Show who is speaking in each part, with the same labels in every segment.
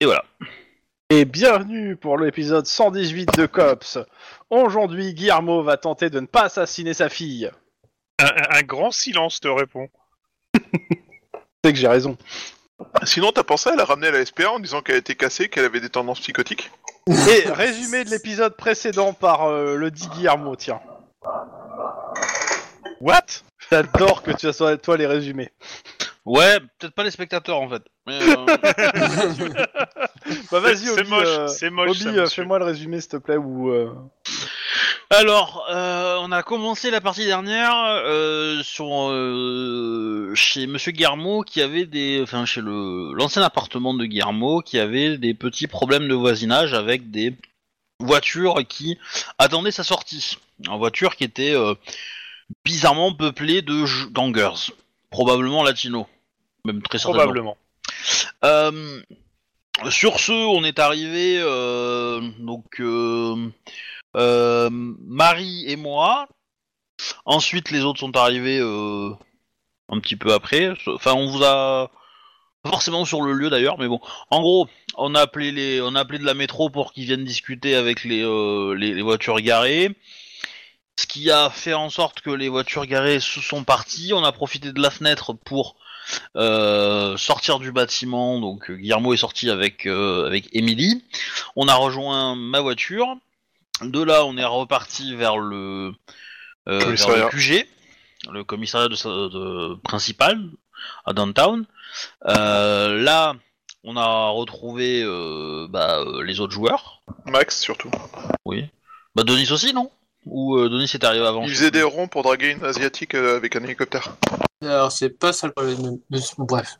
Speaker 1: Et voilà.
Speaker 2: Et bienvenue pour l'épisode 118 de Cops. Aujourd'hui, Guillermo va tenter de ne pas assassiner sa fille.
Speaker 3: Un, un- un grand silence te répond.
Speaker 2: C'est que j'ai raison.
Speaker 4: Sinon, t'as pensé à la ramener à la SPA en disant qu'elle était cassée, qu'elle avait des tendances psychotiques
Speaker 2: Et résumé de l'épisode précédent par euh, le dit Guillermo, tiens.
Speaker 3: What
Speaker 2: J'adore que tu sois toi les résumés.
Speaker 1: Ouais, peut-être pas les spectateurs en fait. Mais, euh,
Speaker 2: Bah vas-y,
Speaker 3: C'est
Speaker 2: Obi,
Speaker 3: moche,
Speaker 2: euh,
Speaker 3: c'est moche.
Speaker 2: Obi,
Speaker 3: ça,
Speaker 2: euh,
Speaker 3: monsieur.
Speaker 2: fais-moi le résumé s'il te plaît ou. euh,
Speaker 1: Alors, euh, on a commencé la partie dernière euh, sur euh, chez Monsieur Guillermo qui avait des, enfin chez le l'ancien appartement de Guillermo qui avait des petits problèmes de voisinage avec des voitures qui attendaient sa sortie. En voiture qui était euh, bizarrement peuplée de j- gangers, probablement latinos, même très certainement.
Speaker 3: Probablement.
Speaker 1: Euh, sur ce, on est arrivé euh, donc euh, euh, Marie et moi. Ensuite, les autres sont arrivés euh, un petit peu après. Enfin, on vous a pas forcément sur le lieu d'ailleurs, mais bon. En gros, on a appelé les, on a appelé de la métro pour qu'ils viennent discuter avec les, euh, les, les voitures garées. Ce qui a fait en sorte que les voitures garées se sont parties. On a profité de la fenêtre pour euh, sortir du bâtiment. Donc euh, Guillermo est sorti avec euh, avec Emily. On a rejoint ma voiture. De là, on est reparti vers le, euh, vers le
Speaker 4: Commissariat.
Speaker 1: QG, le commissariat de, de- principal à downtown. Euh, là, on a retrouvé euh, bah, euh, les autres joueurs.
Speaker 4: Max, surtout.
Speaker 1: Oui. Bah Denis aussi, non Ou euh, Denis est arrivé avant
Speaker 4: Il
Speaker 1: je
Speaker 4: faisait
Speaker 1: sais
Speaker 4: des
Speaker 1: plus.
Speaker 4: ronds pour draguer une asiatique euh, avec un hélicoptère.
Speaker 5: Alors, c'est pas ça le problème. mais- Bref.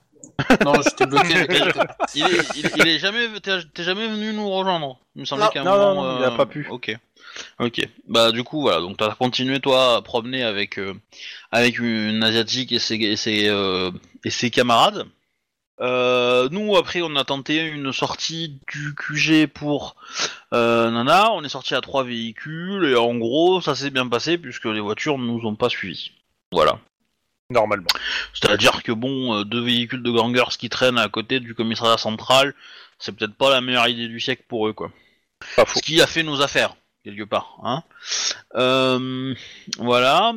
Speaker 5: Non, j'étais bloqué avec la-
Speaker 1: Il est, il- il est jamais, t'es t'es jamais venu nous rejoindre. Il me semblait
Speaker 2: Non,
Speaker 1: qu'à un
Speaker 2: non,
Speaker 1: moment, euh,
Speaker 2: non, non, il a pas pu.
Speaker 1: Ok. Ok. Bah du coup voilà. Donc t'as continué toi à promener avec euh, avec une asiatique et ses et ses, euh, et ses camarades. Euh, nous après on a tenté une sortie du QG pour euh, Nana. On est sorti à trois véhicules et en gros ça s'est bien passé puisque les voitures ne nous ont pas suivis. Voilà.
Speaker 3: Normalement.
Speaker 1: C'est-à-dire que bon, euh, deux véhicules de gangers qui traînent à côté du commissariat central, c'est peut-être pas la meilleure idée du siècle pour eux, quoi.
Speaker 3: Pas faux.
Speaker 1: Ce qui a fait nos affaires, quelque part. Hein. Euh, voilà.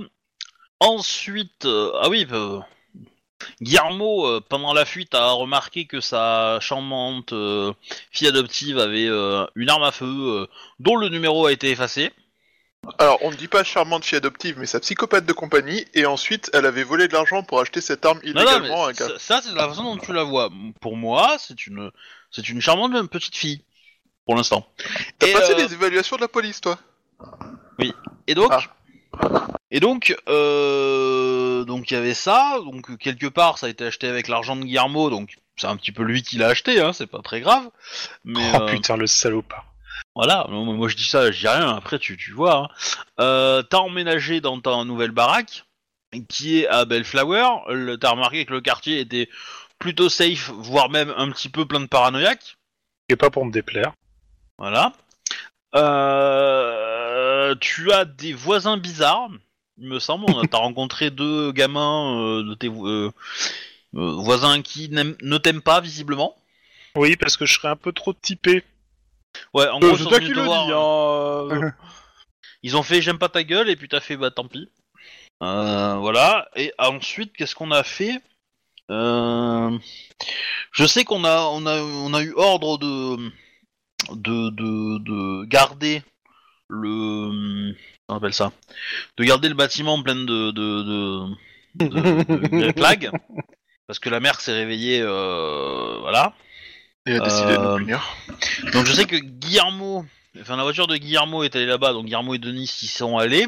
Speaker 1: Ensuite, euh, ah oui, euh, Guillermo, euh, pendant la fuite, a remarqué que sa charmante euh, fille adoptive avait euh, une arme à feu euh, dont le numéro a été effacé.
Speaker 4: Alors, on ne dit pas charmante fille adoptive, mais sa psychopathe de compagnie, et ensuite, elle avait volé de l'argent pour acheter cette arme
Speaker 1: Non, non, mais
Speaker 4: illégalement à un gars.
Speaker 1: ça, ça, c'est la façon dont tu la vois. Pour moi, c'est une, c'est une charmante petite fille, pour l'instant.
Speaker 4: T'as
Speaker 1: et,
Speaker 4: passé
Speaker 1: euh,
Speaker 4: les évaluations de la police, toi
Speaker 1: Et donc,
Speaker 4: Ah.
Speaker 1: et donc, euh, donc il y avait ça. Donc quelque part, ça a été acheté avec l'argent de Guillermo. Donc c'est un petit peu lui qui l'a acheté. Hein, c'est pas très grave. Mais
Speaker 3: Oh
Speaker 1: euh,
Speaker 3: putain, le salopard.
Speaker 1: voilà. Non, mais Moi, je dis ça, je dis rien. Après, tu, tu vois. hein. Euh, t'as emménagé dans ta nouvelle baraque, qui est à Bellflower. Le- T'as remarqué que le quartier était plutôt safe, voire même un petit peu plein de paranoïaques.
Speaker 3: Et pas pour me déplaire.
Speaker 1: Voilà. Euh, tu as des voisins bizarres, il me semble. On a- T'as rencontré deux gamins euh, de tes vo- euh, euh, voisins qui n'aiment- ne t'aiment pas visiblement.
Speaker 3: Oui, parce que je serais un peu trop typé.
Speaker 1: Ouais, en
Speaker 2: Euh,
Speaker 1: gros, ils
Speaker 2: c'est
Speaker 1: sont
Speaker 2: toi
Speaker 1: venus
Speaker 2: qui
Speaker 1: te
Speaker 2: le
Speaker 1: voir,
Speaker 2: dis,
Speaker 1: euh,
Speaker 2: hein. euh,
Speaker 1: Ils ont fait j'aime pas ta gueule et puis t'as fait bah tant pis. Euh, voilà. Et ensuite, qu'est-ce qu'on a fait Euh, Je sais qu'on a on a on a eu ordre de de de, de garder le on appelle ça de garder le bâtiment plein de de de, de, de- de plagues parce que la mère s'est réveillée euh, voilà.
Speaker 4: Et a décidé de
Speaker 1: euh,
Speaker 4: nous punir.
Speaker 1: Donc je sais que Guillermo, enfin la voiture de Guillermo est allée là-bas, donc Guillermo et Denis y sont allés,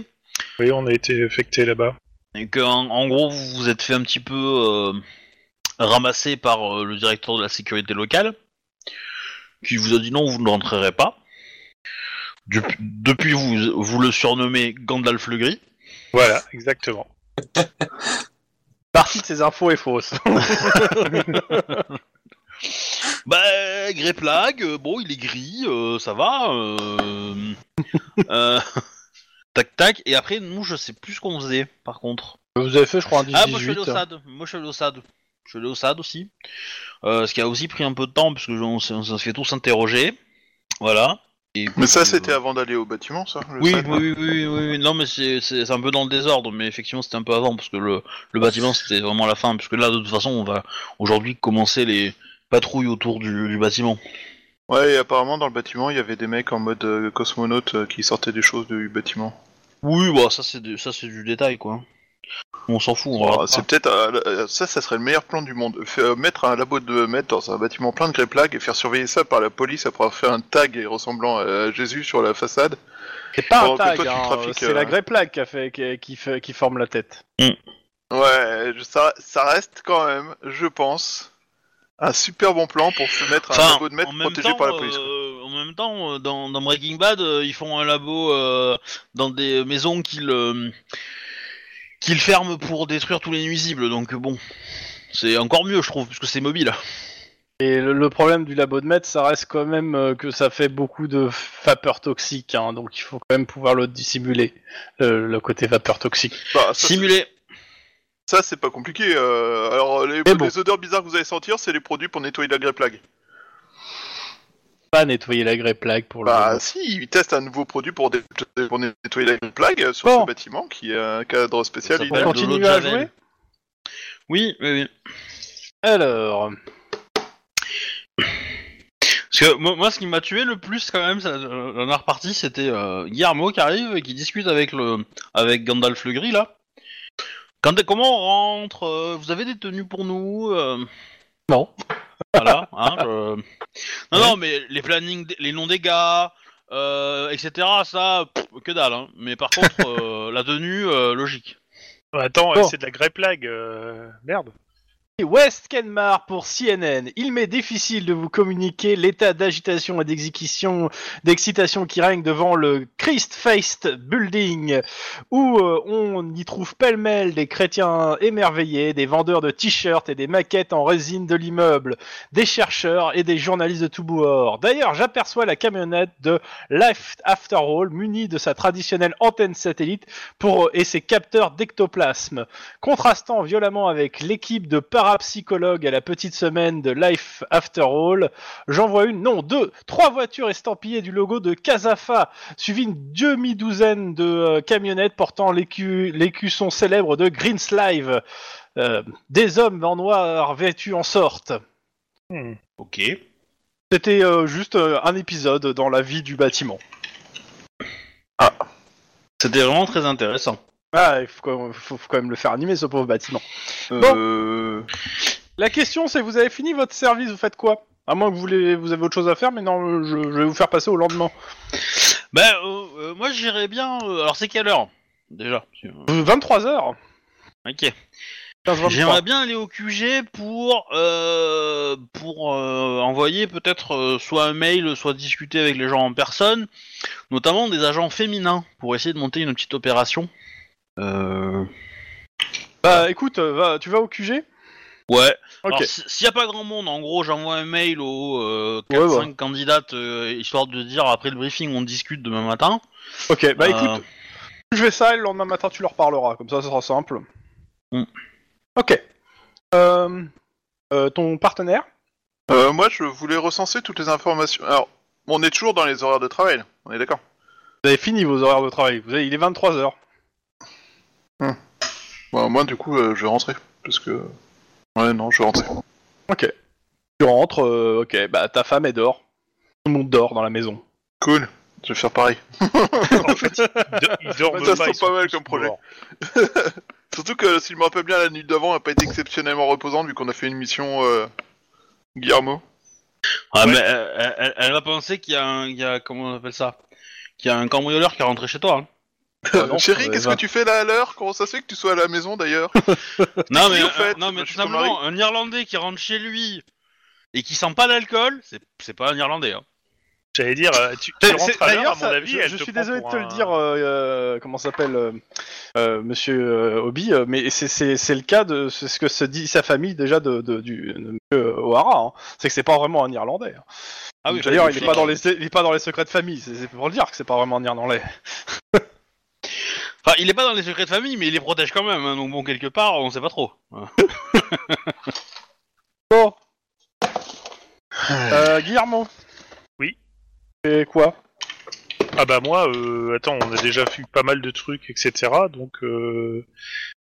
Speaker 3: Oui, on a été affecté là-bas.
Speaker 1: et que en, en gros vous vous êtes fait un petit peu euh, ramasser par euh, le directeur de la sécurité locale, qui vous a dit non, vous ne rentrerez pas. Dep- depuis vous, vous le surnommez Gandalf le Gris.
Speaker 3: Voilà, exactement.
Speaker 2: Partie de ces infos est fausse.
Speaker 1: Bah, Grey Plague, euh, bon, il est gris, euh, ça va. euh, euh, tac tac, et après, nous, je sais plus ce qu'on faisait, par contre.
Speaker 2: Vous avez fait, je crois, un hein.
Speaker 1: Ah, moi je suis allé au SAD. Moi je suis allé au SAD. Je l'ai au SAD aussi. Euh, ce qui a aussi pris un peu de temps, parce que je- on, s'est- on s'est fait tous interroger. Voilà. Et
Speaker 4: Mais
Speaker 1: puis,
Speaker 4: ça,
Speaker 1: euh,
Speaker 4: c'était avant d'aller au bâtiment, ça le
Speaker 1: Oui, oui,
Speaker 4: sac, là.
Speaker 1: oui, oui, oui, oui. non, mais c'est- c'est c'est un peu dans le désordre, mais effectivement, c'était un peu avant, parce que le, le bâtiment, c'était vraiment la fin, parce que là, de toute façon, on va aujourd'hui commencer les patrouilles autour du, du bâtiment.
Speaker 4: Ouais, et apparemment, dans le bâtiment, il y avait des mecs en mode euh, cosmonaute euh, qui sortaient des choses du bâtiment.
Speaker 1: Oui, bah, ça, c'est du- ça, c'est du détail, quoi. On s'en fout, on
Speaker 4: Alors,
Speaker 1: regarde pas.
Speaker 4: c'est peut-être euh, euh, ça, ça serait le meilleur plan du monde. Faire- euh, mettre un labo de maître dans un bâtiment plein de grey plagues et faire surveiller ça par la police après avoir fait un tag ressemblant à Jésus sur la façade.
Speaker 2: C'est pas un
Speaker 4: Bon, que
Speaker 2: tag,
Speaker 4: toi, tu
Speaker 2: hein,
Speaker 4: trafiques,
Speaker 2: c'est
Speaker 4: euh,
Speaker 2: la grey plaque qui, a fait, qui, qui fait- qui forme la tête.
Speaker 4: Ouais, je- ça, ça reste quand même, je pense, un super bon plan pour se mettre un
Speaker 1: Enfin,
Speaker 4: labo de maître
Speaker 1: en même
Speaker 4: protégé
Speaker 1: temps,
Speaker 4: par la police.
Speaker 1: euh, en même temps, euh, dans, dans Breaking Bad, euh, ils font un labo euh, dans des maisons qu'ils euh, qu'ils ferment pour détruire tous les nuisibles. Donc bon, c'est encore mieux, je trouve, parce que c'est mobile.
Speaker 2: Et le, le problème du labo de maître, ça reste quand même euh, que ça fait beaucoup de vapeur toxique, hein, donc il faut quand même pouvoir le dissimuler, le, le côté vapeur toxique.
Speaker 4: Bah, ça, c'est-
Speaker 1: Simulé.
Speaker 4: ça, c'est pas compliqué. euh, alors, les,
Speaker 2: Mais bon.
Speaker 4: les odeurs bizarres que vous allez sentir, c'est les produits pour nettoyer la grey plague.
Speaker 2: Pas nettoyer la grey plaque pour le.
Speaker 4: Bah si, ils testent un nouveau produit pour, dé- pour né- nettoyer la plague euh, sur
Speaker 2: Bon.
Speaker 4: ce bâtiment qui est un cadre spécial.
Speaker 1: Ça
Speaker 4: il
Speaker 2: on
Speaker 4: a-
Speaker 1: parle de l'eau de
Speaker 2: continue à
Speaker 1: Javel.
Speaker 2: jouer
Speaker 1: Oui, oui, oui.
Speaker 2: Alors,
Speaker 1: Parce que moi, moi, ce qui m'a tué le plus quand même, ça, euh, la dernière partie, c'était euh, Guillermo qui arrive et qui discute avec le avec Gandalf le Gris là. Quand, comment on rentre euh, Vous avez des tenues pour nous euh,
Speaker 2: non.
Speaker 1: Voilà. hein, je- Non, non, mais les plannings, des- les noms des gars, euh, etc. Ça, pff, que dalle. hein. Mais par contre, euh, la tenue, euh, logique.
Speaker 3: Attends,
Speaker 2: Bon.
Speaker 3: euh, c'est de la grey plague. euh, Merde.
Speaker 2: Et West Kenmar pour CNN. Il m'est difficile de vous communiquer l'état d'agitation et d'exécution, d'excitation qui règne devant le Christ-Faced Building, où euh, on y trouve pêle-mêle des chrétiens émerveillés, des vendeurs de t-shirts et des maquettes en résine de l'immeuble, des chercheurs et des journalistes de tout bord. D'ailleurs, j'aperçois la camionnette de Life After All munie de sa traditionnelle antenne satellite pour, euh, et ses capteurs d'ectoplasme contrastant violemment avec l'équipe de parapsychologues à la petite semaine de Life After All, j'en vois une, non, deux, trois voitures estampillées du logo de Casafa, suivies une demi-douzaine de euh, camionnettes portant l'écu- l'écusson célèbre de Greenslive. Euh, des hommes en noir vêtus en sorte.
Speaker 3: Hmm.
Speaker 1: Ok.
Speaker 2: C'était euh, juste euh, un épisode dans la vie du bâtiment.
Speaker 1: C'était vraiment très intéressant.
Speaker 2: Ah, il faut, quand- faut- faut quand même le faire animer ce pauvre bâtiment.
Speaker 4: Euh,
Speaker 2: La question, c'est vous avez fini votre service, vous faites quoi À moins que vous, voulez, vous avez autre chose à faire, mais non, je, je vais vous faire passer au lendemain.
Speaker 1: Ben, euh, euh, moi, j'irais bien. euh, alors, c'est quelle heure déjà Parce que- euh,
Speaker 2: 23h
Speaker 1: Ok.
Speaker 2: 15 23.
Speaker 1: J'aimerais bien aller au QG pour euh, pour euh, envoyer peut-être euh, soit un mail, soit discuter avec les gens en personne, notamment des agents féminins pour essayer de monter une petite opération. Euh,
Speaker 2: Bah écoute, euh, va- tu vas au QG
Speaker 1: ouais.
Speaker 2: Ok.
Speaker 1: Alors, si- s'il n'y a pas grand monde, en gros, j'envoie un mail aux euh,
Speaker 2: Ouais,
Speaker 1: 4-5
Speaker 2: ouais.
Speaker 1: candidates, euh, histoire de dire après le briefing, on discute demain matin.
Speaker 2: ok, bah
Speaker 1: Euh,
Speaker 2: écoute, je vais ça et le lendemain matin tu leur parleras, comme ça ça sera simple.
Speaker 1: Mm.
Speaker 2: Ok. Euh, euh, ton partenaire
Speaker 4: euh, moi, je voulais recenser toutes les informations. Alors, on est toujours dans les horaires de travail, là. on est d'accord
Speaker 2: Vous avez fini vos horaires de travail, vous avez- il est 23h.
Speaker 4: Bah, Moi, du coup, euh, je vais rentrer, parce que... Ouais, non, je vais rentrer.
Speaker 2: Tu rentres, euh, ok, bah ta femme est dehors. Tout le monde dort dans la maison.
Speaker 4: Cool, je vais faire pareil.
Speaker 3: En fait, ils, do- ils dorment
Speaker 4: Ça se
Speaker 3: pas.
Speaker 4: sent
Speaker 3: ils sont
Speaker 4: pas mal
Speaker 3: tous
Speaker 4: comme projet.
Speaker 3: morts.
Speaker 4: Surtout que, si je me rappelle bien, la nuit d'avant n'a pas été exceptionnellement reposante, vu qu'on a fait une mission... euh, Guillermo
Speaker 1: Ah, mais, euh, elle, elle- elle va penser qu'il y, a un- il y a, comment on appelle ça Qu'il y a un cambrioleur qui est rentré chez toi. hein.
Speaker 2: Ah non,
Speaker 4: Chérie,
Speaker 2: euh,
Speaker 4: qu'est-ce
Speaker 2: va.
Speaker 4: que tu fais là à l'heure Comment ça se fait que tu sois à la maison, d'ailleurs
Speaker 1: Non mais,
Speaker 4: qui, au
Speaker 1: euh,
Speaker 4: Bah, fait
Speaker 1: non mais
Speaker 4: Je
Speaker 1: tout
Speaker 4: suis ton mari.
Speaker 1: simplement, un Irlandais qui rentre chez lui et qui sent pas l'alcool, c'est- c'est pas un Irlandais. Hein.
Speaker 3: J'allais dire, euh, tu, tu
Speaker 2: C'est-
Speaker 3: rentres
Speaker 2: c'est-
Speaker 3: à l'heure, à
Speaker 2: D'ailleurs,
Speaker 3: mon
Speaker 2: ça-
Speaker 3: avis.
Speaker 2: je,
Speaker 3: elle
Speaker 2: je
Speaker 3: te
Speaker 2: suis
Speaker 3: prend
Speaker 2: désolé de
Speaker 3: pour
Speaker 2: te le
Speaker 3: un-
Speaker 2: dire, euh, euh, comment s'appelle euh, euh, Monsieur euh, Hobby, euh, mais c'est- c'est c'est le cas de c'est ce que se dit sa famille déjà de, de- du de Monsieur O'Hara. hein. C'est que c'est pas vraiment un Irlandais. hein.
Speaker 1: Ah oui,
Speaker 2: D'ailleurs,
Speaker 1: bah,
Speaker 2: il est
Speaker 1: c'est-
Speaker 2: pas dans les il est pas dans les secrets de famille. C'est c'est pour le dire que c'est pas vraiment un Irlandais.
Speaker 1: Enfin, il est pas dans les secrets de famille, mais il les protège quand même. hein, donc bon, quelque part, on sait pas trop.
Speaker 2: Euh, Guillermo
Speaker 3: Oui.
Speaker 2: Et quoi
Speaker 3: Ah bah moi, euh, attends, on a déjà vu pas mal de trucs, etc. Donc euh,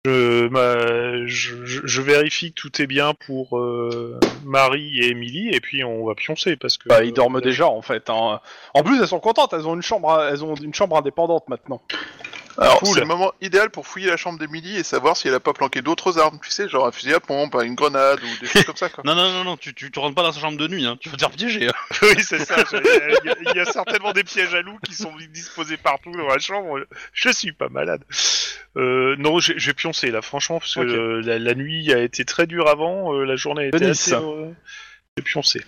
Speaker 3: je, ma- je, je- je vérifie que tout est bien pour euh, Marie et Émilie, et puis on va pioncer parce que. euh,
Speaker 2: Bah, ils dorment déjà en fait. hein. En plus, elles sont contentes. Elles ont une chambre, à- elles ont une chambre indépendante maintenant.
Speaker 4: Alors,
Speaker 3: Cool.
Speaker 4: c'est le moment idéal pour fouiller la chambre d'Emily et savoir si elle a pas planqué d'autres armes, tu sais, genre un fusil à pompe, une grenade ou des choses comme ça, quoi.
Speaker 1: Non, non, non, non, tu, tu, tu rentres pas dans sa chambre de nuit, hein. tu vas te faire piéger. hein.
Speaker 3: oui, c'est ça. je- Il y a- il y, a certainement des pièges à loups qui sont disposés partout dans la chambre. Je suis pas malade. Euh, non, j'ai j'ai pioncé là, franchement, parce que
Speaker 2: Ok.
Speaker 3: euh, la, la nuit a été très dure avant, euh, la journée a été
Speaker 2: Denis.
Speaker 3: assez. euh, j'ai pioncé.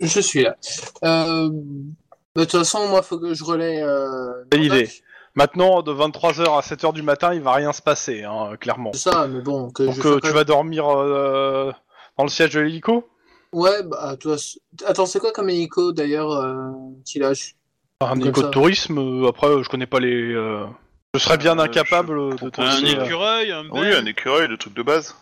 Speaker 5: Je suis là. Euh, bah, De toute façon, moi, faut que je relaie. Euh,
Speaker 2: Belle
Speaker 5: Murdoch.
Speaker 2: idée. Maintenant, de 23h à 7h du matin, il va rien se passer, hein, clairement.
Speaker 5: C'est ça, mais bon. Que
Speaker 2: Donc
Speaker 5: je
Speaker 2: euh,
Speaker 5: fais
Speaker 2: tu
Speaker 5: pas-
Speaker 2: vas dormir euh, dans le siège de l'hélico
Speaker 5: Ouais, bah, toi. c'est- Attends, c'est quoi comme hélico d'ailleurs euh, qu'il lâche
Speaker 2: Un
Speaker 5: Comme
Speaker 2: hélico
Speaker 5: ça.
Speaker 2: de tourisme, euh, après euh, je connais pas les... euh, Je serais bien
Speaker 4: Euh,
Speaker 2: incapable de te... euh,
Speaker 1: Un
Speaker 4: c'est-
Speaker 1: écureuil, un
Speaker 4: Oui,
Speaker 1: bel.
Speaker 4: un écureuil, le truc de base.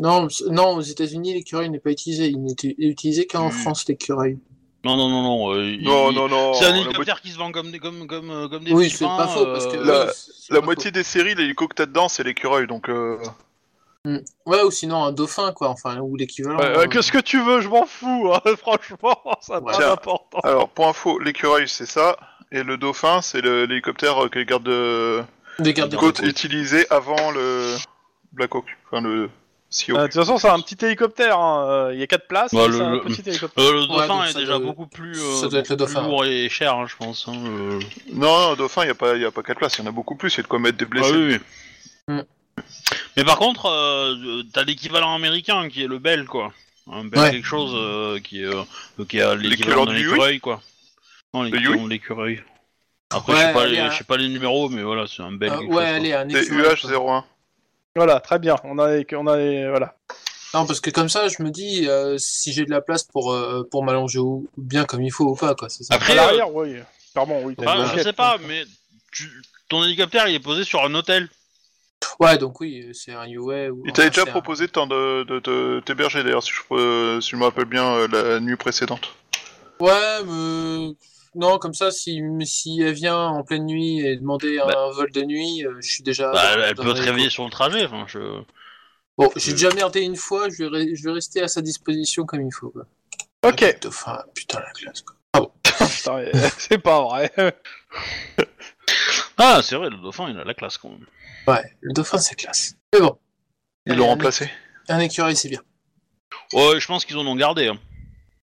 Speaker 5: Non, c'est- non, aux États-Unis, l'écureuil n'est pas utilisé. Il n'est utilisé qu'en
Speaker 1: Hmm.
Speaker 5: France, l'écureuil.
Speaker 1: Non, non, non, non. euh, il-
Speaker 4: Non,
Speaker 1: il-
Speaker 4: non, non.
Speaker 1: C'est un
Speaker 4: la moitié-
Speaker 1: hélicoptère qui se vend comme des, comme, comme, euh, comme des
Speaker 5: Oui,
Speaker 1: petits
Speaker 5: c'est
Speaker 1: pains,
Speaker 5: pas faux, parce que.
Speaker 1: euh,
Speaker 4: la-
Speaker 5: ouais, c'est
Speaker 4: La
Speaker 5: pas
Speaker 4: moitié des séries, l'hélico que t'as dedans, c'est l'écureuil, donc euh...
Speaker 5: faux. Ouais, ou sinon un dauphin, quoi, enfin, ou l'équivalent.
Speaker 2: Euh,
Speaker 5: euh,
Speaker 2: Qu'est-ce que tu veux, je m'en fous, hein, franchement, ça n'a
Speaker 5: Ouais.
Speaker 2: pas
Speaker 4: Tiens.
Speaker 2: d'importance.
Speaker 4: Alors, pour info, l'écureuil, c'est ça, et le dauphin, c'est le- l'hélicoptère euh, que les gardes de
Speaker 5: Des gardes
Speaker 1: Dans
Speaker 5: de
Speaker 1: le
Speaker 4: côte
Speaker 1: côte.
Speaker 4: utilisaient avant le Black Hawk, enfin le CEO.
Speaker 2: Euh,
Speaker 5: Ah,
Speaker 2: de toute façon, c'est un petit hélicoptère, hein, euh, il y a quatre places, mais
Speaker 1: Ouais, Bah, le-
Speaker 2: c'est un
Speaker 1: le-
Speaker 2: petit hélicoptère.
Speaker 1: euh, le dauphin
Speaker 5: donc
Speaker 1: est
Speaker 5: ça
Speaker 1: déjà
Speaker 5: doit-
Speaker 1: beaucoup plus, euh,
Speaker 5: ça doit être le
Speaker 1: beaucoup plus
Speaker 5: dauphin.
Speaker 1: lourd et cher, hein, je pense. hein, euh.
Speaker 4: Non, non, dauphin, il n'y a, pas- y a pas quatre places, il y en a beaucoup plus, il y a de quoi mettre des blessés.
Speaker 1: Ah oui, oui.
Speaker 5: Mm.
Speaker 1: Mais par contre, euh, euh, t'as l'équivalent américain qui est le bel, quoi. Un bel
Speaker 5: Ouais.
Speaker 1: quelque chose euh, qui est, euh, qui est euh, l'équivalent
Speaker 4: L'équivalent
Speaker 1: de
Speaker 4: du
Speaker 1: l'écureuil, quoi. Non, l'équivalent
Speaker 4: Yui
Speaker 1: de l'écureuil. Après,
Speaker 5: Ouais,
Speaker 1: je sais pas,
Speaker 5: allez,
Speaker 1: les,
Speaker 5: hein.
Speaker 1: je sais pas les numéros, mais voilà, c'est un bel.
Speaker 5: Ah,
Speaker 1: quelque chose,
Speaker 5: ouais,
Speaker 1: quoi.
Speaker 5: allez, un
Speaker 4: C'est
Speaker 5: équivalent, quoi.
Speaker 4: UH-01.
Speaker 2: Voilà, très bien, on a les... On a les- Voilà.
Speaker 5: Non, parce que comme ça, je me dis euh, si j'ai de la place pour, euh, pour m'allonger ou ou bien comme il faut ou pas, quoi, c'est ça.
Speaker 1: Après,
Speaker 2: à l'arrière, oui, clairement, oui.
Speaker 1: Enfin,
Speaker 5: Bah,
Speaker 1: je sais pas, mais tu- ton hélicoptère il est posé sur un hôtel.
Speaker 5: Ouais, donc oui, c'est un UA. Ou...
Speaker 4: Il t'avait
Speaker 5: enfin,
Speaker 4: déjà
Speaker 5: c'est un-
Speaker 4: proposé tant de de- de t'héberger d'ailleurs, si, je peux- si je me rappelle bien, euh, la nuit précédente.
Speaker 5: Ouais, mais. Non, comme ça, si, si elle vient en pleine nuit et demander un vol de nuit, euh, je suis déjà.
Speaker 1: Bah,
Speaker 5: dans-
Speaker 1: elle, elle
Speaker 5: dans
Speaker 1: peut
Speaker 5: les
Speaker 1: te réveiller sur le trajet. Enfin, je...
Speaker 5: Bon, j'ai déjà merdé une fois, je vais, re- je vais rester à sa disposition comme il faut. Quoi.
Speaker 2: Ok,
Speaker 5: Ah, Dauphin, putain, la classe. Quoi.
Speaker 2: Putain, euh, c'est pas vrai.
Speaker 1: Ah, c'est vrai, le dauphin il a la classe quand même.
Speaker 5: Ouais, le dauphin, c'est classe. Mais bon,
Speaker 4: Ils
Speaker 5: Allez,
Speaker 4: l'ont
Speaker 5: allez.
Speaker 4: remplacé.
Speaker 5: un écureuil, c'est bien.
Speaker 1: Ouais, je pense qu'ils en ont gardé. hein.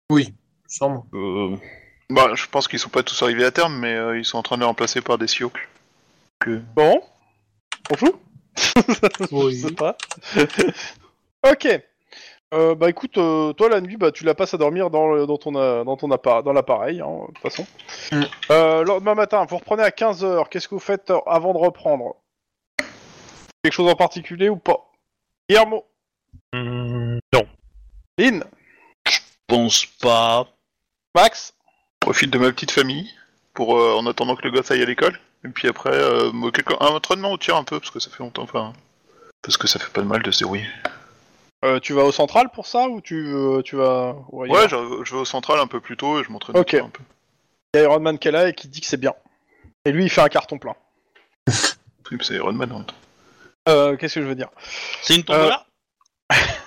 Speaker 5: Sûrement.
Speaker 1: Euh,
Speaker 4: Bah, je pense qu'ils sont pas tous arrivés à terme, mais euh, ils sont en train de les remplacer par des Sioux.
Speaker 2: Bon, on joue
Speaker 5: Oui.
Speaker 2: Je sais pas. ok. Euh, bah écoute, euh, toi la nuit, bah tu la passes à dormir dans, le- dans ton euh, dans ton appa- dans l'appareil, hein, de toute façon.
Speaker 5: Mm.
Speaker 2: Euh, lendemain matin, vous reprenez à 15h. Qu'est-ce que vous faites euh, avant de reprendre Quelque chose en particulier ou pas Guillermo,
Speaker 3: Hum, non.
Speaker 2: Lynn,
Speaker 1: pense pas.
Speaker 2: Max,
Speaker 4: Je profite de ma petite famille pour euh, en attendant que le gosse aille à l'école. Et puis après, euh, me- quelqu'un- un entraînement au tir un peu, parce que ça fait longtemps, enfin. Parce que ça fait pas de mal de se dérouiller.
Speaker 2: euh, tu vas au central pour ça ou tu euh, tu vas ouais,
Speaker 4: Ouais, je, je vais au central un peu plus tôt et je m'entraîne
Speaker 2: Ok.
Speaker 4: un peu.
Speaker 2: il y a Iron Man qui est là et qui dit que c'est bien. Et lui, il fait un carton plein.
Speaker 4: Oui, mais c'est hein. Iron Man en même temps.
Speaker 2: Euh, Qu'est-ce que je veux dire
Speaker 1: C'est une tombola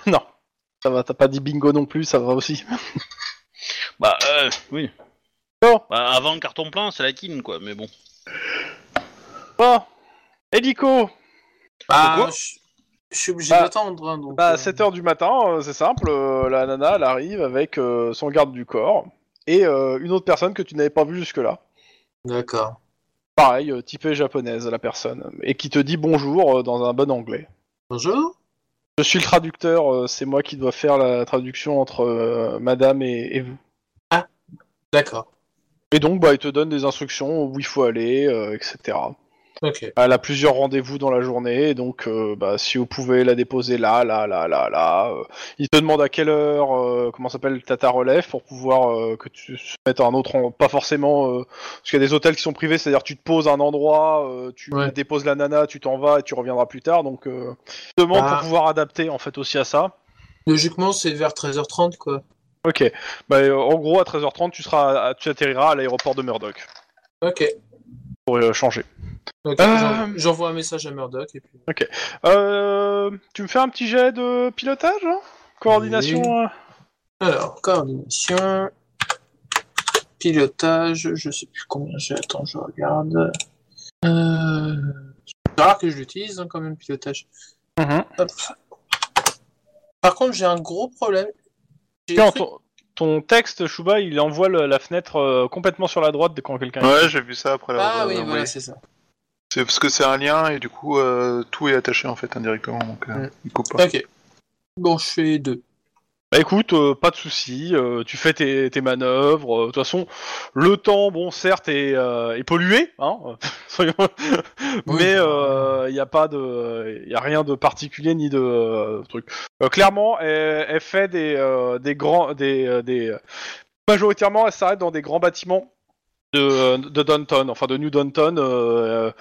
Speaker 2: Non. Ça va, t'as pas dit bingo non plus, ça va aussi.
Speaker 1: Bah, euh, oui.
Speaker 2: Bon.
Speaker 1: Bah, avant le carton plein, c'est la kin, quoi, mais bon.
Speaker 2: Bon. Hélico,
Speaker 5: Bah,
Speaker 1: Pourquoi
Speaker 5: je je suis obligé
Speaker 2: Bah,
Speaker 5: d'attendre. Hein, donc,
Speaker 2: bah, à
Speaker 5: euh,
Speaker 2: 7h du matin, euh, c'est simple, euh, la nana, elle arrive avec euh, son garde du corps et euh, une autre personne que tu n'avais pas vue jusque-là.
Speaker 5: D'accord.
Speaker 2: Pareil, euh, typée japonaise, la personne, et qui te dit bonjour euh, dans un bon anglais.
Speaker 5: Bonjour.
Speaker 2: Je suis le traducteur, euh, c'est moi qui dois faire la traduction entre euh, madame et, et vous.
Speaker 5: D'accord.
Speaker 2: Et donc, bah, il te donne des instructions où il faut aller, euh, etc.
Speaker 5: Ok.
Speaker 2: Elle a plusieurs rendez-vous dans la journée, et donc euh, bah, si vous pouvez la déposer là, là, là, là, là. euh, il te demande à quelle heure, euh, comment s'appelle, t'as ta relève pour pouvoir euh, que tu se mettes à un autre, en- pas forcément, euh, parce qu'il y a des hôtels qui sont privés, c'est-à-dire tu te poses à un endroit, euh, tu
Speaker 5: Ouais.
Speaker 2: déposes la nana, tu t'en vas et tu reviendras plus tard. Donc euh, il te demande
Speaker 5: Ah.
Speaker 2: pour pouvoir adapter en fait aussi à ça.
Speaker 5: Logiquement, c'est vers 13h30, quoi.
Speaker 2: Ok. Bah, euh, en gros, à 13h30, tu, seras, tu atterriras à l'aéroport de Murdoch
Speaker 5: Ok.
Speaker 2: pour euh, changer.
Speaker 5: Ok,
Speaker 2: Euh.
Speaker 5: j'en- J'envoie un message à Murdoch et puis.
Speaker 2: Euh, tu me fais un petit jet de pilotage hein Coordination
Speaker 5: Oui.
Speaker 2: hein
Speaker 5: Alors, coordination, pilotage, je sais plus combien j'ai. Attends, je regarde. Euh... C'est rare que je l'utilise hein, quand même, pilotage.
Speaker 2: Mhm.
Speaker 5: Hop. Par contre, j'ai un gros problème. J'ai
Speaker 2: Tiens,
Speaker 5: un truc-
Speaker 2: ton, ton texte, Shuba, il envoie le- la fenêtre euh, complètement sur la droite dès quand quelqu'un.
Speaker 4: Ouais, j'ai vu ça après la.
Speaker 5: Ah
Speaker 4: euh,
Speaker 5: oui,
Speaker 4: oui.
Speaker 5: voilà, c'est ça.
Speaker 4: C'est parce que c'est un lien et du coup euh, tout est attaché en fait indirectement donc euh,
Speaker 5: Mm.
Speaker 4: il coupe pas.
Speaker 5: Ok. Bon, je fais deux.
Speaker 2: Bah écoute, euh, pas de souci. euh, tu fais tes, tes manœuvres. euh, De toute façon, le temps, bon, certes, est, euh, est pollué, hein, soyons- mais il n'y a pas de, il y a rien de particulier ni de euh, truc. Euh, clairement, elle, elle fait des, euh, des grands, des, euh, des, majoritairement, elle s'arrête dans des grands bâtiments de, de Downton, enfin de New Downton. euh,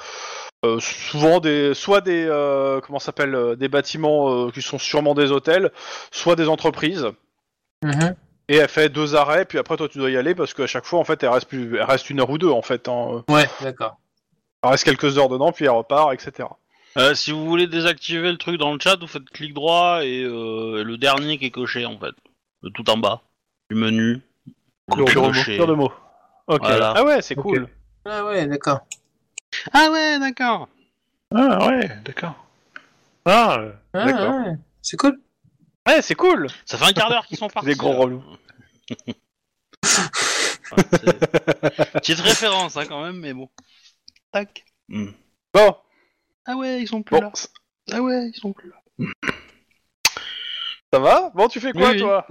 Speaker 2: euh, souvent des soit des euh, comment ça s'appelle euh, des bâtiments euh, qui sont sûrement des hôtels soit des entreprises.
Speaker 5: Mhm.
Speaker 2: Et elle fait deux arrêts, puis après toi tu dois y aller parce qu'à chaque fois en fait elle reste plus, elle reste une heure ou deux en fait. hein.
Speaker 5: Ouais, d'accord.
Speaker 2: Elle reste quelques heures dedans, puis elle repart, etc.
Speaker 1: Euh, si vous voulez désactiver le truc dans le chat, vous faites clic droit et euh, le dernier qui est coché en fait, Le tout en bas du menu.
Speaker 2: Coupure de mots.
Speaker 1: Coché.
Speaker 2: Coupure de mots. Ok.
Speaker 1: Voilà.
Speaker 2: Ah ouais, c'est
Speaker 3: Ok.
Speaker 2: cool.
Speaker 5: Ah ouais, d'accord.
Speaker 1: Ah ouais, d'accord.
Speaker 3: Ah ouais, d'accord. Ah, euh,
Speaker 5: Ah,
Speaker 3: d'accord.
Speaker 5: ouais, C'est cool.
Speaker 2: Ouais, c'est cool.
Speaker 1: Ça fait un quart d'heure qu'ils sont partis. hein.
Speaker 2: Des gros
Speaker 1: là.
Speaker 2: relous.
Speaker 1: Ouais, c'est- Petite référence hein, quand même, mais bon. Tac.
Speaker 2: Bon,
Speaker 1: Ah ouais, ils sont plus
Speaker 2: bon,
Speaker 1: là. Ah ouais, ils sont plus là.
Speaker 2: ça va Bon, tu fais quoi
Speaker 1: Oui, oui.
Speaker 2: toi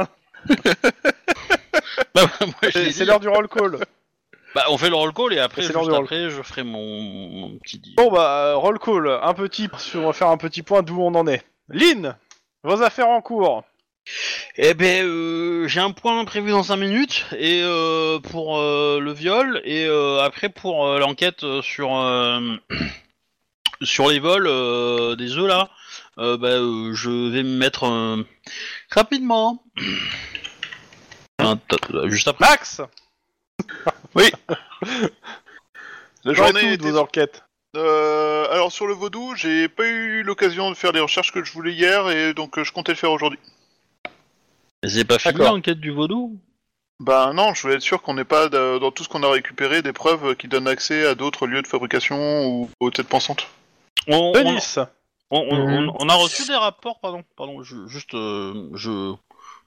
Speaker 1: Bah, moi, je l'ai
Speaker 2: C'est c'est
Speaker 1: dit.
Speaker 2: l'heure du roll call.
Speaker 1: Bah, on fait le roll call et après,
Speaker 2: C'est
Speaker 1: juste
Speaker 2: l'heure du roll.
Speaker 1: après, je ferai mon, mon petit.
Speaker 2: Bon bah euh, roll call. Un petit, on va faire un petit point d'où on en est. Lynn, vos affaires en cours.
Speaker 1: Eh ben, euh, j'ai un point prévu dans 5 minutes et euh, pour euh, le viol et euh, après pour euh, l'enquête euh, sur euh, sur les vols euh, des œufs là. Euh, bah, euh, je vais me mettre euh, rapidement. hein. Un t- Juste après.
Speaker 2: Max,
Speaker 4: La
Speaker 2: j'aurais
Speaker 4: journée
Speaker 2: tout
Speaker 4: était-
Speaker 2: de vos enquêtes.
Speaker 4: Euh, alors sur le vaudou, j'ai pas eu l'occasion de faire les recherches que je voulais hier et donc euh, je comptais le faire aujourd'hui.
Speaker 1: C'est pas fini
Speaker 2: D'accord.
Speaker 1: l'enquête du vaudou
Speaker 4: Bah non, je voulais être sûr qu'on n'ait pas de- dans tout ce qu'on a récupéré des preuves qui donnent accès à d'autres lieux de fabrication ou aux têtes pensantes.
Speaker 1: on, on,
Speaker 2: Denis,
Speaker 1: on- on-
Speaker 5: Mhm.
Speaker 1: on- on a reçu des rapports, pardon, pardon, je, juste, euh, je,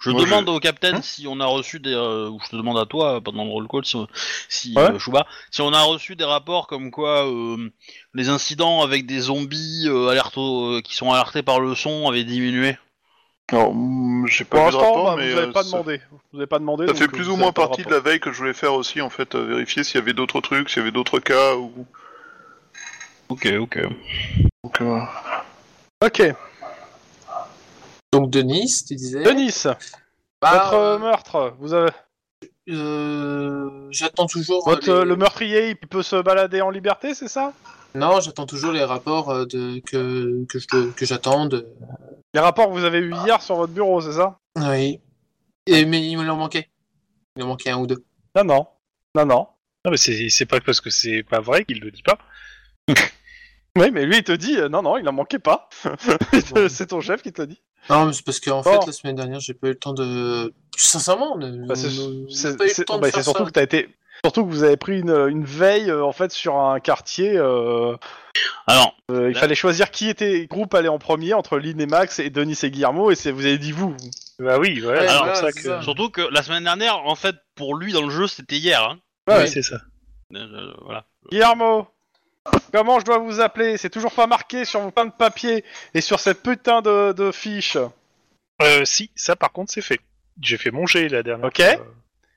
Speaker 1: je
Speaker 4: Moi,
Speaker 1: demande au capitaine si on a reçu des, euh, ou je te demande à toi euh, pendant le roll call, si, on- si
Speaker 2: Ouais.
Speaker 1: euh, Chouba, si on a reçu des rapports comme quoi euh, les incidents avec des zombies euh, alerto- euh, qui sont alertés par le son avaient diminué.
Speaker 4: Alors mm, j'ai
Speaker 2: pour
Speaker 4: pas vu de
Speaker 2: l'instant,
Speaker 4: rapport,
Speaker 2: bah,
Speaker 4: mais
Speaker 2: vous avez
Speaker 4: euh,
Speaker 2: pas
Speaker 4: ça-
Speaker 2: demandé. Vous avez pas demandé.
Speaker 4: Ça
Speaker 2: donc,
Speaker 4: fait
Speaker 2: euh,
Speaker 4: plus
Speaker 2: vous
Speaker 4: ou
Speaker 2: avez
Speaker 4: moins
Speaker 2: pas de
Speaker 4: partie de
Speaker 2: rapport.
Speaker 4: la veille que je voulais faire aussi, en fait, euh, vérifier s'il y avait d'autres trucs, s'il y avait d'autres cas. Ou...
Speaker 1: Ok, ok.
Speaker 4: Donc, euh,
Speaker 2: Ok.
Speaker 5: Donc, Denis, tu disais.
Speaker 2: Denis,
Speaker 5: Bah,
Speaker 2: votre euh, meurtre, vous avez...
Speaker 5: euh, J'attends toujours. euh,
Speaker 2: votre, euh,
Speaker 5: les-
Speaker 2: le meurtrier, il peut se balader en liberté, c'est ça
Speaker 5: Non, j'attends toujours les rapports euh, de... que, que je dois- que j'attends. de-
Speaker 2: Les rapports que vous avez eus hier sur votre bureau, c'est ça
Speaker 5: Oui. Et, mais il me l'en manquait. Il en manquait un ou deux.
Speaker 2: Non, non, non, non.
Speaker 3: non, mais c'est c'est pas parce que c'est pas vrai qu'il le dit pas.
Speaker 2: Oui, mais lui, il te dit, euh, non, non, il en manquait pas. c'est ton chef qui te l'a dit.
Speaker 5: Non, mais c'est parce qu'en en
Speaker 2: Bon.
Speaker 5: fait, la semaine dernière, j'ai pas eu le temps de. Sincèrement, on n'a
Speaker 2: Bah, c'est
Speaker 5: on n'a
Speaker 2: c'est-
Speaker 5: pas eu le
Speaker 2: c'est-
Speaker 5: temps
Speaker 2: bah,
Speaker 5: de
Speaker 2: c'est
Speaker 5: faire
Speaker 2: surtout
Speaker 5: ça.
Speaker 2: que t'as été, surtout que vous avez pris une, une veille euh, en fait sur un quartier. euh,
Speaker 1: Alors,
Speaker 2: euh, il
Speaker 1: Là.
Speaker 2: fallait choisir qui était groupe allait en premier entre Lynn et Max et Denis et Guillermo et c'est vous avez dit vous.
Speaker 3: Bah oui, ouais,
Speaker 5: Ouais,
Speaker 3: c'est
Speaker 1: voilà,
Speaker 3: pour ça
Speaker 5: c'est
Speaker 3: que.
Speaker 5: ça.
Speaker 1: surtout que la semaine dernière, en fait, pour lui dans le jeu, c'était hier. Hein.
Speaker 3: Ouais,
Speaker 5: Oui.
Speaker 3: c'est ça.
Speaker 1: Euh, voilà.
Speaker 2: Guillermo, comment je dois vous appeler C'est toujours pas marqué sur vos pains de papier et sur cette putain de, de fiche.
Speaker 3: Euh, si, ça par contre, c'est fait. J'ai fait mon jet la dernière
Speaker 2: Ok.
Speaker 3: fois.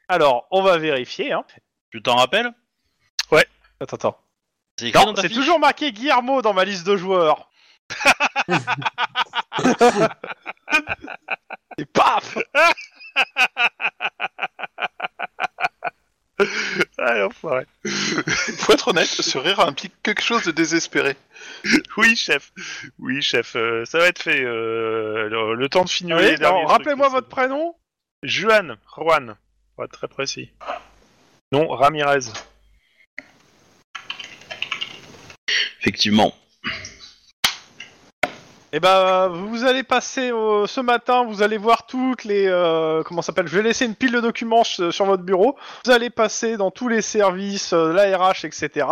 Speaker 2: Alors, on va vérifier. Hein.
Speaker 1: Tu t'en rappelles
Speaker 2: Attends, attends.
Speaker 1: C'est écrit
Speaker 2: Non,
Speaker 1: dans ta
Speaker 2: c'est
Speaker 1: fiche
Speaker 2: toujours marqué Guillermo dans ma liste de joueurs. et paf
Speaker 3: Ah, l'enfoiré.
Speaker 4: faut être honnête, ce rire implique quelque chose de désespéré.
Speaker 3: Oui, chef. Oui, chef. euh, ça va être fait. euh, le, le temps de finir.
Speaker 2: Oui, alors, Rappelez-moi votre prénom
Speaker 3: Juan, Juan, pour être très précis. Non, Ramirez.
Speaker 1: Effectivement.
Speaker 2: Eh ben, vous allez passer au- ce matin, vous allez voir toutes les euh, comment ça s'appelle. Je vais laisser une pile de documents sur sur votre bureau. Vous allez passer dans tous les services, euh, la RH, etc.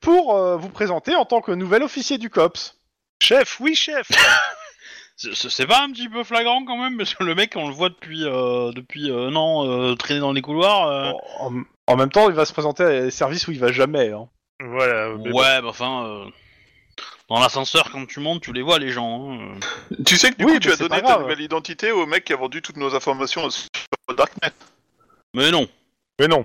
Speaker 2: pour euh, vous présenter en tant que nouvel officier du COPS.
Speaker 3: Chef, oui, chef
Speaker 1: C'est- C'est c'est pas un petit peu flagrant quand même, parce que le mec, on le voit depuis, euh, depuis euh, un an euh, traîner dans les couloirs. euh.
Speaker 2: En, en même temps, il va se présenter à des services où il va jamais. hein.
Speaker 3: Voilà. Oh, mais bon.
Speaker 1: ouais, bah enfin. euh, Dans l'ascenseur, quand tu montes, tu les vois, les gens. hein.
Speaker 4: Tu sais que du
Speaker 2: Oui,
Speaker 4: coup,
Speaker 2: mais
Speaker 4: tu as
Speaker 2: c'est
Speaker 4: donné
Speaker 2: pas
Speaker 4: ta
Speaker 2: grave.
Speaker 4: nouvelle identité au mec qui a vendu toutes nos informations sur Darknet.
Speaker 1: Mais non.
Speaker 3: Mais non.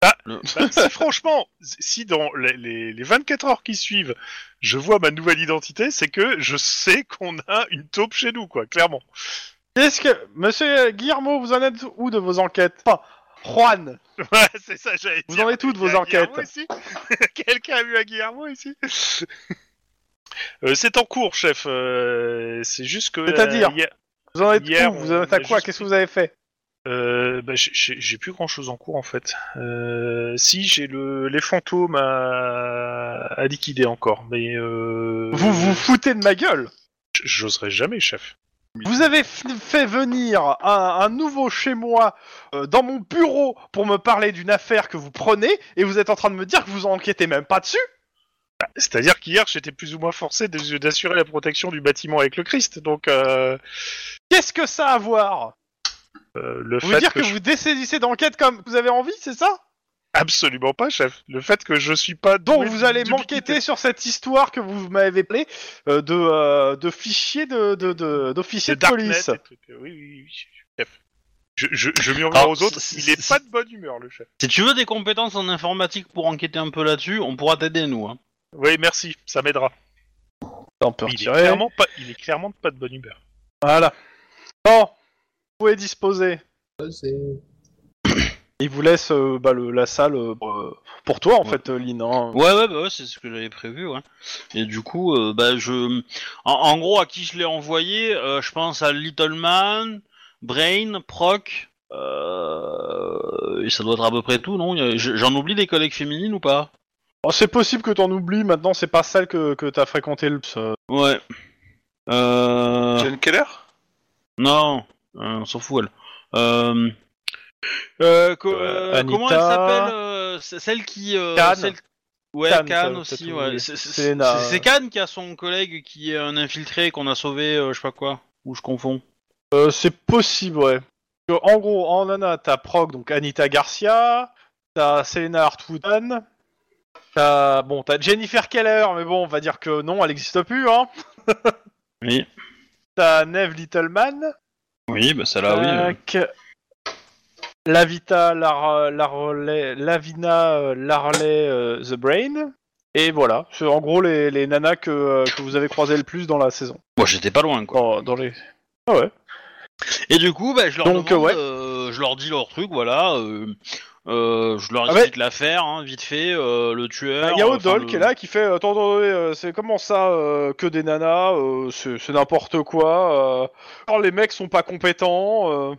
Speaker 3: Ah,
Speaker 1: Le-
Speaker 3: bah, si franchement, si dans les, les- les 24 heures qui suivent, je vois ma nouvelle identité, c'est que je sais qu'on a une taupe chez nous, quoi, clairement.
Speaker 2: Qu'est-ce que Monsieur Guillermo, vous en êtes où de vos enquêtes Enfin, Juan,
Speaker 3: Ouais, c'est ça, j'allais
Speaker 2: vous
Speaker 3: dire.
Speaker 2: en êtes où de
Speaker 3: Il y
Speaker 2: vos
Speaker 3: a Guillermo
Speaker 2: enquêtes
Speaker 3: ici Quelqu'un a vu un Guillermo ici Euh, C'est en cours, chef. euh, c'est juste que.
Speaker 2: C'est-à-dire
Speaker 3: euh, hier-
Speaker 2: Vous en êtes
Speaker 3: Hier,
Speaker 2: où Vous en êtes à
Speaker 3: on a
Speaker 2: quoi
Speaker 3: juste
Speaker 2: Qu'est-ce que vous avez fait
Speaker 3: Euh, bah, j'ai- j'ai j'ai plus grand chose en cours en fait. Euh, si j'ai le les fantômes à, à liquider encore, mais euh,
Speaker 2: Vous vous foutez de ma gueule
Speaker 3: j- j'oserais jamais, chef.
Speaker 2: Vous avez f- fait venir un, un nouveau chez moi euh, dans mon bureau pour me parler d'une affaire que vous prenez et vous êtes en train de me dire que vous en enquêtez même pas dessus
Speaker 3: Bah, C'est-à-dire qu'hier j'étais plus ou moins forcé de- d'assurer la protection du bâtiment avec le Christ, donc euh,
Speaker 2: Qu'est-ce que ça a à voir
Speaker 3: euh, le
Speaker 2: Vous
Speaker 3: fait
Speaker 2: voulez dire que,
Speaker 3: je-
Speaker 2: vous décidissez d'enquête comme vous avez envie, c'est ça
Speaker 3: absolument pas, chef. Le fait que je suis pas
Speaker 2: Donc
Speaker 3: doué
Speaker 2: vous allez
Speaker 3: d'ubiquité.
Speaker 2: m'enquêter sur cette histoire que vous m'avez appelée euh, de, euh, de fichiers de, de, de, d'officiers
Speaker 3: C'est
Speaker 2: de
Speaker 3: Darknet,
Speaker 2: police.
Speaker 3: et tout. Oui, oui, oui, chef. Je, je, je murmure
Speaker 1: Alors,
Speaker 3: aux autres,
Speaker 1: c'est-
Speaker 3: il est
Speaker 1: c'est-
Speaker 3: pas de bonne humeur, le chef.
Speaker 1: Si tu veux des compétences en informatique pour enquêter un peu là-dessus, on pourra t'aider, nous. Hein.
Speaker 3: Oui, merci, ça m'aidera.
Speaker 2: On peut
Speaker 3: Mais Il est,
Speaker 2: retirer.
Speaker 3: clairement pas, il est clairement pas de bonne humeur.
Speaker 2: Voilà. Bon, vous pouvez disposer.
Speaker 5: Ouais, c'est-
Speaker 2: Il vous laisse euh, bah, le- la salle euh, pour toi en
Speaker 1: Ouais.
Speaker 2: fait, euh, Lynn. hein.
Speaker 1: Ouais, ouais, bah ouais, c'est ce que j'avais prévu, ouais. Et du coup, euh, bah je. En, en gros, à qui je l'ai envoyé euh, Je pense à Little Man, Brain, Proc. Euh... Et ça doit être à peu près tout, non Il y a- je- J'en oublie des collègues féminines ou pas
Speaker 2: Oh, c'est possible que t'en oublies, maintenant c'est pas celle que, que t'as fréquenté le psy.
Speaker 1: Ouais. Euh...
Speaker 4: Jen Keller
Speaker 1: Non, euh, on s'en fout, elle. Euh... euh, co-
Speaker 2: Euh,
Speaker 1: euh, comment elle
Speaker 2: Anita.
Speaker 1: s'appelle euh, c- Celle qui. euh,
Speaker 2: Cannes.
Speaker 1: celle- Ouais,
Speaker 2: Cannes,
Speaker 1: Cannes,
Speaker 2: t'as- t'as
Speaker 1: aussi.
Speaker 2: tout
Speaker 1: ouais.
Speaker 2: oublié.
Speaker 1: C'est- C'est
Speaker 2: Séléna,
Speaker 1: c'est-
Speaker 2: euh.
Speaker 1: c'est Cannes qui a son collègue qui est un infiltré qu'on a sauvé, euh, je sais pas quoi. Ou je confonds.
Speaker 2: Euh, c'est possible, ouais. Que, En gros, en nana, t'as Prog, donc Anita Garcia, t'as Selena Hartwoodan, t'as bon, t'as Jennifer Keller, mais bon, on va dire que non, elle existe plus, hein.
Speaker 1: Oui,
Speaker 2: T'as Neve Littleman,
Speaker 1: oui, bah celle-là, oui.
Speaker 2: Tac. Lavita Lar- Larley- Lavina euh, Larley euh, The Brain. Et voilà, c'est en gros les, les nanas que, euh, que vous avez croisé le plus dans la saison.
Speaker 1: Moi, j'étais pas loin, quoi.
Speaker 2: Dans, dans les... Ah ouais.
Speaker 1: Et du coup, bah, je leur
Speaker 2: Donc,
Speaker 1: demande,
Speaker 2: ouais.
Speaker 1: euh, je leur dis leur truc, voilà. euh, euh, je leur
Speaker 2: Ah
Speaker 1: explique l'affaire, hein, vite fait, euh, le
Speaker 2: Il
Speaker 1: tueur.
Speaker 2: y a
Speaker 1: euh, enfin,
Speaker 2: Odol
Speaker 1: le-
Speaker 2: qui est là, qui fait Attends, attends, euh, c'est comment ça euh, que des nanas euh, C'est c'est n'importe quoi. euh, quand les mecs sont pas compétents. euh.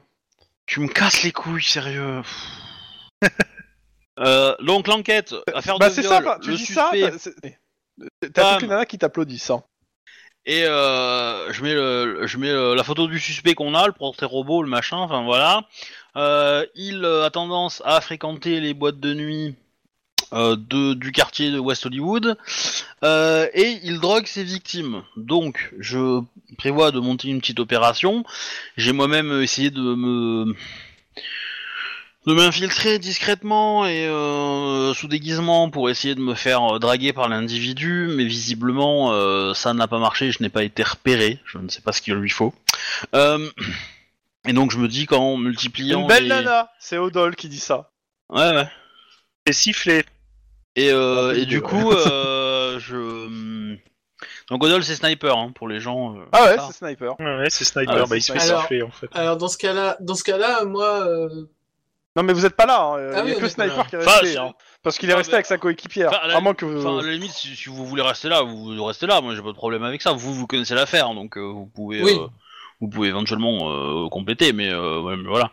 Speaker 1: Tu me casses les couilles, sérieux. Euh, donc l'enquête, affaire
Speaker 2: Bah,
Speaker 1: de
Speaker 2: c'est
Speaker 1: viol,
Speaker 2: ça, bah, tu
Speaker 1: le
Speaker 2: dis ça.
Speaker 1: suspect
Speaker 2: t'as- c'est- T'as
Speaker 1: Bam.
Speaker 2: toutes les nanas qui t'applaudissent. hein.
Speaker 1: et euh, je mets le- je mets euh, la photo du suspect qu'on a, le portrait robot, le machin, enfin voilà. Euh, il euh, a tendance à fréquenter les boîtes de nuit euh, de, du quartier de West Hollywood euh, et il drogue ses victimes. Donc je prévois de monter une petite opération. J'ai moi-même essayé de me de m'infiltrer discrètement et euh, sous déguisement pour essayer de me faire euh, draguer par l'individu, mais visiblement euh, ça n'a pas marché, je n'ai pas été repéré, je ne sais pas ce qu'il lui faut. Euh, et donc je me dis qu'en multipliant
Speaker 2: Une belle
Speaker 1: les-
Speaker 2: nana, c'est Odol qui dit ça.
Speaker 1: Ouais, ouais.
Speaker 3: Et sifflé.
Speaker 1: Et, euh,
Speaker 2: Ah,
Speaker 1: et
Speaker 2: oui,
Speaker 1: du
Speaker 2: ouais.
Speaker 1: coup, euh, je. Donc Odol c'est sniper hein, pour les gens. euh,
Speaker 2: Ah ouais,
Speaker 1: ça.
Speaker 2: c'est Sniper.
Speaker 3: Ouais, c'est Sniper,
Speaker 1: Ah ouais,
Speaker 3: bah, il se fait
Speaker 5: Sniper. Alors-
Speaker 3: siffler en fait.
Speaker 5: Alors dans ce cas-là, dans ce cas-là, moi, euh,
Speaker 2: Non mais vous êtes pas là, hein.
Speaker 5: Ah
Speaker 2: il y
Speaker 5: oui,
Speaker 2: a
Speaker 5: on
Speaker 2: que
Speaker 5: est pas
Speaker 2: Sniper
Speaker 5: là.
Speaker 2: qui est
Speaker 1: Enfin,
Speaker 2: resté,
Speaker 1: c'est-
Speaker 2: hein. parce qu'il est
Speaker 1: Bah, Ah,
Speaker 2: resté
Speaker 1: mais-
Speaker 2: avec sa coéquipière,
Speaker 1: Enfin, à la-
Speaker 2: à moins que... vous-
Speaker 1: Enfin, à la limite, si, si vous voulez rester là, vous restez là. Moi, j'ai pas de problème avec ça. Vous, vous connaissez l'affaire, donc euh, vous pouvez.
Speaker 5: Oui.
Speaker 1: euh, Vous pouvez éventuellement euh, compléter, mais euh, ouais, mais voilà.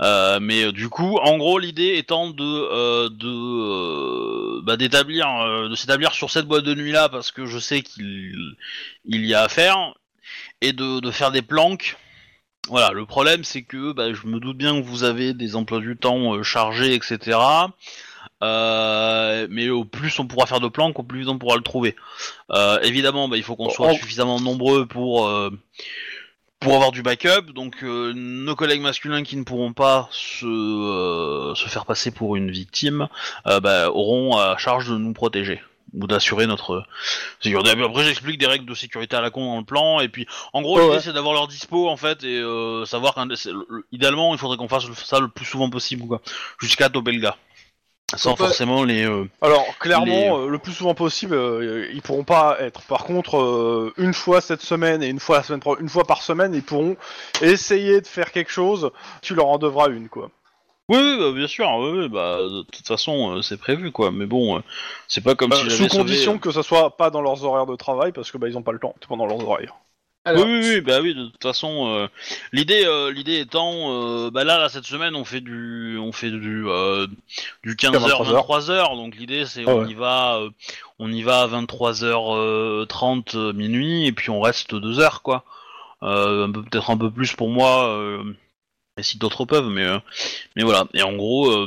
Speaker 1: Euh, mais euh, du coup, en gros, l'idée étant de euh, de euh, bah, d'établir euh, de s'établir sur cette boîte de nuit là parce que je sais qu'il il y a à faire et de, de faire des planques. Voilà, le problème c'est que bah, je me doute bien que vous avez des emplois du temps euh, chargés, etc. Euh, mais au plus on pourra faire de planques, au plus on pourra le trouver. Euh, évidemment, bah, il faut qu'on soit
Speaker 2: En-
Speaker 1: suffisamment nombreux pour euh, pour avoir du backup. Donc euh, nos collègues masculins qui ne pourront pas se euh, se faire passer pour une victime euh, bah, auront à charge de nous protéger ou d'assurer notre sécurité. Et puis Après, j'explique des règles de sécurité à la con dans le plan. Et puis, en gros,
Speaker 2: Ouais,
Speaker 1: l'idée
Speaker 2: ouais.
Speaker 1: c'est d'avoir leur dispo en fait et euh, savoir quand c'est- le- le- idéalement, il faudrait qu'on fasse le- ça le plus souvent possible, quoi, jusqu'à toper le gars, sans
Speaker 5: Faut pas-
Speaker 1: forcément les. euh,
Speaker 2: Alors clairement,
Speaker 1: Les-
Speaker 2: euh, le plus souvent possible, euh, ils pourront pas être. Par contre, euh, une fois cette semaine et une fois la semaine pro- une fois par semaine, ils pourront essayer de faire quelque chose. Tu leur en devras une, quoi.
Speaker 1: Oui, oui, bah, bien sûr. Oui, oui, bah, de toute façon, euh, c'est prévu, quoi. Mais bon, euh, c'est pas comme
Speaker 2: Euh,
Speaker 1: si j'avais
Speaker 2: sous
Speaker 1: sauvé,
Speaker 2: condition
Speaker 1: euh,
Speaker 2: que ça soit pas dans leurs horaires de travail, parce que bah ils ont pas le temps pendant leurs horaires.
Speaker 5: Alors,
Speaker 1: oui, oui, oui, bah oui, de toute façon, euh, l'idée, euh, l'idée étant, euh, bah là, là, cette semaine, on fait du, on fait du, euh, du 15h,
Speaker 2: 23h.
Speaker 1: 23h, donc l'idée, c'est
Speaker 2: Ah
Speaker 1: on
Speaker 2: ouais.
Speaker 1: y va, euh, on y va à 23h30 euh, minuit, et puis on reste deux heures, quoi. Euh, un peu- peut-être un peu plus pour moi, euh, et si d'autres peuvent, mais, euh, mais voilà. Et en gros, euh,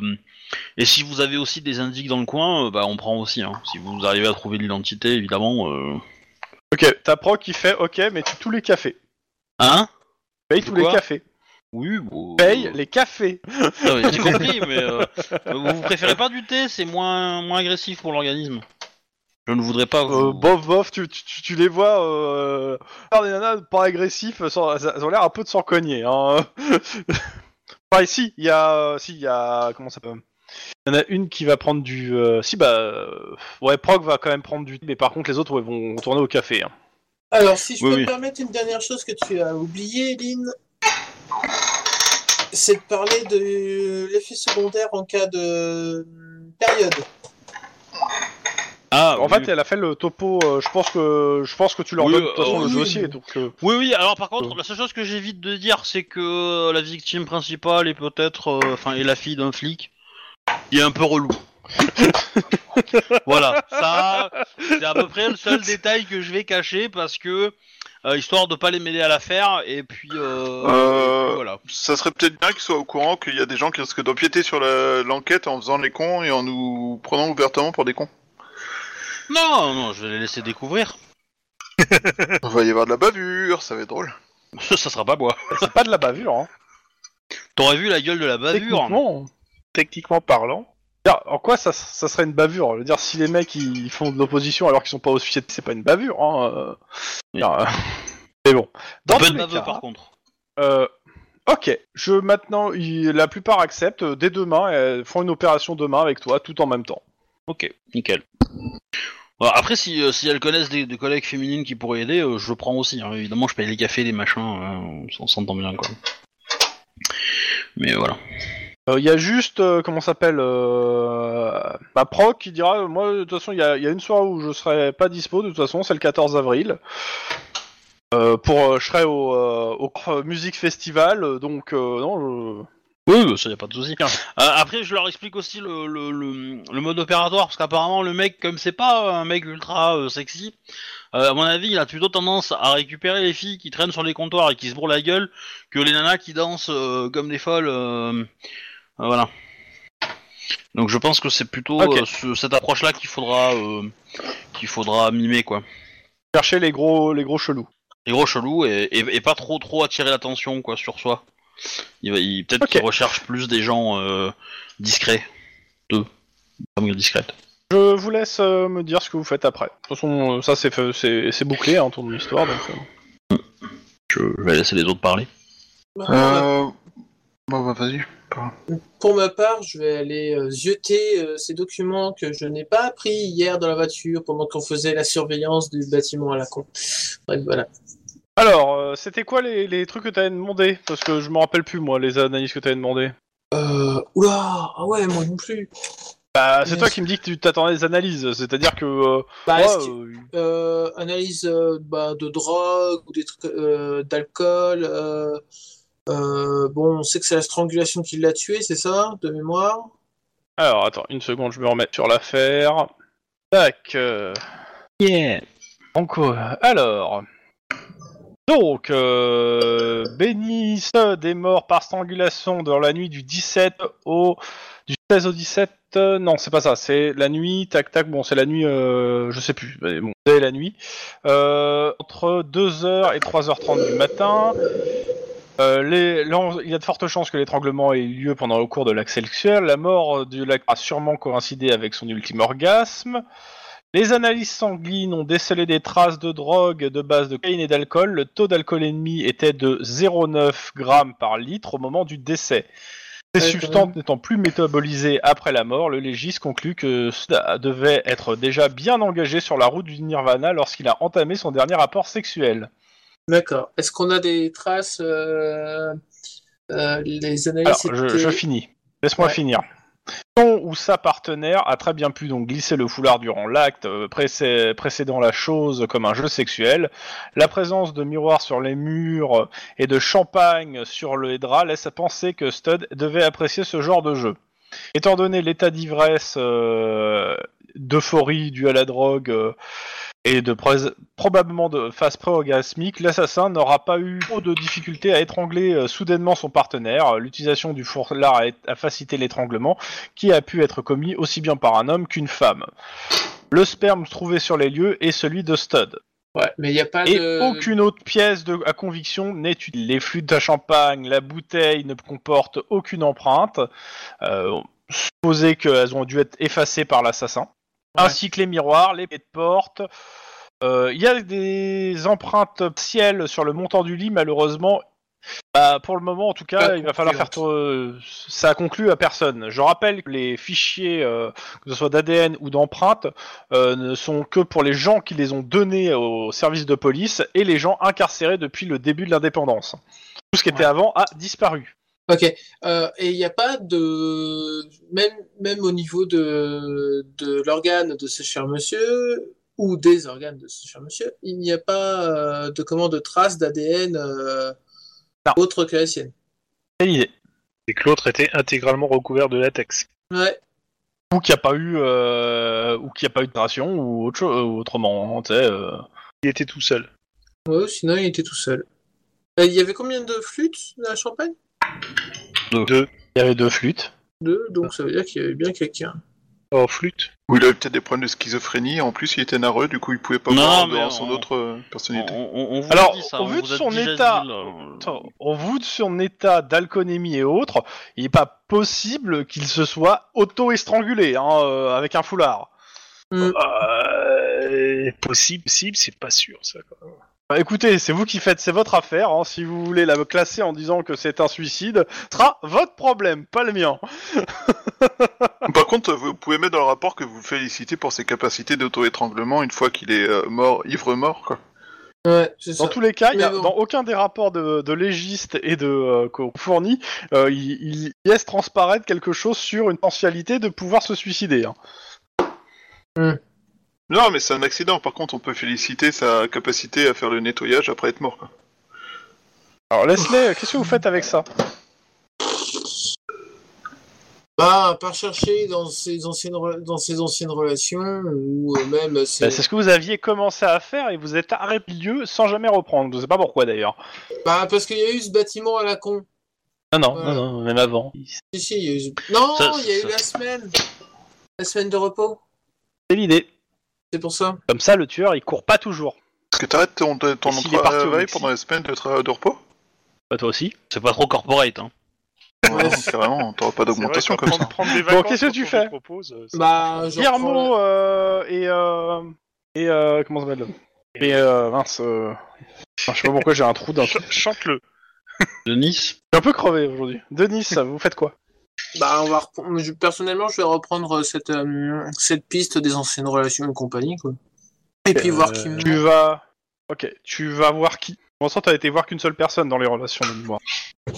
Speaker 1: et si vous avez aussi des indices dans le coin, euh, bah on prend aussi, hein. Si vous arrivez à trouver l'identité, évidemment, euh...
Speaker 2: Ok. Ta proc qui fait, ok, mais tu tous les cafés.
Speaker 1: hein.
Speaker 2: Paye
Speaker 1: De
Speaker 2: tous
Speaker 1: quoi
Speaker 2: les cafés.
Speaker 1: Oui, bon,
Speaker 2: Paye
Speaker 1: euh,
Speaker 2: les cafés.
Speaker 1: Non, mais J'ai compris, mais euh, vous vous préférez pas du thé, c'est moins, moins agressif pour l'organisme. Je ne voudrais pas.
Speaker 2: Euh,
Speaker 1: Vous...
Speaker 2: bof, bof, tu, tu- tu- tu les vois euh, faire des nanas pas agressifs, sans, ça- ils ont l'air un peu de s'en cogner. Hein. enfin, si, il y a, euh, si, il y a, comment ça s'appelle Il y en a une qui va prendre du, euh, si bah, euh, ouais, Proc va quand même prendre du, mais par contre les autres ouais, vont tourner au café. hein.
Speaker 5: Alors, si je
Speaker 1: Oui,
Speaker 5: peux
Speaker 1: oui.
Speaker 5: me permettre une dernière chose que tu as oubliée, Lynn, c'est de parler de l'effet secondaire en cas de période.
Speaker 1: Ah,
Speaker 2: en
Speaker 1: oui.
Speaker 2: fait, elle a fait le topo. euh, je pense que, je pense que tu leur
Speaker 1: Oui,
Speaker 2: donnes de toute
Speaker 1: euh,
Speaker 2: façon le
Speaker 5: oui.
Speaker 2: dossier, donc. euh,
Speaker 1: oui, oui. Alors par contre, la seule chose que j'évite de dire, c'est que euh, la victime principale est peut-être, euh, enfin, est la fille d'un flic. Il est un peu relou. voilà, ça, c'est à peu près le seul détail que je vais cacher parce que euh, histoire de pas les mêler à l'affaire et puis, euh,
Speaker 4: Euh,
Speaker 1: et puis voilà.
Speaker 4: Ça serait peut-être bien qu'ils soient au courant qu'il y a des gens qui risquent d'empiéter sur la- l'enquête en faisant les cons et en nous prenant ouvertement pour des cons.
Speaker 1: Non, non, je vais les laisser découvrir.
Speaker 4: Il va y avoir de la bavure, ça va être drôle.
Speaker 1: ça sera pas moi.
Speaker 2: c'est pas de la bavure. Hein.
Speaker 1: T'aurais vu la gueule de la bavure.
Speaker 2: Techniquement,
Speaker 3: Techniquement parlant,
Speaker 2: Dire, En quoi ça, ça serait une bavure Je veux dire, si les mecs ils font de l'opposition alors qu'ils sont pas officiers, c'est pas une bavure. Hein. euh.
Speaker 1: Oui.
Speaker 2: Dire, euh, Mais bon. Dans tous
Speaker 1: Bonne
Speaker 2: les
Speaker 1: baveux,
Speaker 2: cas, hein.
Speaker 1: par contre.
Speaker 2: euh, ok. Je maintenant, il- la plupart acceptent. euh, Dès demain, elles font une opération demain avec toi, tout en même temps.
Speaker 1: Ok, nickel. Bon, après, si, euh, si elles connaissent des, des collègues féminines qui pourraient aider, euh, je prends aussi. hein. Évidemment, je paye les cafés, les machins, hein, on s'en- on s'entend bien, quoi. Mais voilà.
Speaker 2: Euh, Il y a juste, euh, comment ça s'appelle, euh, bah, Proc qui dira, euh, moi de toute façon, il y, a- il y a une soirée où je serai pas dispo, de toute façon, c'est le 14 avril. Euh, pour, euh, je serai au, euh, au euh, Music Festival, euh, donc euh, non, je...
Speaker 1: Oui, bah, ça y a pas de souci. Euh, après, je leur explique aussi le, le, le, le mode opératoire, parce qu'apparemment, le mec, comme c'est pas euh, un mec ultra euh, sexy, euh, à mon avis, il a plutôt tendance à récupérer les filles qui traînent sur les comptoirs et qui se bourrent la gueule que les nanas qui dansent euh, comme des folles. euh, euh, voilà. Donc, je pense que c'est plutôt
Speaker 2: Ok.
Speaker 1: euh, ce- cette approche-là qu'il faudra, euh, qu'il faudra mimer, quoi.
Speaker 2: chercher les gros, les gros chelous.
Speaker 1: Les gros chelous et, et- et pas trop trop attirer l'attention, quoi, sur soi. Il, va- il- Peut-être
Speaker 2: Ok.
Speaker 1: qu'il recherche plus des gens euh, discrets. Deux. Famille discrète.
Speaker 2: Je vous laisse euh, me dire ce que vous faites après. De toute façon, euh, ça c'est fait- c'est c'est bouclé, hein, ton histoire. Donc, euh.
Speaker 1: Je, je vais laisser les autres parler.
Speaker 4: Euh... Bon bah vas-y.
Speaker 5: Pour ma part, je vais aller euh, zioter euh, ces documents que je n'ai pas pris hier dans la voiture pendant qu'on faisait la surveillance du bâtiment à la con. Bref, voilà.
Speaker 2: Alors, euh, c'était quoi les, les trucs que t'avais demandé Parce que je me rappelle plus moi les analyses que t'avais demandé.
Speaker 5: Euh, oula, ah ouais, moi non plus.
Speaker 2: Bah, c'est
Speaker 5: Bien
Speaker 2: toi
Speaker 5: sûr.
Speaker 2: qui me dis que tu t'attendais des analyses, c'est-à-dire que. euh,
Speaker 5: Bah,
Speaker 2: ouais,
Speaker 5: est-ce que-
Speaker 2: euh,
Speaker 5: euh, analyse euh, bah, de drogue ou des trucs euh, d'alcool. euh, euh, bon, on sait que c'est la strangulation qui l'a tué, c'est ça, de mémoire.
Speaker 2: Alors, attends, une seconde, je me remets sur l'affaire. Tac. euh,
Speaker 1: Yeah.
Speaker 2: Donc, euh, alors. Donc, euh, Benny Sud est mort par strangulation dans la nuit du 17 au. du 16 au 17. euh, non, c'est pas ça, c'est la nuit, tac tac, bon, c'est la nuit, euh, je sais plus, mais bon, c'est la nuit. Euh, entre 2h et 3h30 du matin. euh, les- l'en- il y a de fortes chances que l'étranglement ait eu lieu pendant le cours de l'axe sexuel. La mort du lac a sûrement coïncidé avec son ultime orgasme. Les analyses sanguines ont décelé des traces de drogue de base de cocaïne et d'alcool. Le taux d'alcoolémie était de 0,9 grammes par litre au moment du décès. Ces
Speaker 5: Ouais, quand
Speaker 2: substances n'étant plus métabolisées après la mort, le légiste conclut que cela devait être déjà bien engagé sur la route du nirvana lorsqu'il a entamé son dernier rapport sexuel.
Speaker 5: D'accord. Est-ce qu'on a des traces euh, euh, Les analyses.
Speaker 2: Alors, je,
Speaker 5: étaient-
Speaker 2: je finis. Laisse-moi
Speaker 5: Ouais.
Speaker 2: finir. Son ou sa partenaire a très bien pu donc glisser le foulard durant l'acte, euh, précé- précédant la chose comme un jeu sexuel. La présence de miroirs sur les murs et de champagne sur le draps laisse à penser que Stud devait apprécier ce genre de jeu. Étant donné l'état d'ivresse, euh, d'euphorie due à la drogue euh, et de prés- probablement de phase pré-orgasmique, l'assassin n'aura pas eu trop de difficultés à étrangler euh, soudainement son partenaire. Euh, L'utilisation du fourlard a, a facilité l'étranglement qui a pu être commis aussi bien par un homme qu'une femme. Le sperme trouvé sur les lieux est celui de Stud.
Speaker 5: Ouais, mais il n'y a pas
Speaker 2: Et
Speaker 5: Ah, de.
Speaker 2: aucune autre pièce de, à conviction n'est utile. Les flûtes à champagne, la bouteille ne comportent aucune empreinte. Euh, supposé qu'elles ont dû être effacées par l'assassin.
Speaker 5: Ouais.
Speaker 2: Ainsi que les miroirs, les baies de porte. Euh, Il y a des empreintes ciel sur le montant du lit, malheureusement. Bah, pour le moment, en tout cas,
Speaker 5: Pas
Speaker 2: il va falloir faire. euh, Ça conclut à personne. Je rappelle que les fichiers, euh, que ce soit d'ADN ou d'empreintes, euh, ne sont que pour les gens qui les ont donnés au service de police et les gens incarcérés depuis le début de l'indépendance. Tout ce qui était avant a disparu.
Speaker 5: Ok. Euh, et il n'y a pas de. Même, même au niveau de, de l'organe de ce cher monsieur, ou des organes de ce cher monsieur, il n'y a pas euh, de comment de traces d'ADN euh,
Speaker 2: Non.
Speaker 5: autre que la sienne.
Speaker 2: C'est l'idée.
Speaker 3: Et que l'autre était intégralement recouvert de latex.
Speaker 5: Ouais.
Speaker 2: Ou qu'il n'y a pas eu, euh, ou qu'il n'y a pas eu de narration ou autre chose, ou autrement, tu sais. euh.
Speaker 3: Il était tout seul.
Speaker 5: Ouais, sinon il était tout seul. Euh, Il y avait combien de flûtes dans la champagne?
Speaker 2: Il y avait deux flûtes.
Speaker 5: Deux, donc ça veut dire qu'il y avait bien quelqu'un.
Speaker 3: Oh, flûte.
Speaker 4: Ou il avait peut-être des problèmes de schizophrénie, en plus il était narreux, du coup il pouvait pas
Speaker 1: Non,
Speaker 4: voir en
Speaker 1: mais
Speaker 4: dehors
Speaker 1: on-
Speaker 4: son autre euh, personnalité.
Speaker 2: Alors, au
Speaker 1: hein,
Speaker 2: vu de son état-
Speaker 1: euh,
Speaker 2: Attends, Au vu de son état d'alcoolémie et autres, il n'est pas possible qu'il se soit auto-estrangulé hein, euh, avec un foulard.
Speaker 3: Euh, possible, possible, c'est pas sûr ça. Quoi.
Speaker 2: Bah, écoutez, c'est vous qui faites, c'est votre affaire. hein. Si vous voulez la classer en disant que c'est un suicide, ce sera votre problème, pas le mien.
Speaker 4: Par contre, vous pouvez mettre dans le rapport que vous le félicitez pour ses capacités d'auto-étranglement une fois qu'il est euh, mort, ivre-mort, quoi.
Speaker 5: Ouais, c'est
Speaker 2: Dans
Speaker 5: ça.
Speaker 2: tous les cas, il y a-
Speaker 5: Mais bon.
Speaker 2: dans aucun des rapports de, de légiste et de euh, qu'on fournit, euh, il, il laisse transparaître quelque chose sur une potentialité de pouvoir se suicider. hein.
Speaker 4: Non, mais c'est un accident, par contre on peut féliciter sa capacité à faire le nettoyage après être mort, quoi.
Speaker 2: Alors Leslie, qu'est-ce que vous faites avec ça
Speaker 5: Bah, pas chercher dans ses anciennes, re- dans ses anciennes relations, ou euh, même ses-
Speaker 2: Bah, C'est ce que vous aviez commencé à faire et vous êtes arrêté le lieu sans jamais reprendre. Je ne sais pas pourquoi d'ailleurs.
Speaker 5: Bah, parce qu'il y a eu ce bâtiment à la con.
Speaker 2: Non, non,
Speaker 5: Voilà.
Speaker 2: non, non, même avant.
Speaker 5: Si, si, il y a eu ce- Non,
Speaker 1: Ça,
Speaker 5: il y a
Speaker 1: ça-
Speaker 5: eu la semaine. La semaine de repos.
Speaker 2: C'est l'idée.
Speaker 5: C'est pour ça.
Speaker 2: Comme ça, le tueur, il court pas toujours.
Speaker 4: Est-ce que t'arrêtes ton, ton
Speaker 2: Et s'il est
Speaker 4: emploi
Speaker 2: parti au
Speaker 4: euh, travail
Speaker 2: Mexique
Speaker 4: pendant la semaine de, tra- de repos
Speaker 2: Bah, toi aussi.
Speaker 1: C'est pas trop corporate, hein.
Speaker 5: Ouais.
Speaker 4: Non, Carrément, t'auras pas d'augmentation
Speaker 3: C'est vrai
Speaker 4: comme
Speaker 3: qu'en
Speaker 4: ça.
Speaker 3: prendre- prendre des vacances
Speaker 2: qu'est-ce que
Speaker 3: quand
Speaker 2: tu
Speaker 3: on
Speaker 2: fais
Speaker 3: te propose, euh, ça
Speaker 5: Bah,
Speaker 3: marche.
Speaker 5: je reprends
Speaker 2: Guillermo euh, et euh, et euh, comment ça s'appelle Et euh, mince, euh, je sais pas pourquoi j'ai un trou d'un. Je
Speaker 3: Ch- chante-le.
Speaker 1: De Nice.
Speaker 2: suis un peu crevé aujourd'hui. Denis, ça, vous faites quoi
Speaker 5: la- Bah, on va reprendre- je- Personnellement, je vais reprendre cette, euh, cette piste des anciennes relations et compagnie, quoi. Et
Speaker 1: Euh,
Speaker 5: puis voir qui me...
Speaker 2: Tu vas, ok, tu vas voir qui. Pour l'instant, t'as été voir qu'une seule personne dans les relations de mémoire.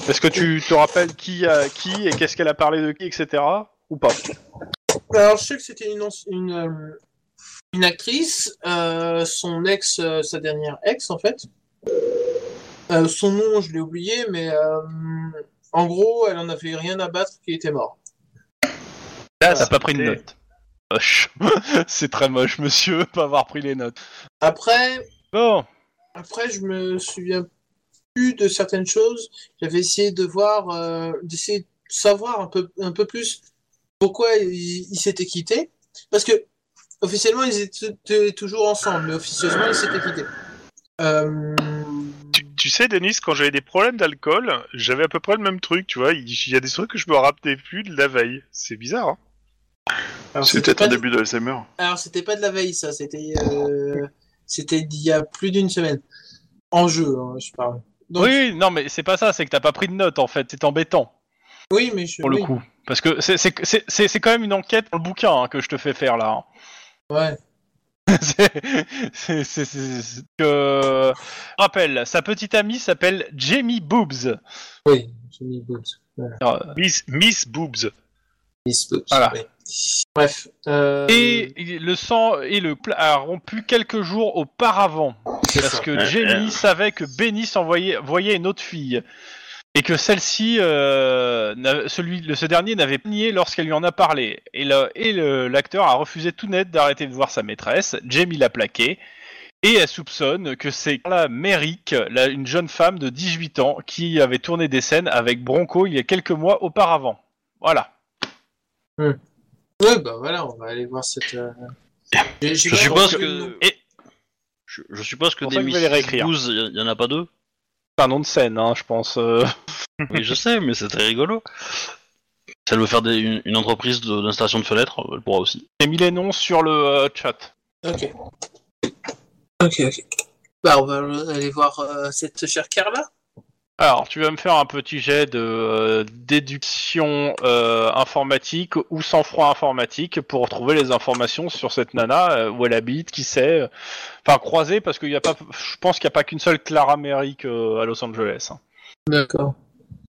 Speaker 2: Est-ce que tu te rappelles qui a qui et qu'est-ce qu'elle a parlé de qui, etc. Ou pas
Speaker 5: Alors, je sais que c'était une, anci- une, euh, une actrice, euh, son ex, euh, sa dernière ex, en fait. Euh, son nom, je l'ai oublié, mais euh, en gros, elle en avait rien à battre qui était mort.
Speaker 2: Là,
Speaker 5: t'as
Speaker 2: pas pris
Speaker 3: de
Speaker 2: note. C'est très moche, monsieur, pas avoir pris les notes.
Speaker 5: Après,
Speaker 2: Bon,
Speaker 5: Après, je me souviens plus de certaines choses. J'avais essayé de voir, euh, d'essayer de savoir un peu, un peu plus pourquoi ils il s'étaient quittés. Parce que officiellement, ils étaient toujours ensemble, mais officieusement, ils s'étaient quittés. Euh,
Speaker 3: Tu, tu sais, Denis, quand j'avais des problèmes d'alcool, j'avais à peu près le même truc, tu vois. Il il y a des trucs que je me rappelais plus de la veille. C'est bizarre, hein
Speaker 5: alors,
Speaker 4: C'est
Speaker 5: c'était
Speaker 4: peut-être un
Speaker 5: pas de-
Speaker 4: début d'Alzheimer.
Speaker 5: Alors, c'était pas de la veille, ça. C'était, euh, c'était d'il y a plus d'une semaine. En jeu, hein, je parle. Donc-
Speaker 2: oui, non, mais c'est pas ça, c'est que t'as pas pris de notes en fait, c'est embêtant
Speaker 5: Oui, mais je.
Speaker 2: pour le
Speaker 5: oui,
Speaker 2: coup. Parce que c'est- c'est c'est- c'est- c'est quand même une enquête pour le bouquin hein, que je te fais faire là. hein.
Speaker 5: Ouais.
Speaker 2: C'est- c'est- c'est- c'est- c'est que- Rappel, sa petite amie s'appelle Jamie Boobs.
Speaker 5: Oui, j'ai mis le doute. Voilà.
Speaker 3: Miss, Miss Boobs.
Speaker 5: Miss Doute,
Speaker 2: Voilà.
Speaker 5: oui. Bref. euh,
Speaker 2: Et il- le sang et le plat a rompu quelques jours auparavant.
Speaker 5: c'est
Speaker 2: Parce
Speaker 5: ça.
Speaker 2: que Jamie savait que Benny s'envoyait voyait une autre fille. Et que celle-ci, euh, n'a- celui, le- ce dernier n'avait pas nié lorsqu'elle lui en a parlé. Et le- et le- l'acteur a refusé tout net d'arrêter de voir sa maîtresse. Jamie l'a plaqué. Et elle soupçonne que c'est Carla Merrick, la- une jeune femme de 18 ans, qui avait tourné des scènes avec Bronco il y a quelques mois auparavant. Voilà.
Speaker 5: Ouais, bah voilà, on va aller voir cette. euh, j'ai-
Speaker 1: Je
Speaker 5: j'ai pas
Speaker 1: suppose
Speaker 5: retenu le nom.
Speaker 1: que.
Speaker 2: Et-
Speaker 1: Je, je suppose que
Speaker 2: Pour
Speaker 1: des
Speaker 2: ça que je vais les
Speaker 1: Miss
Speaker 2: réécrire.
Speaker 1: Boobs, il y, en a pas deux.
Speaker 2: C'est un nom de scène, hein, je pense. euh.
Speaker 1: Oui, je sais, mais c'est très rigolo. Si elle veut faire des- une, une entreprise de- d'installation de fenêtres, elle pourra aussi.
Speaker 2: J'ai mis les noms sur le euh, chat.
Speaker 5: Ok. Ok, ok. Bah, on va aller voir euh, cette chère Carla.
Speaker 2: Alors, tu vas me faire un petit jet de euh, déduction euh, informatique ou sang-froid informatique pour trouver les informations sur cette nana, euh, où elle habite, qui sait. euh. Enfin, croiser, parce qu'il y a pas. Je pense qu'il n'y a pas qu'une seule Clara Merrick euh, à Los Angeles. hein.
Speaker 5: D'accord.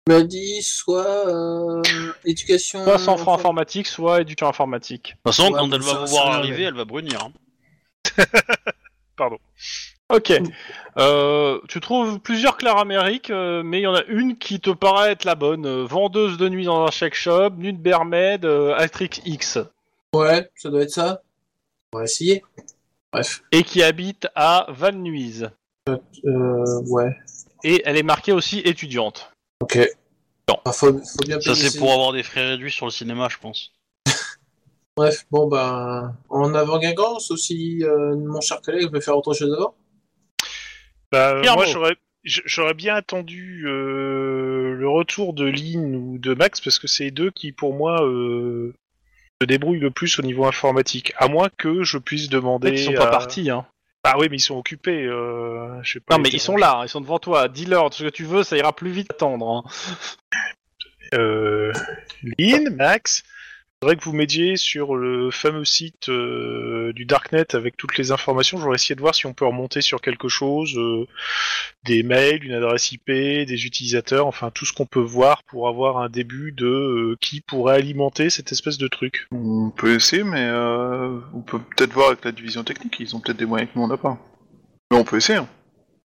Speaker 5: Tu m'as dit soit euh, éducation.
Speaker 2: Soit sang-froid informatique, soit éducation informatique.
Speaker 1: De toute façon,
Speaker 5: Ouais,
Speaker 1: quand
Speaker 5: mais
Speaker 1: elle
Speaker 5: ça-
Speaker 1: va vous
Speaker 5: ça
Speaker 1: voir
Speaker 5: va,
Speaker 1: arriver,
Speaker 5: mais-
Speaker 1: elle va brunir. hein.
Speaker 2: Ok. Euh, tu trouves plusieurs Clara Merrick, euh, mais il y en a une qui te paraît être la bonne. Euh, vendeuse de nuit dans un shake shop, nude bermède, euh, actrice X.
Speaker 5: Ouais, ça doit être ça. On va essayer. Bref.
Speaker 2: Et qui habite à Van Nuys.
Speaker 5: Euh, ouais.
Speaker 2: Et elle est marquée aussi étudiante.
Speaker 5: Ok. Bah, faut, faut bien
Speaker 1: Ça,
Speaker 5: payer
Speaker 1: c'est
Speaker 5: ses-
Speaker 1: pour avoir des frais réduits sur le cinéma, je pense.
Speaker 5: Bref, bon, bah, en avant Guingamp, sauf si euh, mon cher collègue veut faire autre chose avant.
Speaker 3: Bah, euh,
Speaker 2: Pierre
Speaker 3: moi,
Speaker 2: Mo.
Speaker 3: j'aurais, j- j'aurais bien attendu euh, le retour de Lynn ou de Max parce que c'est les deux qui, pour moi, euh, se débrouillent le plus au niveau informatique. À moins que je puisse demander.
Speaker 2: Ils sont
Speaker 3: à-
Speaker 2: pas partis. Hein.
Speaker 3: Ah oui, mais ils sont occupés. euh, je sais pas.
Speaker 2: Non, mais ils sont là, ils sont devant toi. Dis-leur ce que tu veux, ça ira plus vite attendre. hein.
Speaker 3: Euh, Lynn, Max, je voudrais que vous m'aidiez sur le fameux site euh, du Darknet avec toutes les informations. J'aurais essayé de voir si on peut remonter sur quelque chose, euh, des mails, une adresse IP, des utilisateurs, enfin tout ce qu'on peut voir pour avoir un début de euh, qui pourrait alimenter cette espèce de truc.
Speaker 4: On peut essayer, mais euh, on peut peut-être voir avec la division technique. Ils ont peut-être des moyens que nous on n'a pas. Mais on peut essayer. hein.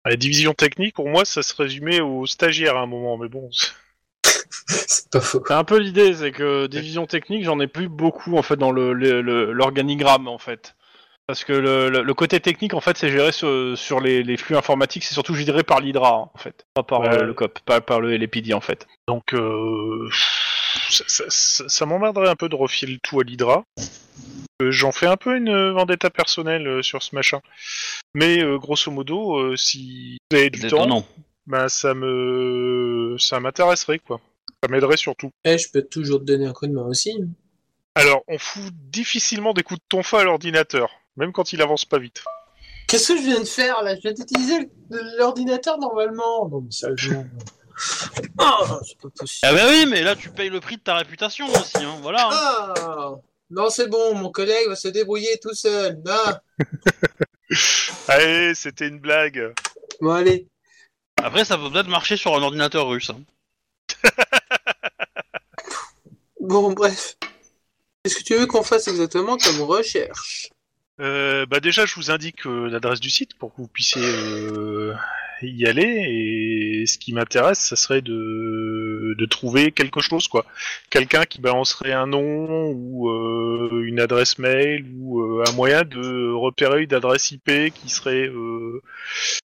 Speaker 3: La division technique, pour moi, ça se résumait aux stagiaires à un moment, mais bon. c'est-
Speaker 5: C'est pas faux.
Speaker 2: C'est un peu l'idée, c'est que division technique, j'en ai plus beaucoup en fait dans le- le- le- l'organigramme en fait. Parce que le, le- le côté technique en fait c'est géré sur, sur les, les flux informatiques, c'est surtout géré par l'Hydra hein, en fait, pas par
Speaker 3: Ouais.
Speaker 2: euh, le COP, pas par le LPD en fait.
Speaker 3: Donc, euh, ça, ça- ça- ça m'emmerderait un peu de refiler tout à l'Hydra. Euh, J'en fais un peu une euh, vendetta personnelle euh, sur ce machin. Mais euh, grosso modo, euh, si vous avez du
Speaker 1: C'est
Speaker 3: temps,
Speaker 1: étonnant.
Speaker 3: bah, ça me, ça m'intéresserait quoi. Ça m'aiderait surtout.
Speaker 5: Eh, je peux toujours te donner un coup de main aussi.
Speaker 3: Alors, on fout difficilement des coups de tonfa à l'ordinateur, même quand il avance pas vite.
Speaker 5: Qu'est-ce que je viens de faire là Je viens d'utiliser le- l'ordinateur normalement. Non mais sérieusement. Ah, c'est pas possible.
Speaker 1: Ah bah oui, mais là, tu payes le prix de ta réputation aussi, hein, voilà. hein.
Speaker 5: Ah Non, c'est bon, mon collègue va se débrouiller tout seul. Ah.
Speaker 3: Allez, c'était une blague.
Speaker 5: Bon, allez.
Speaker 1: Après, ça peut peut-être marcher sur un ordinateur russe. hein.
Speaker 5: Bon, bref. Qu'est-ce que tu veux qu'on fasse exactement comme recherche
Speaker 3: Euh, bah déjà, je vous indique euh, l'adresse du site pour que vous puissiez euh, y aller. Et ce qui m'intéresse, ça serait de, de trouver quelque chose, quoi. Quelqu'un qui balancerait un nom ou euh, une adresse mail ou euh, un moyen de repérer une adresse IP qui serait euh,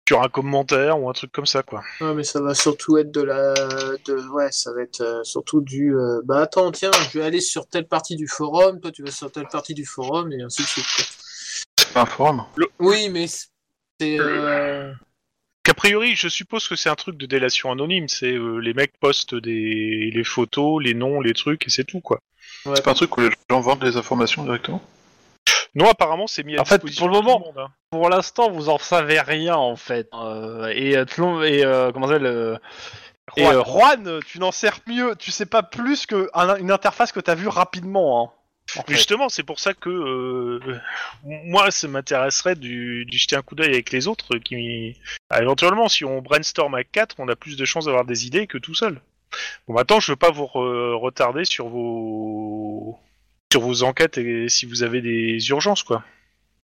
Speaker 3: sur un commentaire ou un truc comme ça, quoi.
Speaker 5: Ouais, Ah, mais ça va surtout être de la. De... Ouais, ça va être euh, surtout du. euh, Bah attends, tiens, je vais aller sur telle partie du forum, toi tu vas sur telle partie du forum, et ainsi de suite. quoi.
Speaker 4: Un forum.
Speaker 5: Oui, mais c'est. euh,
Speaker 3: Qu'a priori, je suppose que c'est un truc de délation anonyme. C'est euh, les mecs postent des les photos, les noms, les trucs et c'est tout, quoi.
Speaker 5: ouais.
Speaker 4: C'est pas un truc où les gens vendent des informations directement
Speaker 3: Non, apparemment, c'est mis à
Speaker 2: En fait,
Speaker 3: disposition
Speaker 2: pour le
Speaker 3: de tout
Speaker 2: moment,
Speaker 3: monde, hein.
Speaker 2: Pour l'instant, vous en savez rien en fait. Euh, et euh, Tlon- et euh, comment ça s'appelle euh, et, euh, Juan, tu n'en sers mieux. Tu sais pas plus que un- une interface que t'as vue rapidement. Hein, en fait.
Speaker 3: Mais Justement, c'est pour ça que euh, moi, ça m'intéresserait du, du jeter un coup d'œil avec les autres. Qui, Ah, éventuellement, si on brainstorm à 4, on a plus de chances d'avoir des idées que tout seul. Bon, maintenant, je veux pas vous re- retarder sur vos sur vos enquêtes et si vous avez des urgences, quoi.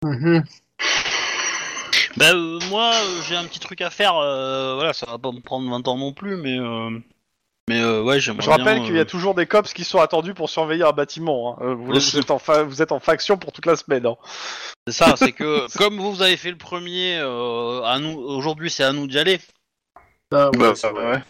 Speaker 5: Mhm.
Speaker 1: Bah, euh, moi, euh, j'ai un petit truc à faire. euh, voilà, ça va pas me prendre 20 ans non plus, mais. euh, mais euh, ouais, j'aimerais
Speaker 2: Je rappelle
Speaker 1: bien,
Speaker 2: qu'il y
Speaker 1: euh,
Speaker 2: a toujours des cops qui sont attendus pour surveiller un bâtiment. hein. Euh, Vous,
Speaker 1: Aussi.
Speaker 2: vous êtes en fa- vous êtes en faction pour toute la semaine. hein.
Speaker 1: C'est ça, c'est que comme vous avez fait le premier, euh, à nous aujourd'hui c'est à nous d'y aller.
Speaker 5: Ah, ouais,
Speaker 4: Bah,
Speaker 5: c'est vrai.
Speaker 4: ouais.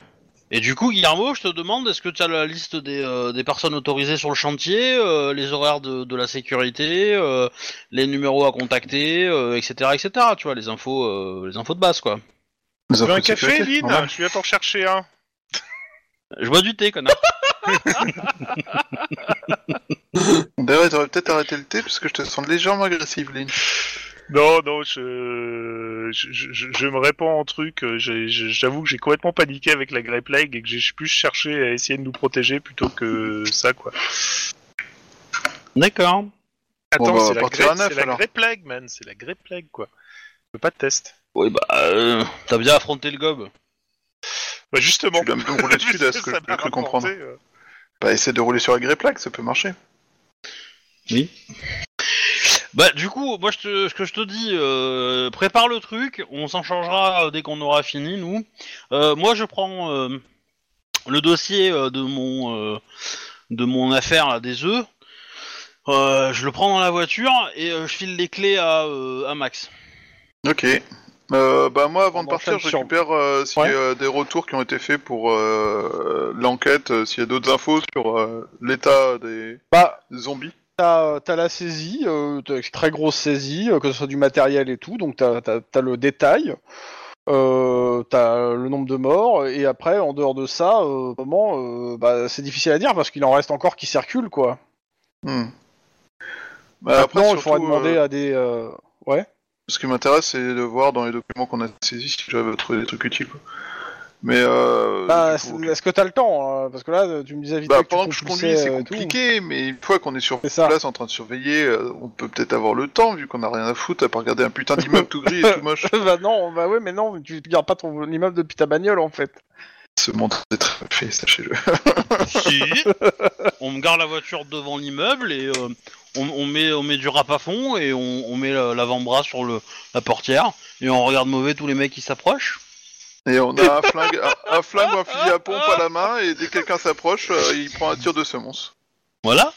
Speaker 1: Et du coup, Guillermo, je te demande, est-ce que tu as la liste des, euh, des personnes autorisées sur le chantier, euh, les horaires de, de la sécurité, euh, les numéros à contacter, euh, etc., etc. Tu vois, les infos, euh, les infos de base, quoi.
Speaker 4: Les
Speaker 3: Tu veux
Speaker 4: infos
Speaker 3: un
Speaker 4: de sécurité,
Speaker 3: café, Lynn
Speaker 4: normal.
Speaker 3: Je suis à t'en chercher un.
Speaker 1: Je bois du thé, connard.
Speaker 4: D'ailleurs, t'aurais peut-être arrêté le thé parce que je te sens légèrement agressive, Lynn.
Speaker 3: Non, non, je, je, je, je me répands en truc. euh, j'ai- j'ai- J'avoue que j'ai complètement paniqué avec la Grey Plague et que j'ai plus cherché à essayer de nous protéger plutôt que ça, quoi.
Speaker 1: D'accord.
Speaker 4: Bon,
Speaker 3: Attends,
Speaker 4: bah, on va
Speaker 3: c'est la,
Speaker 4: partir
Speaker 3: Grey-
Speaker 4: à neuf,
Speaker 3: c'est la
Speaker 4: alors.
Speaker 3: Grey Plague, man. C'est la Grey Plague, quoi. Je veux pas de test.
Speaker 1: Oui, bah, euh, t'as bien affronté le gob.
Speaker 3: Bah, justement.
Speaker 4: Tu l'as même roulé dessus, là, ce que
Speaker 3: Ça
Speaker 4: j'ai
Speaker 3: m'a
Speaker 4: cru comprendre.
Speaker 3: rapporté, euh.
Speaker 4: Bah, essaie de rouler sur la grille plaque, ça peut marcher.
Speaker 1: Bah, du coup, moi, je te, ce que je te dis, euh, prépare le truc, on s'en changera euh, dès qu'on aura fini, nous. Euh, moi, je prends euh, le dossier euh, de mon euh, de mon affaire là, des œufs. Euh, je le prends dans la voiture et euh, je file les clés à, euh, à Max.
Speaker 4: Ok. Euh, bah moi, avant
Speaker 2: On
Speaker 4: de partir,
Speaker 2: enchaîne
Speaker 4: je
Speaker 2: sur-
Speaker 4: récupère euh, s'il y a,
Speaker 2: Ouais.
Speaker 4: euh, des retours qui ont été faits pour euh, l'enquête, euh, s'il y a d'autres infos sur euh, l'état des
Speaker 2: Bah,
Speaker 4: zombies.
Speaker 2: T'as t'as la saisie, euh, t'as une très grosse saisie, euh, que ce soit du matériel et tout, donc t'as as, le détail, euh, t'as le nombre de morts, et après, en dehors de ça, euh, comment, euh, bah, c'est difficile à dire parce qu'il en reste encore qui circulent, quoi.
Speaker 4: Hmm. Bah, après,
Speaker 2: Maintenant, il
Speaker 4: surtout,
Speaker 2: faudra demander
Speaker 4: euh,
Speaker 2: à des... euh, Ouais
Speaker 4: ce qui m'intéresse, c'est de voir dans les documents qu'on a saisis si j'avais trouvé des trucs utiles. quoi. Mais euh,
Speaker 2: Bah,
Speaker 4: du
Speaker 2: c'est-
Speaker 4: coup, ok.
Speaker 2: Est-ce que t'as le temps hein Parce que là, euh, tu me disais vite
Speaker 4: Bah,
Speaker 2: fait que tu
Speaker 4: pendant que je conduis,
Speaker 2: conduisais,
Speaker 4: c'est
Speaker 2: euh, tout.
Speaker 4: compliqué, mais une fois qu'on est sur
Speaker 2: C'est ça.
Speaker 4: place en train de surveiller, euh, on peut peut-être avoir le temps, vu qu'on a rien à foutre à part regarder un putain d'immeuble tout gris et tout moche.
Speaker 2: bah non, bah ouais, mais non, tu gardes pas ton immeuble depuis ta bagnole, en fait.
Speaker 4: Ce monde est très fait, sachez-le.
Speaker 1: Si. on me garde la voiture devant l'immeuble et euh, on, on met, on met du rap à fond et on, on met la- l'avant-bras sur le, la portière et on regarde mauvais tous les mecs qui s'approchent.
Speaker 4: Et on a un flingue, un, un flingue ou un fusil à pompe à la main, et dès que quelqu'un s'approche, euh, il prend un tir de semonce.
Speaker 1: Voilà.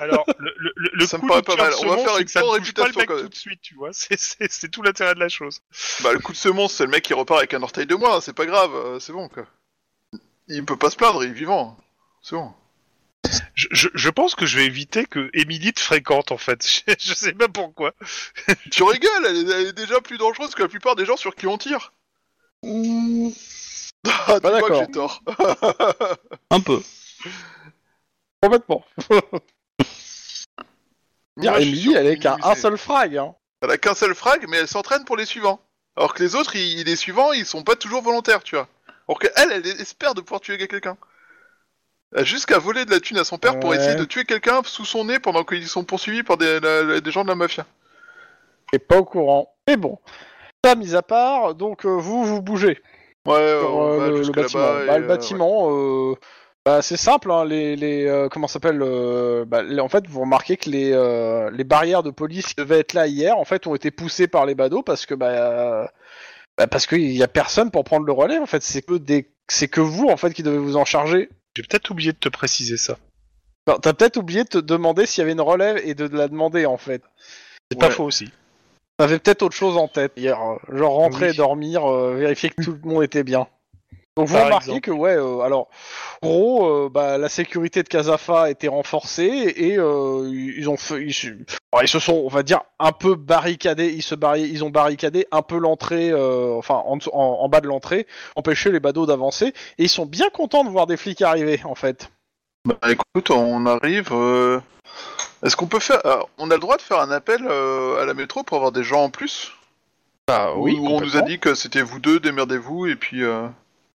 Speaker 3: Alors, le, le, le- le
Speaker 4: Ça me
Speaker 3: coup
Speaker 4: paraît
Speaker 3: du
Speaker 4: pas
Speaker 3: tir
Speaker 4: mal.
Speaker 3: de
Speaker 4: On va
Speaker 3: saumon,
Speaker 4: faire
Speaker 3: c'est
Speaker 4: une
Speaker 3: que ça ne
Speaker 4: grande
Speaker 3: touche pas le
Speaker 4: réputation,
Speaker 3: mec
Speaker 4: quand même.
Speaker 3: tout de suite, tu vois. C'est- C'est c'est tout l'intérêt de la chose.
Speaker 4: Bah, le coup de semonce, c'est le mec qui repart avec un orteil de moins, c'est pas grave, euh, c'est bon, quoi. Il peut pas se plaindre, il est vivant. C'est bon.
Speaker 3: Je, je, je pense que je vais éviter que Émilie te fréquente, en fait. Je, je sais pas pourquoi.
Speaker 4: Tu rigoles, elle est, elle est déjà plus dangereuse que la plupart des gens sur qui on tire.
Speaker 2: Mmh.
Speaker 4: Ah,
Speaker 2: Bah,
Speaker 4: dis-moi que
Speaker 2: d'accord.
Speaker 4: j'ai tort.
Speaker 1: Un peu.
Speaker 2: Complètement. Ah,
Speaker 4: Moi, je suis
Speaker 2: Emily,
Speaker 4: sûr
Speaker 2: elle
Speaker 4: qu'on
Speaker 2: est qu'un
Speaker 4: minimisait.
Speaker 2: un seul frag, hein.
Speaker 4: Elle a qu'un seul frag, mais elle s'entraîne pour les suivants. Alors que les autres, ils, les suivants, ils sont pas toujours volontaires, tu vois. Alors que elle, elle espère de pouvoir tuer quelqu'un. Elle a Jusqu'à voler de la thune à son père pour
Speaker 2: Ouais.
Speaker 4: essayer de tuer quelqu'un sous son nez pendant qu'ils sont poursuivis par des, la- la- des gens de la mafia.
Speaker 2: Et pas au courant. Mais bon. Ça, mis à part, donc euh, vous, vous bougez
Speaker 4: Ouais,
Speaker 2: sur
Speaker 4: on
Speaker 2: euh,
Speaker 4: va
Speaker 2: le, le
Speaker 4: bah, jusque
Speaker 2: bâtiment.
Speaker 4: là-bas.
Speaker 2: Bah,
Speaker 4: et,
Speaker 2: le
Speaker 4: euh,
Speaker 2: bâtiment, euh, Bah, c'est simple, hein, les, les euh, comment ça s'appelle euh, bah, les- En fait, vous remarquez que les, euh, les barrières de police qui devaient être là hier, en fait, ont été poussées par les badauds parce que bah, euh, bah, parce qu'il y a personne pour prendre le relais. En fait, c'est que des, c'est que vous en fait qui devez vous en charger.
Speaker 3: J'ai peut-être oublié de te préciser ça.
Speaker 2: Alors, T'as peut-être oublié de te demander s'il y avait une relève et de la demander en fait.
Speaker 3: C'est pas
Speaker 4: Ouais.
Speaker 3: faux aussi.
Speaker 2: T'avais peut-être autre chose en tête hier, euh, genre rentrer,
Speaker 3: Oui.
Speaker 2: dormir, euh, vérifier que tout le monde était bien. Donc vous
Speaker 3: Par
Speaker 2: remarquez
Speaker 3: exemple.
Speaker 2: que ouais, euh, alors gros, euh, bah, la sécurité de Casafa a été renforcée et euh, ils ont fait, ils, se- alors, ils se sont, on va dire, un peu barricadés, ils se barri- ils ont barricadé un peu l'entrée, euh, enfin en, dessous- en- en bas de l'entrée, empêcher les badauds d'avancer et ils sont bien contents de voir des flics arriver en fait.
Speaker 4: Bah écoute, on arrive. euh, Est-ce qu'on peut faire. ah, On a le droit de faire un appel euh, à la métro pour avoir des gens en plus
Speaker 3: Ah
Speaker 2: Bah
Speaker 4: Ou on nous a dit que c'était vous deux, démerdez-vous, et puis. euh,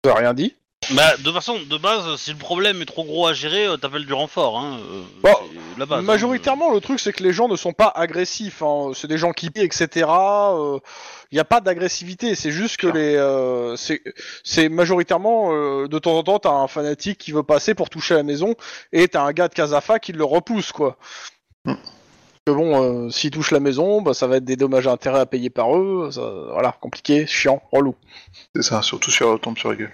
Speaker 2: Vous avez rien dit.
Speaker 1: Bah, de toute façon, de base, si le problème est trop gros à gérer, euh, t'appelles du renfort. Hein. euh,
Speaker 2: Bon,
Speaker 1: c'est la base, hein.
Speaker 2: Majoritairement, le truc, c'est que les gens ne sont pas agressifs. hein. C'est des gens qui pient, etc. Il n'y euh, a pas d'agressivité. C'est juste que les. euh, c'est- c'est majoritairement. euh, de temps en temps, t'as un fanatique qui veut passer pour toucher la maison et t'as un gars de Casafa qui le repousse, quoi.
Speaker 4: Hmm.
Speaker 2: Que bon, euh, s'ils touchent la maison, bah, ça va être des dommages à intérêt à payer par eux. ça- voilà, compliqué, chiant, relou.
Speaker 4: C'est ça, surtout si elle retombe sur la gueule.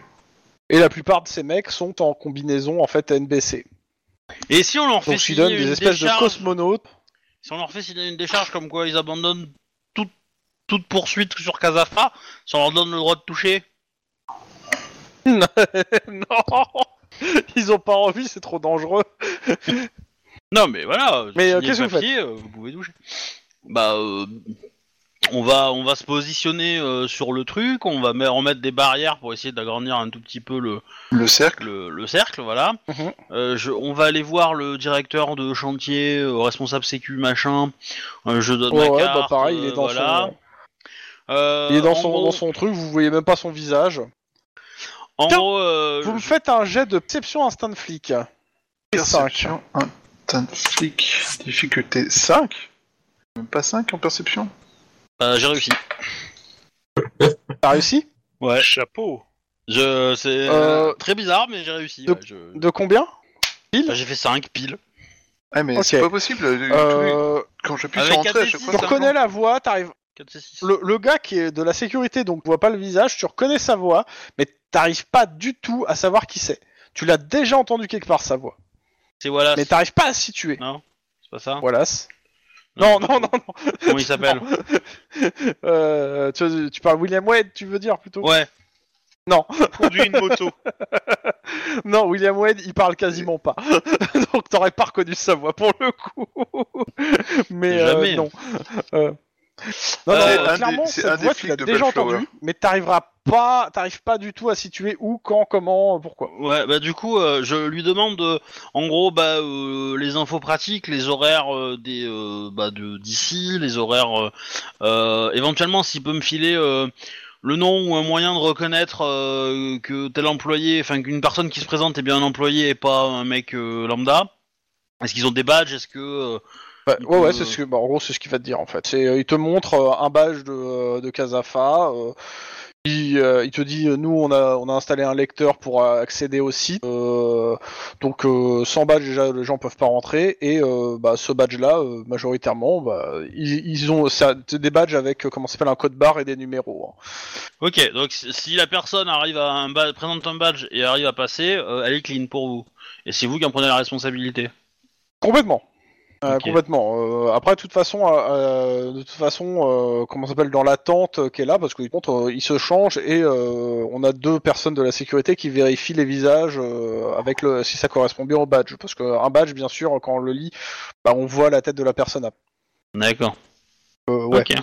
Speaker 2: Et la plupart de ces mecs sont en combinaison, en fait, NBC.
Speaker 1: Et si on leur fait
Speaker 2: Donc, ils
Speaker 1: signer
Speaker 2: donnent
Speaker 1: une
Speaker 2: des espèces de
Speaker 1: décharge-
Speaker 2: cosmonautes.
Speaker 1: si on leur fait signer une décharge comme quoi ils abandonnent toute, toute poursuite sur Casafa, si on leur donne le droit de toucher
Speaker 2: non Ils ont pas envie, c'est trop dangereux.
Speaker 1: Non, mais voilà.
Speaker 2: Mais, euh,
Speaker 1: signez le
Speaker 2: qu'est-ce que vous
Speaker 1: papier, euh, Vous pouvez toucher. Bah, euh, on va, on va se positionner euh, sur le truc. On va me- remettre des barrières pour essayer d'agrandir un tout petit peu le,
Speaker 4: Le cercle
Speaker 1: le, le cercle, voilà.
Speaker 2: Mhm.
Speaker 1: Euh, je- on va aller voir le directeur de chantier, euh, responsable sécu, machin. Euh, je donne
Speaker 2: Ouais,
Speaker 1: ma
Speaker 2: ouais,
Speaker 1: carte.
Speaker 2: bah pareil, il est
Speaker 1: euh,
Speaker 2: dans
Speaker 1: voilà.
Speaker 2: son,
Speaker 1: Euh,
Speaker 2: il est dans
Speaker 1: en
Speaker 2: son,
Speaker 1: gros-
Speaker 2: dans son truc, vous voyez même pas son visage.
Speaker 1: En
Speaker 2: Tiens,
Speaker 1: gros, euh,
Speaker 2: vous me
Speaker 1: je-
Speaker 2: faites un jet de perception instinct de flic. Cinq.
Speaker 4: Perception, un flic, difficulté 5 Même pas 5 en perception
Speaker 1: euh, j'ai réussi.
Speaker 2: T'as réussi
Speaker 1: Ouais.
Speaker 3: Eh, Chapeau.
Speaker 1: Je, c'est
Speaker 2: Euh,
Speaker 1: euh, très bizarre, mais j'ai réussi.
Speaker 2: de-
Speaker 1: ouais, je-
Speaker 2: De combien
Speaker 1: Enfin, j'ai fait 5 pile.
Speaker 4: Ah, mais
Speaker 2: Ok.
Speaker 4: c'est pas possible. euh, tous
Speaker 2: euh,
Speaker 4: les- Quand j'appuie
Speaker 1: Avec
Speaker 4: sur entrée,
Speaker 1: un
Speaker 4: à chaque
Speaker 1: D6,
Speaker 4: fois.
Speaker 2: Tu
Speaker 1: ça
Speaker 2: reconnais la voix, t'arrives.
Speaker 1: 4, 6.
Speaker 2: Le, le gars qui est de la sécurité, donc tu vois pas le visage, tu reconnais sa voix, mais t'arrives pas du tout à savoir qui c'est. Tu l'as déjà entendu quelque part sa voix,
Speaker 1: C'est voilà,
Speaker 2: mais
Speaker 1: c'est
Speaker 2: t'arrives pas à situer.
Speaker 1: Non. pas ça.
Speaker 2: Voilà. Non, non, non, non.
Speaker 1: Comment il s'appelle
Speaker 2: Euh, tu, tu parles William Wade, tu veux dire plutôt
Speaker 1: Ouais.
Speaker 3: Conduis une moto.
Speaker 2: Non, William Wade, il parle quasiment pas. Donc t'aurais pas reconnu sa voix pour le coup. mais euh,
Speaker 1: Jamais.
Speaker 2: non. Euh, Non, non,
Speaker 1: C'est
Speaker 2: euh,
Speaker 4: un
Speaker 2: clairement,
Speaker 4: des- c'est un
Speaker 2: cette
Speaker 4: des
Speaker 2: voix, tu
Speaker 4: flics
Speaker 2: l'as
Speaker 4: de
Speaker 2: déjà
Speaker 4: Bellflower.
Speaker 2: entendue, mais t'arriveras pas, t'arrives pas du tout à situer où, quand, comment, pourquoi.
Speaker 1: Ouais, bah du coup, euh, je lui demande, euh, en gros, bah, euh, les infos pratiques, les horaires euh, des, euh, bah, de- d'ici, les horaires, euh, euh, éventuellement, s'il peut me filer euh, le nom ou un moyen de reconnaître euh, que tel employé, enfin qu'une personne qui se présente est bien un employé et pas un mec euh, lambda. Est-ce qu'ils ont des badges Est-ce que euh,
Speaker 2: Bah,
Speaker 1: Du
Speaker 2: ouais,
Speaker 1: coup,
Speaker 2: ouais,
Speaker 1: euh,
Speaker 2: c'est ce que, bah, en gros, c'est ce qu'il va te dire en fait. C'est, euh, il te montre euh, un badge de, euh, de Casafa. euh, il, euh, il te dit, euh, nous, on a, on a installé un lecteur pour euh, accéder au site. euh, donc, euh, sans badge, déjà, les gens peuvent pas rentrer. Et euh, bah, ce badge-là, euh, majoritairement, bah, ils, ils ont, ça- c'est des badges avec, euh, comment ça s'appelle, un code barre et des numéros. hein.
Speaker 1: Ok, donc si si la personne arrive à un badge, présente un badge et arrive à passer, euh, elle est clean pour vous. Et c'est vous qui en prenez la responsabilité.
Speaker 2: Complètement. Euh,
Speaker 1: Ok.
Speaker 2: Complètement. Euh, après, de toute façon, euh, euh, de toute façon, euh, comment ça s'appelle dans l'attente euh, qui est là, parce que contre, euh, ils se changent et euh, on a deux personnes de la sécurité qui vérifient les visages euh, avec le si ça correspond bien au badge, parce qu'un badge, bien sûr, quand on le lit, bah, on voit la tête de la personne.
Speaker 1: D'accord.
Speaker 2: Euh, ouais.
Speaker 1: Ok.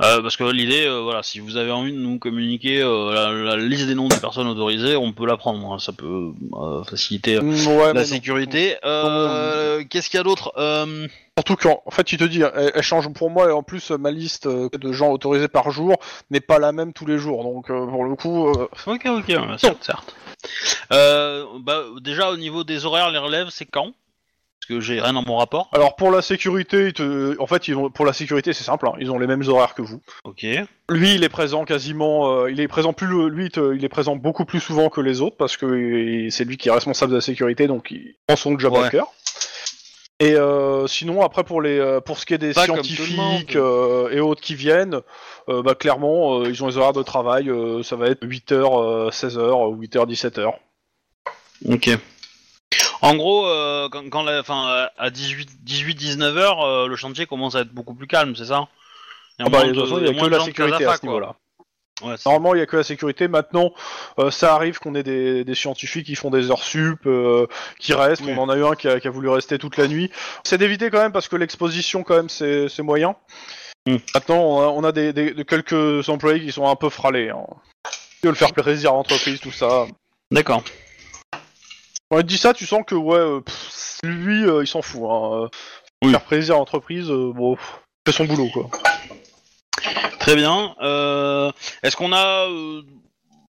Speaker 1: Euh, parce que l'idée, euh, voilà, si vous avez envie de nous communiquer euh, la, la liste des noms des personnes autorisées, on peut la prendre. hein, ça peut euh, faciliter
Speaker 2: Mm, ouais, mais
Speaker 1: la
Speaker 2: non.
Speaker 1: sécurité. Euh, Qu'est-ce qu'il y a d'autre Euh,
Speaker 2: Surtout qu'en en fait, il te dit, hein, elle, elle change pour moi et en plus, ma liste euh, de gens autorisés par jour n'est pas la même tous les jours. Donc, euh, pour le coup, euh,
Speaker 1: Ok, ok, ouais, certes, certes. Euh, bah, déjà, au niveau des horaires, les relèves, c'est quand Parce que j'ai rien dans mon rapport.
Speaker 2: Alors pour la sécurité, ils te- en fait, ils ont- pour la sécurité, c'est simple. hein, ils ont les mêmes horaires que vous.
Speaker 1: Ok.
Speaker 2: Lui, il est présent quasiment. euh, il est présent plus. le- Lui, il te- il est présent beaucoup plus souvent que les autres parce que il- c'est lui qui est responsable de la sécurité, donc il prend son job
Speaker 1: Ouais.
Speaker 2: à cœur. Et euh, sinon, après pour les euh, pour ce qui est des
Speaker 1: Pas comme tout le
Speaker 2: scientifiques
Speaker 1: monde.
Speaker 2: euh, et autres qui viennent, euh, bah clairement, euh, ils ont les horaires de travail. euh, ça va être euh, 8h, 16h, 8h, 17h.
Speaker 1: Ok. En gros, euh, quand, quand la, fin, à 18-19 heures, euh, le chantier commence à être beaucoup plus calme, c'est ça Il y a
Speaker 2: Ah bah,
Speaker 1: moins
Speaker 2: de toute
Speaker 1: de-
Speaker 2: façon, il y a
Speaker 1: moins
Speaker 2: que
Speaker 1: de
Speaker 2: la
Speaker 1: gens de
Speaker 2: sécurité
Speaker 1: Casafa,
Speaker 2: à ce
Speaker 1: quoi.
Speaker 2: niveau-là.
Speaker 1: Ouais, c'est-
Speaker 2: Normalement, il n'y a que la sécurité. Maintenant, euh, ça arrive qu'on ait des, des scientifiques qui font des heures sup, euh, qui restent.
Speaker 1: Oui.
Speaker 2: On en a eu un qui a, qui a voulu rester toute la nuit. C'est d'éviter quand même parce que l'exposition, quand même, c'est c'est moyen.
Speaker 1: Mm.
Speaker 2: Maintenant, on a, on a des, des- de quelques employés qui sont un peu frâlés. Hein. Tu veux le faire plaisir à l'entreprise, tout ça.
Speaker 1: D'accord.
Speaker 2: Quand il te dit ça, tu sens que, ouais, euh, pff, lui, euh, il s'en fout. Hein. Euh,
Speaker 1: Oui.
Speaker 2: Faire plaisir à l'entreprise, euh, bon, pff, il fait son boulot, quoi.
Speaker 1: Très bien. Euh, Est-ce qu'on a euh,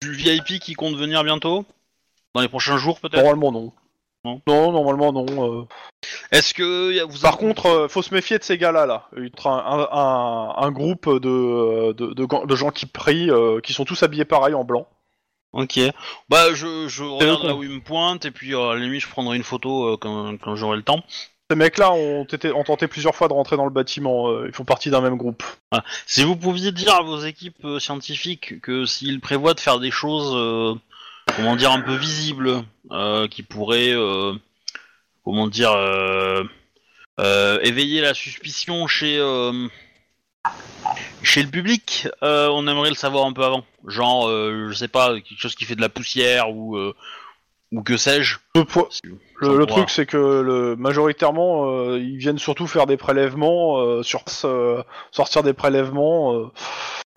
Speaker 1: du VIP qui compte venir bientôt Dans les prochains jours, peut-être
Speaker 2: Normalement, non.
Speaker 1: Non.
Speaker 2: normalement, non. euh.
Speaker 1: Est-ce que y a- vous
Speaker 2: Par contre, euh, faut se méfier de ces gars-là. Là. Il y a un, un- un groupe de, euh, de, de gan- de gens qui prient, euh, qui sont tous habillés pareil en blanc.
Speaker 1: Ok. Bah, je, je regarde
Speaker 2: con.
Speaker 1: là où il me pointe, et puis euh, à la limite, je prendrai une photo euh, quand, quand j'aurai le temps.
Speaker 2: Ces mecs-là ont, été- ont tenté plusieurs fois de rentrer dans le bâtiment. euh, ils font partie d'un même groupe.
Speaker 1: Si vous pouviez dire à vos équipes euh, scientifiques que s'ils prévoient de faire des choses, euh, comment dire, un peu visibles, euh, qui pourraient, euh, comment dire, euh, euh, éveiller la suspicion chez, euh, chez le public, euh, on aimerait le savoir un peu avant. Genre, euh, je sais pas, quelque chose qui fait de la poussière ou, euh, ou que sais-je.
Speaker 2: Le, po-
Speaker 1: Si-
Speaker 2: le- le
Speaker 1: Wow.
Speaker 2: truc, c'est que le, majoritairement, euh, ils viennent surtout faire des prélèvements euh, sur place, euh, sortir des prélèvements. euh.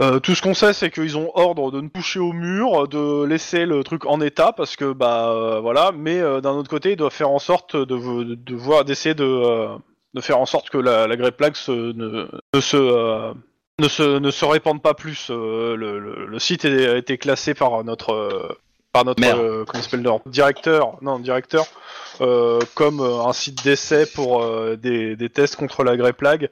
Speaker 2: Euh, tout ce qu'on sait, c'est qu'ils ont ordre de ne toucher au mur, de laisser le truc en état, parce que bah euh, voilà. Mais euh, d'un autre côté, ils doivent faire en sorte de, vo- de voir, d'essayer de, euh, de faire en sorte que la, la grêpe plaque se- ne, ne se euh, ne se, ne se répande pas plus. Euh, le, le- le site est- a été classé par notre euh, par notre
Speaker 1: Maire.
Speaker 2: euh, comment il s'appelle leur directeur non directeur euh, comme euh, un site d'essai pour euh, des, des tests contre la grêpe plague,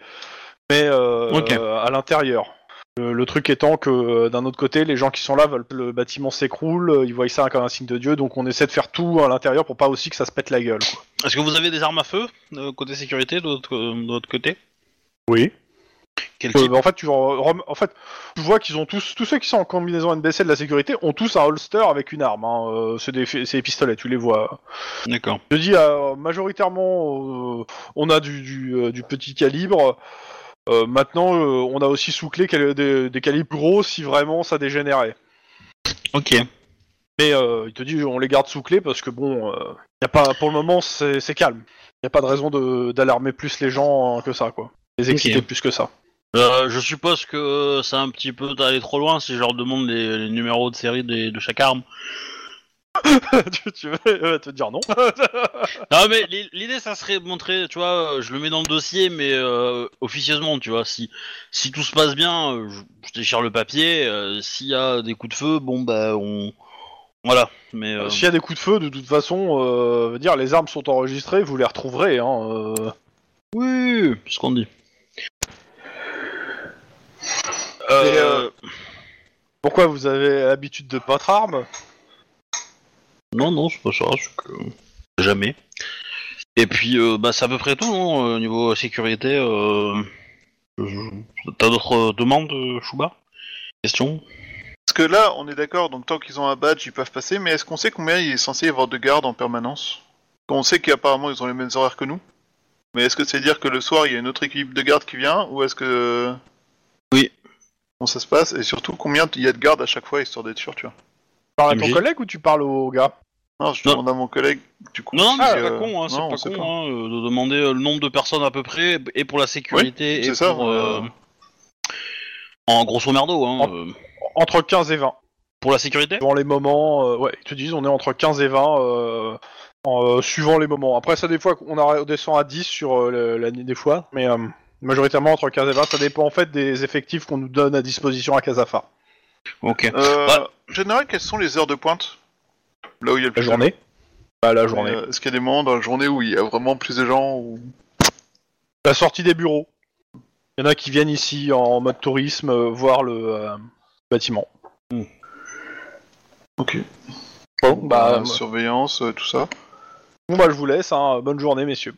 Speaker 2: mais euh,
Speaker 1: Ok.
Speaker 2: euh, à l'intérieur. Le, le truc étant que euh, d'un autre côté, les gens qui sont là veulent que le bâtiment s'écroule, euh, ils voient ça comme un signe de dieu, donc on essaie de faire tout à l'intérieur pour pas aussi que ça se pète la gueule. quoi.
Speaker 1: Est-ce que vous avez des armes à feu, euh, côté sécurité, de votre, de votre côté
Speaker 2: Oui.
Speaker 1: Quel
Speaker 2: Euh,
Speaker 1: type
Speaker 2: bah, en fait, tu re- rem- en fait, tu vois qu'ils ont tous, tous ceux qui sont en combinaison NBC de la sécurité ont tous un holster avec une arme. hein, euh, c'est des, fi- c'est des pistolets, tu les vois.
Speaker 1: D'accord.
Speaker 2: Je dis euh, majoritairement, euh, on a du, du, euh, du petit calibre. Euh, maintenant, euh, on a aussi sous clé quel- des, des calibres gros si vraiment ça dégénérait.
Speaker 1: Ok.
Speaker 2: Mais euh, il te dit, on les garde sous clé parce que bon, euh, y a pas, pour le moment, c'est c'est calme. Il n'y a pas de raison de- d'alarmer plus les gens hein, que ça, quoi. Les exciter
Speaker 1: Ok.
Speaker 2: plus que ça.
Speaker 1: Euh, je suppose que euh, c'est un petit peu d'aller trop loin si je leur demande les, les numéros de série des- de chaque arme.
Speaker 2: tu, tu vas elle va te dire non.
Speaker 1: Non mais l'i- l'idée ça serait de montrer, tu vois, euh, je le mets dans le dossier mais euh, officieusement, tu vois, si si tout se passe bien, euh, je, je déchire le papier, euh, s'il y a des coups de feu, bon bah on voilà, mais euh,
Speaker 2: S'il y a des coups de feu, de toute façon, euh, veut dire les armes sont enregistrées, vous les retrouverez. Hein, euh.
Speaker 1: oui, c'est ce qu'on dit.
Speaker 2: Et,
Speaker 1: Euh,
Speaker 2: euh, Pourquoi vous avez l'habitude de votre arme
Speaker 1: Non non, c'est pas ça, c'est que jamais. Et puis euh, bah c'est à peu près tout, non, au niveau sécurité. Euh... je- T'as d'autres demandes, euh, Chouba Question
Speaker 4: Parce que là, on est d'accord, donc tant qu'ils ont un badge, ils peuvent passer, mais est-ce qu'on sait combien il est censé y avoir de gardes en permanence On sait qu'apparemment ils ont les mêmes horaires que nous, mais est-ce que c'est dire que le soir il y a une autre équipe de gardes qui vient, ou est-ce que.
Speaker 1: Oui.
Speaker 4: Comment ça se passe, et surtout combien il y a de gardes à chaque fois, histoire d'être sûr, tu vois.
Speaker 2: Tu parles à ton
Speaker 1: Oui.
Speaker 2: collègue ou tu parles au gars
Speaker 4: Non, je
Speaker 1: Non.
Speaker 4: demande à mon collègue, du coup.
Speaker 1: Non, non,
Speaker 4: si,
Speaker 1: mais c'est
Speaker 4: euh,
Speaker 1: pas con, hein, c'est
Speaker 4: non, on
Speaker 1: pas
Speaker 4: sait
Speaker 1: con hein, euh, de demander euh, le nombre de personnes à peu près, et pour la sécurité, et
Speaker 4: c'est
Speaker 1: pour...
Speaker 4: ça,
Speaker 1: euh,
Speaker 4: euh.
Speaker 1: En grosso merdo, hein,
Speaker 2: En-
Speaker 1: euh,
Speaker 2: Entre 15 et 20.
Speaker 1: pour la sécurité
Speaker 2: Suivant les moments, euh, ouais, ils te disent on est entre 15 et 20, euh, en, euh, suivant les moments. Après, ça, des fois, on arrête- on descend à 10 sur euh, le- l'année des fois, mais euh, majoritairement entre 15 et 20, ça dépend en fait des effectifs qu'on nous donne à disposition à Casafar.
Speaker 1: Ok.
Speaker 4: Euh,
Speaker 1: Bah-
Speaker 4: En général, quelles sont les heures de pointe Là où il y a le
Speaker 2: La
Speaker 4: plus de
Speaker 2: Bah, journée
Speaker 1: Pas la journée.
Speaker 4: Euh, Est-ce qu'il y a des moments dans la journée où il y a vraiment plus de gens ou...
Speaker 2: La sortie des bureaux. Il y en a qui viennent ici en mode tourisme euh, voir le euh, bâtiment.
Speaker 4: Ok.
Speaker 2: Bon,
Speaker 4: Bah,
Speaker 2: bah, moi-
Speaker 4: surveillance, euh, tout ça.
Speaker 2: bon, bah, je vous laisse. hein. Bonne journée, messieurs.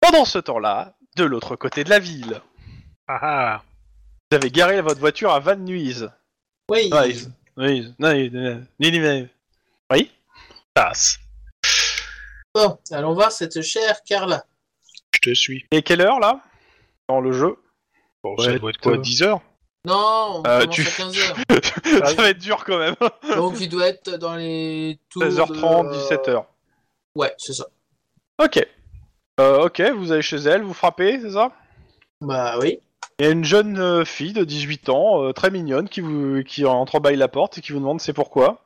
Speaker 2: Pendant ce temps-là, de l'autre côté de la ville,
Speaker 3: Ah
Speaker 2: vous avez garé votre voiture à Van Nuys.
Speaker 5: Oui.
Speaker 4: Ah,
Speaker 2: Ouais, ils- Oui, non, il- euh, ni- ni- ni-
Speaker 3: ah,
Speaker 5: Bon, allons voir cette chère Carla.
Speaker 3: je te suis.
Speaker 2: Il est quelle heure là Dans le jeu
Speaker 3: Bon,
Speaker 2: Ouais,
Speaker 3: ça doit être quoi,
Speaker 2: toi.
Speaker 3: 10 heures
Speaker 5: Non, on
Speaker 2: Euh,
Speaker 5: commence
Speaker 2: tu-
Speaker 5: à 15h.
Speaker 2: Ça va être dur quand même.
Speaker 5: Donc il doit être dans les tours.
Speaker 2: 16h30,
Speaker 5: de, euh,
Speaker 2: 17h.
Speaker 5: Ouais, c'est ça.
Speaker 2: Ok. Euh, ok, vous allez chez elle, vous frappez, c'est ça
Speaker 5: Bah oui.
Speaker 2: Il y a une jeune euh, fille de 18 ans, euh, très mignonne, qui vous qui entrebâille la porte et qui vous demande c'est pourquoi.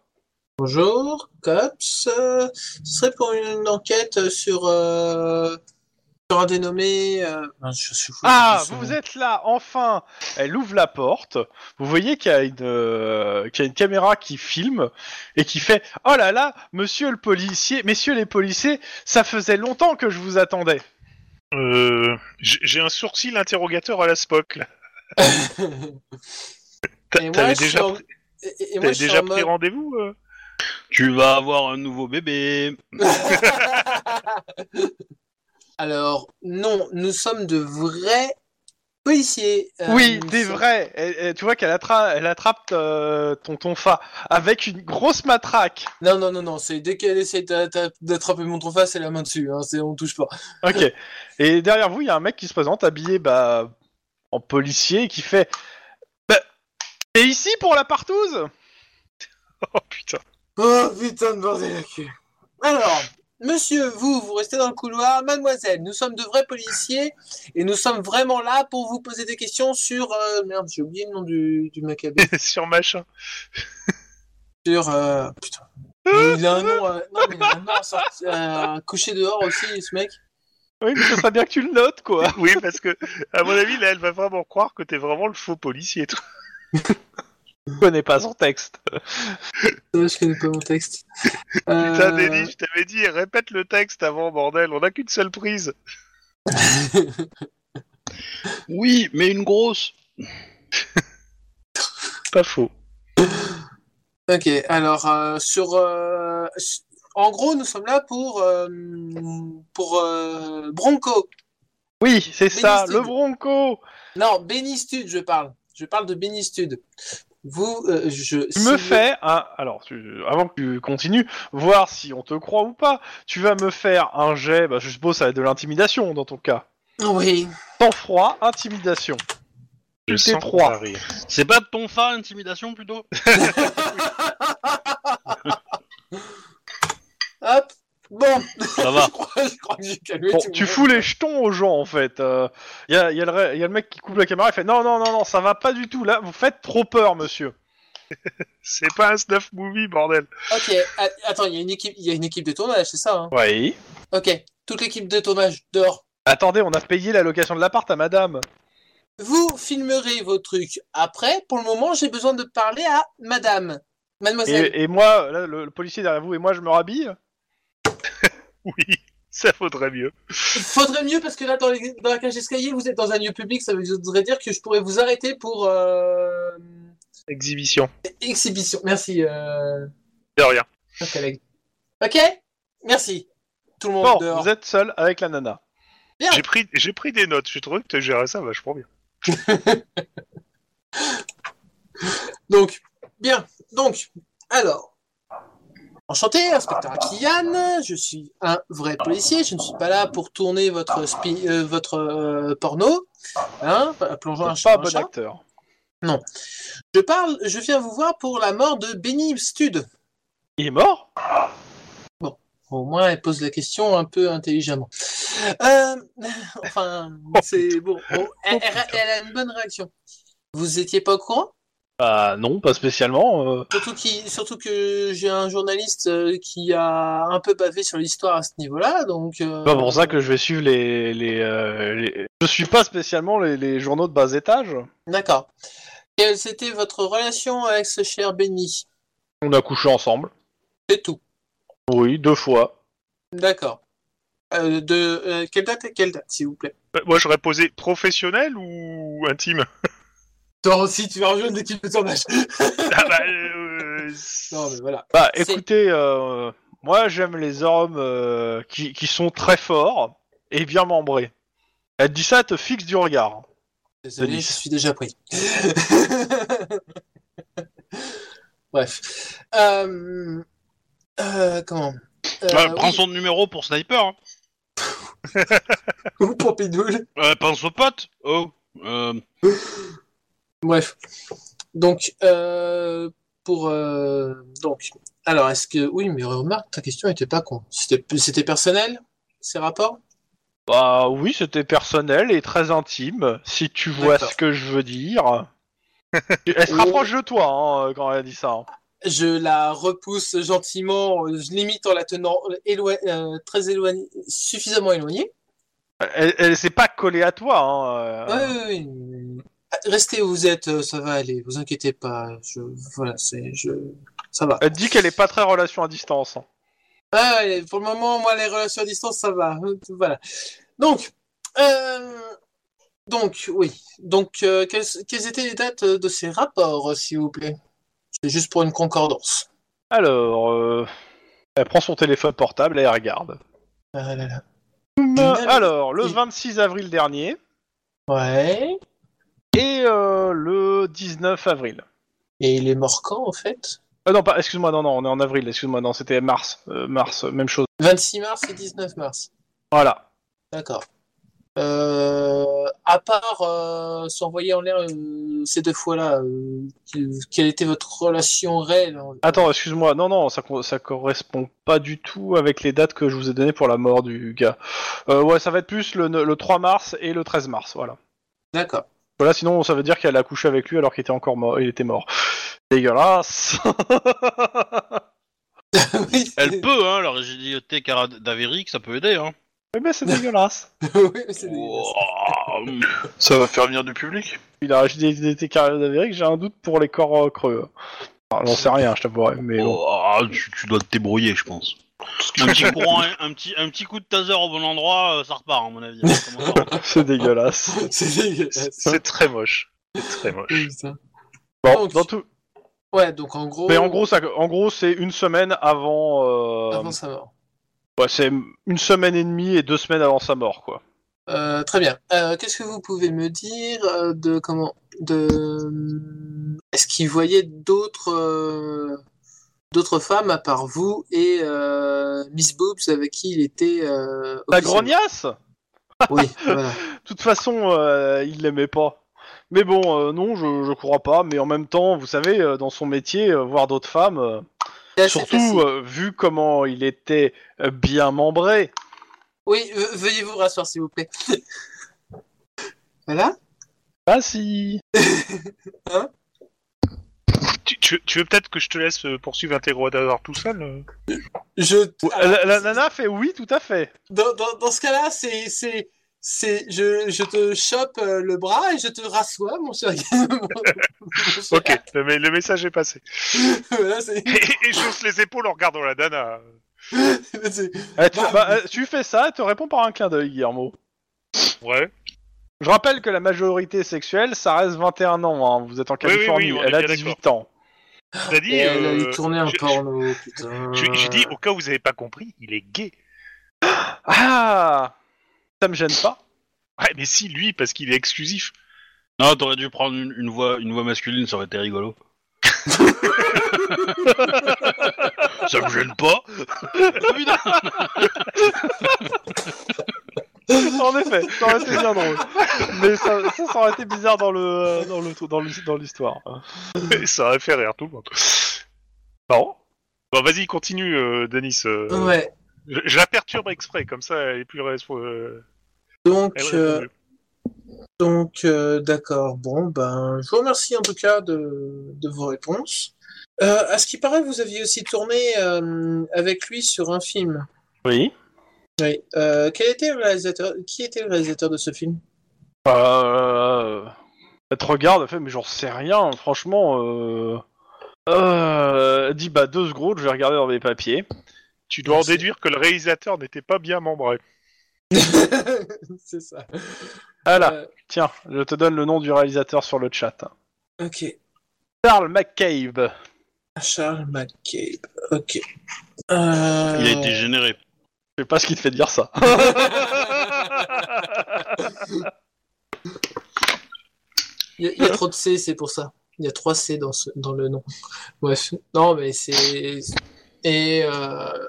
Speaker 5: Bonjour, Cops. Euh, ce serait pour une enquête sur, euh, sur un dénommé. euh, mince, je suis fou,
Speaker 2: Ah,
Speaker 5: je suis
Speaker 2: vous
Speaker 5: fou.
Speaker 2: êtes là, enfin Elle ouvre la porte, vous voyez qu'il y, a une, euh, qu'il y a une caméra qui filme et qui fait « Oh là là, monsieur le policier, messieurs les policiers, ça faisait longtemps que je vous attendais
Speaker 3: Euh, J'ai j'ai un sourcil interrogateur à la Spock, là. T'a-
Speaker 5: Et moi,
Speaker 3: T'avais
Speaker 5: je suis
Speaker 3: déjà,
Speaker 5: en-
Speaker 3: pr-
Speaker 5: Et- et- et moi,
Speaker 3: t'avais
Speaker 5: je suis
Speaker 3: déjà
Speaker 5: en
Speaker 3: pris
Speaker 5: mode-
Speaker 3: rendez-vous euh
Speaker 1: Tu vas avoir un nouveau bébé.
Speaker 5: Alors, non, nous sommes de vrais policiers. Euh, !»
Speaker 2: Oui,
Speaker 5: nous
Speaker 2: des
Speaker 5: sommes-
Speaker 2: vrais Elle- elle- Tu vois qu'elle attra- elle attrape euh, ton tonfa avec une grosse matraque
Speaker 5: Non, non, non, non, c'est dès qu'elle essaie d'a- d'a- d'attraper mon tronfa, c'est la main dessus, hein, c'est- on touche pas.
Speaker 2: Ok. Et derrière vous, il y a un mec qui se présente habillé bah, en policier et qui fait bah, « Et ici pour la partouze
Speaker 3: Oh putain.
Speaker 5: Oh putain de bordel à cul. Alors, monsieur, vous, vous restez dans le couloir. Mademoiselle, nous sommes de vrais policiers et nous sommes vraiment là pour vous poser des questions sur. euh, merde, j'ai oublié le nom du, du maccabée.
Speaker 3: Sur machin.
Speaker 5: sur. euh, putain. Il a un nom. euh, non, mais il a un nom sorti- euh, couché dehors aussi, ce mec.
Speaker 2: Oui, mais ce serait bien que tu le notes, quoi
Speaker 3: oui, parce que, à mon avis, là, elle va vraiment croire que t'es vraiment le faux policier, toi.
Speaker 2: Je connais pas son texte.
Speaker 5: Euh, Je connais pas mon texte.
Speaker 3: Putain,
Speaker 5: Euh,
Speaker 3: Denis, je t'avais dit, répète le texte avant, bordel, on a qu'une seule prise.
Speaker 1: Oui, mais une grosse.
Speaker 3: Pas faux.
Speaker 5: Ok, alors euh, sur, euh, s- en gros, nous sommes là pour euh, pour euh, Bronco.
Speaker 2: Oui, c'est ça,
Speaker 5: Bénistud.
Speaker 2: le bronco
Speaker 5: Non, Bénistude, je parle. Je parle de Bénistude. Vous, euh, je
Speaker 2: Tu
Speaker 5: si
Speaker 2: me
Speaker 5: vous-
Speaker 2: fais un... Alors, tu- avant que tu continues, voir si on te croit ou pas, tu vas me faire un jet, bah, je suppose ça va être de l'intimidation, dans ton cas.
Speaker 5: Oui.
Speaker 2: Sans froid, intimidation.
Speaker 3: Je
Speaker 2: T'es
Speaker 3: sens
Speaker 2: trois.
Speaker 3: qu'on va rire.
Speaker 1: C'est pas de ton fa intimidation plutôt
Speaker 5: Hop. Bon.
Speaker 1: Ça va.
Speaker 5: je, crois, je crois que j'ai calmé
Speaker 2: Bon,
Speaker 5: tout
Speaker 2: tu
Speaker 5: le
Speaker 2: fous les jetons aux gens en fait. Il y, a, y a le re- y a le mec qui coupe la caméra et fait non, non, non, non, ça va pas du tout. Là, vous faites trop peur, monsieur.
Speaker 3: C'est pas un snuff movie, bordel.
Speaker 5: monde. Ok. a- Attends, il y a une équipe, il y a une équipe de tournage, c'est ça. hein
Speaker 2: Oui.
Speaker 5: ok. Toute l'équipe de tournage dehors.
Speaker 2: Attendez, on a payé la location de l'appart à madame.
Speaker 5: Vous filmerez vos trucs après. Pour le moment, j'ai besoin de parler à Madame, Mademoiselle.
Speaker 2: Et, et moi, là, le, le policier derrière vous et moi, je me rhabille.
Speaker 3: Oui, ça vaudrait mieux.
Speaker 5: Faudrait mieux parce que là, dans, les- dans la cage d'escalier, vous êtes dans un lieu public, ça voudrait dire que je pourrais vous arrêter pour euh,
Speaker 3: Exhibition.
Speaker 5: exhibition. Merci, euh,
Speaker 3: De rien.
Speaker 5: mon collègue. Ok Merci. Tout le monde
Speaker 2: Bon,
Speaker 5: dehors.
Speaker 2: vous êtes seul avec la nana.
Speaker 3: J'ai pris, j'ai pris des notes, j'ai trouvé que tu gérais ça vachement bien.
Speaker 5: Donc, bien. Donc, alors. Enchanté, inspecteur Akian, je suis un vrai policier, je ne suis pas là pour tourner votre, spi- euh, votre euh, porno, hein, plongeant un
Speaker 2: Pas
Speaker 5: chat.
Speaker 2: un
Speaker 5: dans un
Speaker 2: bon
Speaker 5: chat.
Speaker 2: acteur.
Speaker 5: Je parle, je viens vous voir pour la mort de Benny Stud.
Speaker 2: Il est mort
Speaker 5: Au moins, elle pose la question un peu intelligemment. Euh, enfin,
Speaker 2: Oh,
Speaker 5: c'est bon. Bon, elle, elle- elle a une bonne réaction. Vous étiez pas au courant
Speaker 2: Bah non, pas spécialement. euh.
Speaker 5: surtout, qui, surtout que j'ai un journaliste euh, qui a un peu bavé sur l'histoire à ce niveau-là, donc. euh,
Speaker 2: C'est pas pour ça que je vais suivre les. les, euh, les- Je suis pas spécialement les, les journaux de bas étage.
Speaker 5: D'accord. Quelle c'était votre relation avec ce cher Benny
Speaker 2: On a couché ensemble.
Speaker 5: C'est tout.
Speaker 2: Oui, deux fois.
Speaker 5: D'accord. Euh, de euh, quelle date et quelle date, s'il vous plaît
Speaker 3: Bah, moi, j'aurais posé professionnel ou intime
Speaker 5: Toi si tu vas rejoindre l'équipe de tournage.
Speaker 3: Ah bah, euh, c'est-
Speaker 5: non, mais voilà.
Speaker 2: Bah,
Speaker 5: C'est-
Speaker 2: écoutez, euh, moi j'aime les hommes euh, qui, qui sont très forts et bien membrés. Elle te dit ça, elle te fixe du regard.
Speaker 5: Désolé,
Speaker 2: Denis.
Speaker 5: je suis déjà pris. Bref. Euh, euh, comment euh,
Speaker 1: Bah, Prends
Speaker 5: oui,
Speaker 1: son numéro pour sniper. hein.
Speaker 5: ou pour Pidoule.
Speaker 1: Euh, pense aux potes. Oh. Euh,
Speaker 5: Bref. Donc, euh, pour. euh, donc. Alors, est-ce que. Oui, mais remarque, ta question était pas con. C'était c'était personnel, ces rapports
Speaker 2: Bah oui, c'était personnel et très intime, si tu vois
Speaker 5: D'accord.
Speaker 2: ce que je veux dire. elle se rapproche de toi hein, quand elle dit ça. hein.
Speaker 5: Je la repousse gentiment, euh, je limite en la tenant éloi- euh, très éloignée, suffisamment éloignée.
Speaker 2: Elle, elle s'est pas collée à toi. Hein, euh.
Speaker 5: Ouais, ouais, ouais. Restez où vous êtes, euh, ça va aller, vous inquiétez pas. Je, voilà, c'est, je, ça va.
Speaker 2: Elle te dit qu'elle est pas très relation à distance. hein.
Speaker 5: Ah, allez, pour le moment, moi, les relations à distance, ça va. Euh, Voilà. Donc, euh, donc, oui. Donc, euh, quelles, quelles étaient les dates euh, de ces rapports, euh, s'il vous plaît? C'est juste pour une concordance.
Speaker 2: Alors, euh, elle prend son téléphone portable et elle regarde.
Speaker 5: Ah là là. Dynamique.
Speaker 2: Alors, le
Speaker 5: Il-
Speaker 2: 26 avril dernier
Speaker 5: Ouais.
Speaker 2: et euh, le 19 avril.
Speaker 5: Et il est mort quand, en fait?
Speaker 2: Ah non, pas, excuse-moi, non, non, on est en avril, excuse-moi, non, c'était mars, euh, mars, euh, même chose.
Speaker 5: 26 mars et 19 mars.
Speaker 2: Voilà.
Speaker 5: D'accord. Euh, à part euh, s'envoyer en l'air euh, ces deux fois-là, euh, que- quelle était votre relation réelle? en-
Speaker 2: Attends, excuse-moi, non, non, ça, co- ça correspond pas du tout avec les dates que je vous ai données pour la mort du gars. Euh, ouais, ça va être plus le, le 3 mars et le 13 mars, voilà.
Speaker 5: D'accord.
Speaker 2: Voilà, sinon, ça veut dire qu'elle a couché avec lui alors qu'il était encore mort, il était mort. Dégueulasse
Speaker 5: Oui,
Speaker 1: elle peut, hein, la rigidité cadavérique, ça peut aider. Hein.
Speaker 2: Eh ben, c'est dégueulasse
Speaker 5: Oui, mais c'est dégueulasse.
Speaker 1: Oh, hum.
Speaker 4: Ça va faire venir du public.
Speaker 2: Il a j'ai été carré d'avéré que j'ai un doute pour les corps euh, creux. Enfin, J'en sais rien, je t'avouerai, mais bon.
Speaker 1: Oh, ah, tu, tu dois te débrouiller, je pense. Un petit, courant, un, un petit, un petit coup de taser au bon endroit, euh, ça repart, à mon avis. Ça commence à repartir.
Speaker 2: C'est dégueulasse.
Speaker 5: C'est dégueulasse.
Speaker 3: c'est- c'est très moche. C'est très moche.
Speaker 5: Putain.
Speaker 2: Bon,
Speaker 5: Donc, oh.
Speaker 2: dans tout...
Speaker 5: Ouais, donc en gros,
Speaker 2: Mais en gros, ça, en gros, c'est une semaine avant. euh,
Speaker 5: avant sa mort.
Speaker 2: ouais, c'est une semaine et demie et deux semaines avant sa mort, quoi.
Speaker 5: Euh, très bien. Euh, qu'est-ce que vous pouvez me dire euh, de comment de est-ce qu'il voyait d'autres euh, d'autres femmes à part vous et euh, Miss Boobs avec qui il était euh,
Speaker 2: La
Speaker 5: officiellement-
Speaker 2: grognasse
Speaker 5: Oui, voilà.
Speaker 2: De toute façon, euh, il l'aimait pas. Mais bon, euh, non, je, je crois pas. Mais en même temps, vous savez, euh, dans son métier, euh, voir d'autres femmes, euh,
Speaker 5: Bah, C'est assez facile.
Speaker 2: surtout euh, vu comment il était euh, bien membré.
Speaker 5: Oui, ve- veuillez vous rasseoir, s'il vous plaît. voilà. Bah,
Speaker 2: Ah si.
Speaker 3: Tu, tu- tu veux peut-être que je te laisse euh, poursuivre Intégrateur tout seul euh
Speaker 5: Je.
Speaker 2: La, la nana fait oui, tout à fait.
Speaker 5: Dans, dans, dans ce cas-là, c'est c'est c'est je, je te chope euh, le bras et je te rassois, mon cher. mon- mon cher.
Speaker 3: Ok, le, me- le message est passé.
Speaker 5: Voilà, c'est-
Speaker 3: Et, et je hausse les épaules en regardant la dana.
Speaker 5: c'est-
Speaker 2: Eh, tu,
Speaker 5: Bah,
Speaker 2: bah, euh, tu fais ça, elle te répond par un clin d'œil, Guillermo.
Speaker 3: Ouais.
Speaker 2: Je rappelle que la majorité sexuelle, ça reste 21 ans. hein. Vous êtes en
Speaker 3: oui,
Speaker 2: Californie,
Speaker 3: oui, on est
Speaker 2: elle a
Speaker 3: bien
Speaker 2: 18 ans.
Speaker 3: T'as dit.
Speaker 5: Et Eh, elle allait
Speaker 3: euh,
Speaker 5: tourner un
Speaker 3: je-
Speaker 5: porno, putain.
Speaker 3: je- J'ai dit, au cas où vous avez pas compris, il est gay.
Speaker 2: Ah Ça me gêne pas.
Speaker 3: Ouais, mais si, lui, parce qu'il est exclusif.
Speaker 1: Non, t'aurais dû prendre une, une voix, une voix masculine, ça aurait été rigolo. ça me gêne pas. Oh, putain.
Speaker 2: En effet, ça aurait été bien drôle. Mais ça, ça, ça aurait été bizarre dans le euh, dans le dans le- dans l'histoire.
Speaker 3: Ça aurait fait rire tout le monde.
Speaker 2: Pardon
Speaker 3: Bon, vas-y, continue, euh, Denis. euh,
Speaker 5: Ouais.
Speaker 3: je, je la perturbe exprès, comme ça, elle est plus respo- euh,
Speaker 5: Donc
Speaker 3: elle
Speaker 5: euh,
Speaker 3: répond
Speaker 5: donc euh, d'accord. Bon ben, je vous remercie en tout cas de de vos réponses. Euh, à ce qui paraît, vous aviez aussi tourné euh, avec lui sur un film.
Speaker 2: Oui.
Speaker 5: Oui. Euh, quel était le réalisateur Qui était le réalisateur de ce film
Speaker 2: Euh, elle te regarde, elle fait mais j'en sais rien, franchement. Euh... Euh... elle dit bah deux secondes, je vais regarder dans mes papiers.
Speaker 3: Tu dois en
Speaker 5: Merci.
Speaker 3: déduire que le réalisateur n'était pas bien membré.
Speaker 5: c'est ça.
Speaker 2: Ah là,
Speaker 5: Euh,
Speaker 2: tiens, je te donne le nom du réalisateur sur le chat.
Speaker 5: ok.
Speaker 2: Charles McCabe.
Speaker 5: Charles McCabe. Ok. Euh...
Speaker 1: Il a été généré.
Speaker 2: Je sais pas ce qui te fait dire ça.
Speaker 5: Il y, a- il y a trop de C, c'est pour ça. Il y a trois C dans, ce- dans le nom. Bref. Non, mais c'est. Et. euh,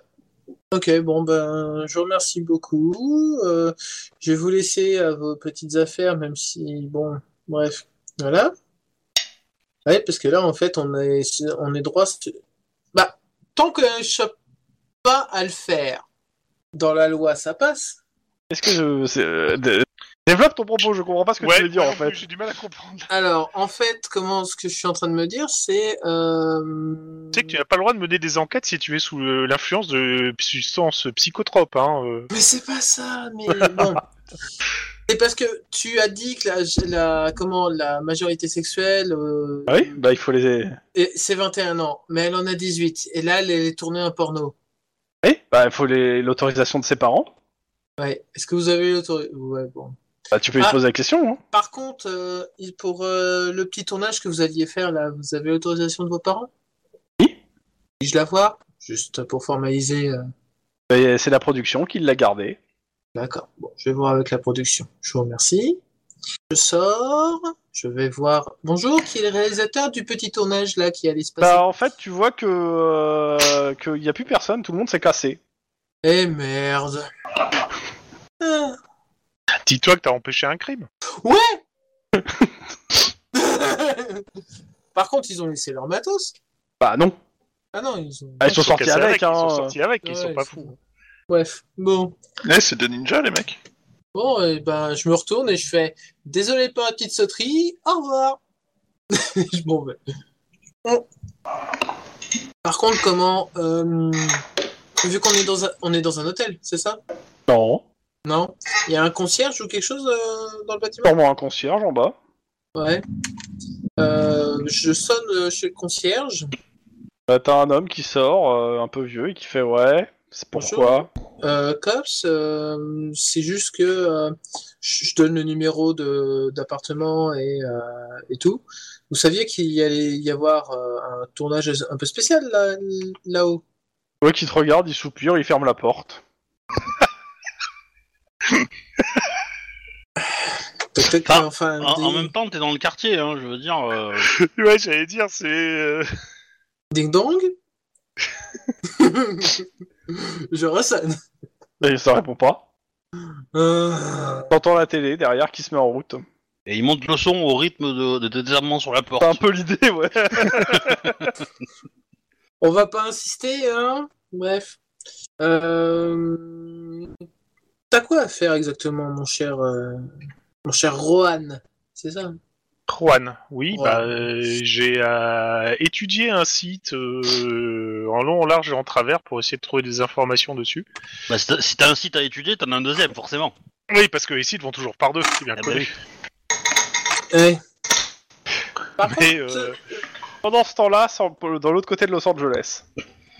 Speaker 5: Ok, bon, ben, je vous remercie beaucoup. Euh, je vais vous laisser à vos petites affaires, même si. Bon, bref. Voilà. Ouais, parce que là, en fait, on est, on est droit. sur- Bah, tant que je chope pas à le faire dans la loi, ça passe.
Speaker 2: Est-ce que je. c'est, euh, dé- Développe ton propos, je comprends pas ce que tu veux dire
Speaker 3: moi
Speaker 2: en
Speaker 3: non plus,
Speaker 2: fait.
Speaker 3: J'ai du mal à comprendre.
Speaker 5: Alors, en fait, comment ce que je suis en train de me dire, c'est. euh,
Speaker 3: Tu sais que tu n'as pas le droit de mener des enquêtes si tu es sous euh, l'influence de substances psychotropes. Hein. euh.
Speaker 5: Mais c'est pas ça, mais bon. C'est parce que tu as dit que la, la- comment, la majorité sexuelle, euh,
Speaker 2: Ah oui Bah il faut les.
Speaker 5: et- c'est 21 ans, mais elle en a 18. Et là, elle est tournée un porno.
Speaker 2: Oui Bah il faut les- l'autorisation de ses parents.
Speaker 5: Ouais. Est-ce que vous avez l'autorisation Ouais, bon.
Speaker 2: Bah tu peux lui
Speaker 5: Ah.
Speaker 2: poser la question, hein.
Speaker 5: Par contre, euh, il- pour euh, le petit tournage que vous alliez faire, là, vous avez l'autorisation de vos parents
Speaker 2: Oui.
Speaker 5: Puis-je la voir Juste pour formaliser. euh,
Speaker 2: Bah, c'est la production qui l'a gardé.
Speaker 5: D'accord. Bon, je vais voir avec la production. Je vous remercie. Je sors. Je vais voir. Bonjour, qui est le réalisateur du petit tournage là qui allait se passer
Speaker 2: Bah en fait tu vois que euh, qu'il y a plus personne, tout le monde s'est cassé.
Speaker 5: Eh merde. Ah.
Speaker 3: Dis-toi que t'as empêché un crime.
Speaker 5: Par contre, ils ont laissé leur matos.
Speaker 2: Bah non.
Speaker 5: Ah non, ils ont.
Speaker 2: Ah, ils sont
Speaker 3: Ils sont
Speaker 2: sortis
Speaker 3: cassés
Speaker 2: avec,
Speaker 3: Ils
Speaker 2: hein.
Speaker 3: sont sortis avec, ils
Speaker 5: Ouais,
Speaker 3: sont pas
Speaker 5: c'est-
Speaker 3: fous. hein.
Speaker 5: Bref, bon.
Speaker 4: Eh, c'est de ninja, les mecs.
Speaker 5: Bon, eh ben, je me retourne et je fais désolé pour la petite sauterie, au revoir. je m'en vais. Bon. Par contre, comment euh, vu qu'on est dans un, on est dans un hôtel, c'est ça
Speaker 2: Non.
Speaker 5: Non Il y a un concierge ou quelque chose euh, dans le bâtiment
Speaker 2: Sûrement un concierge en bas.
Speaker 5: Ouais. Euh, je sonne euh, chez le concierge.
Speaker 2: Bah, t'as un homme qui sort, euh, un peu vieux, et qui fait ouais, c'est pourquoi.
Speaker 5: Euh, Cops, euh, c'est juste que euh, je je donne le numéro de d'appartement et, euh, et tout. Vous saviez qu'il y allait y avoir euh, un tournage un peu spécial là, là-haut.
Speaker 2: Ouais, qui te regarde, il soupire, il ferme la porte.
Speaker 5: Peut-être
Speaker 1: Ah,
Speaker 5: que, enfin.
Speaker 1: En,
Speaker 5: Euh, des-
Speaker 1: en même temps, t'es dans le quartier, hein, je veux dire. euh,
Speaker 3: ouais, j'allais dire, c'est. euh,
Speaker 5: Ding dong. je ressonne.
Speaker 2: Et ça répond pas.
Speaker 5: Euh,
Speaker 2: T'entends la télé derrière qui se met en route.
Speaker 1: et il monte le son au rythme de, de tes serments sur la porte.
Speaker 2: C'est un peu l'idée, ouais.
Speaker 5: on va pas insister, hein. Bref. Euh... T'as quoi à faire exactement, mon cher, euh, mon cher Rohan C'est ça.
Speaker 3: Juan, oui,
Speaker 5: Ouais.
Speaker 3: bah, euh, j'ai euh, étudié un site euh, en long, en large et en travers pour essayer de trouver des informations dessus.
Speaker 1: Bah, si t'as- si t'as un site à étudier, t'en as un deuxième, forcément.
Speaker 3: Oui, parce que les sites vont toujours par deux, c'est bien
Speaker 1: Ah bah
Speaker 3: connu.
Speaker 5: Ouais. Eh. Par
Speaker 3: Mais,
Speaker 5: contre,
Speaker 3: euh,
Speaker 2: Pendant ce temps-là, sans- dans l'autre côté de Los Angeles.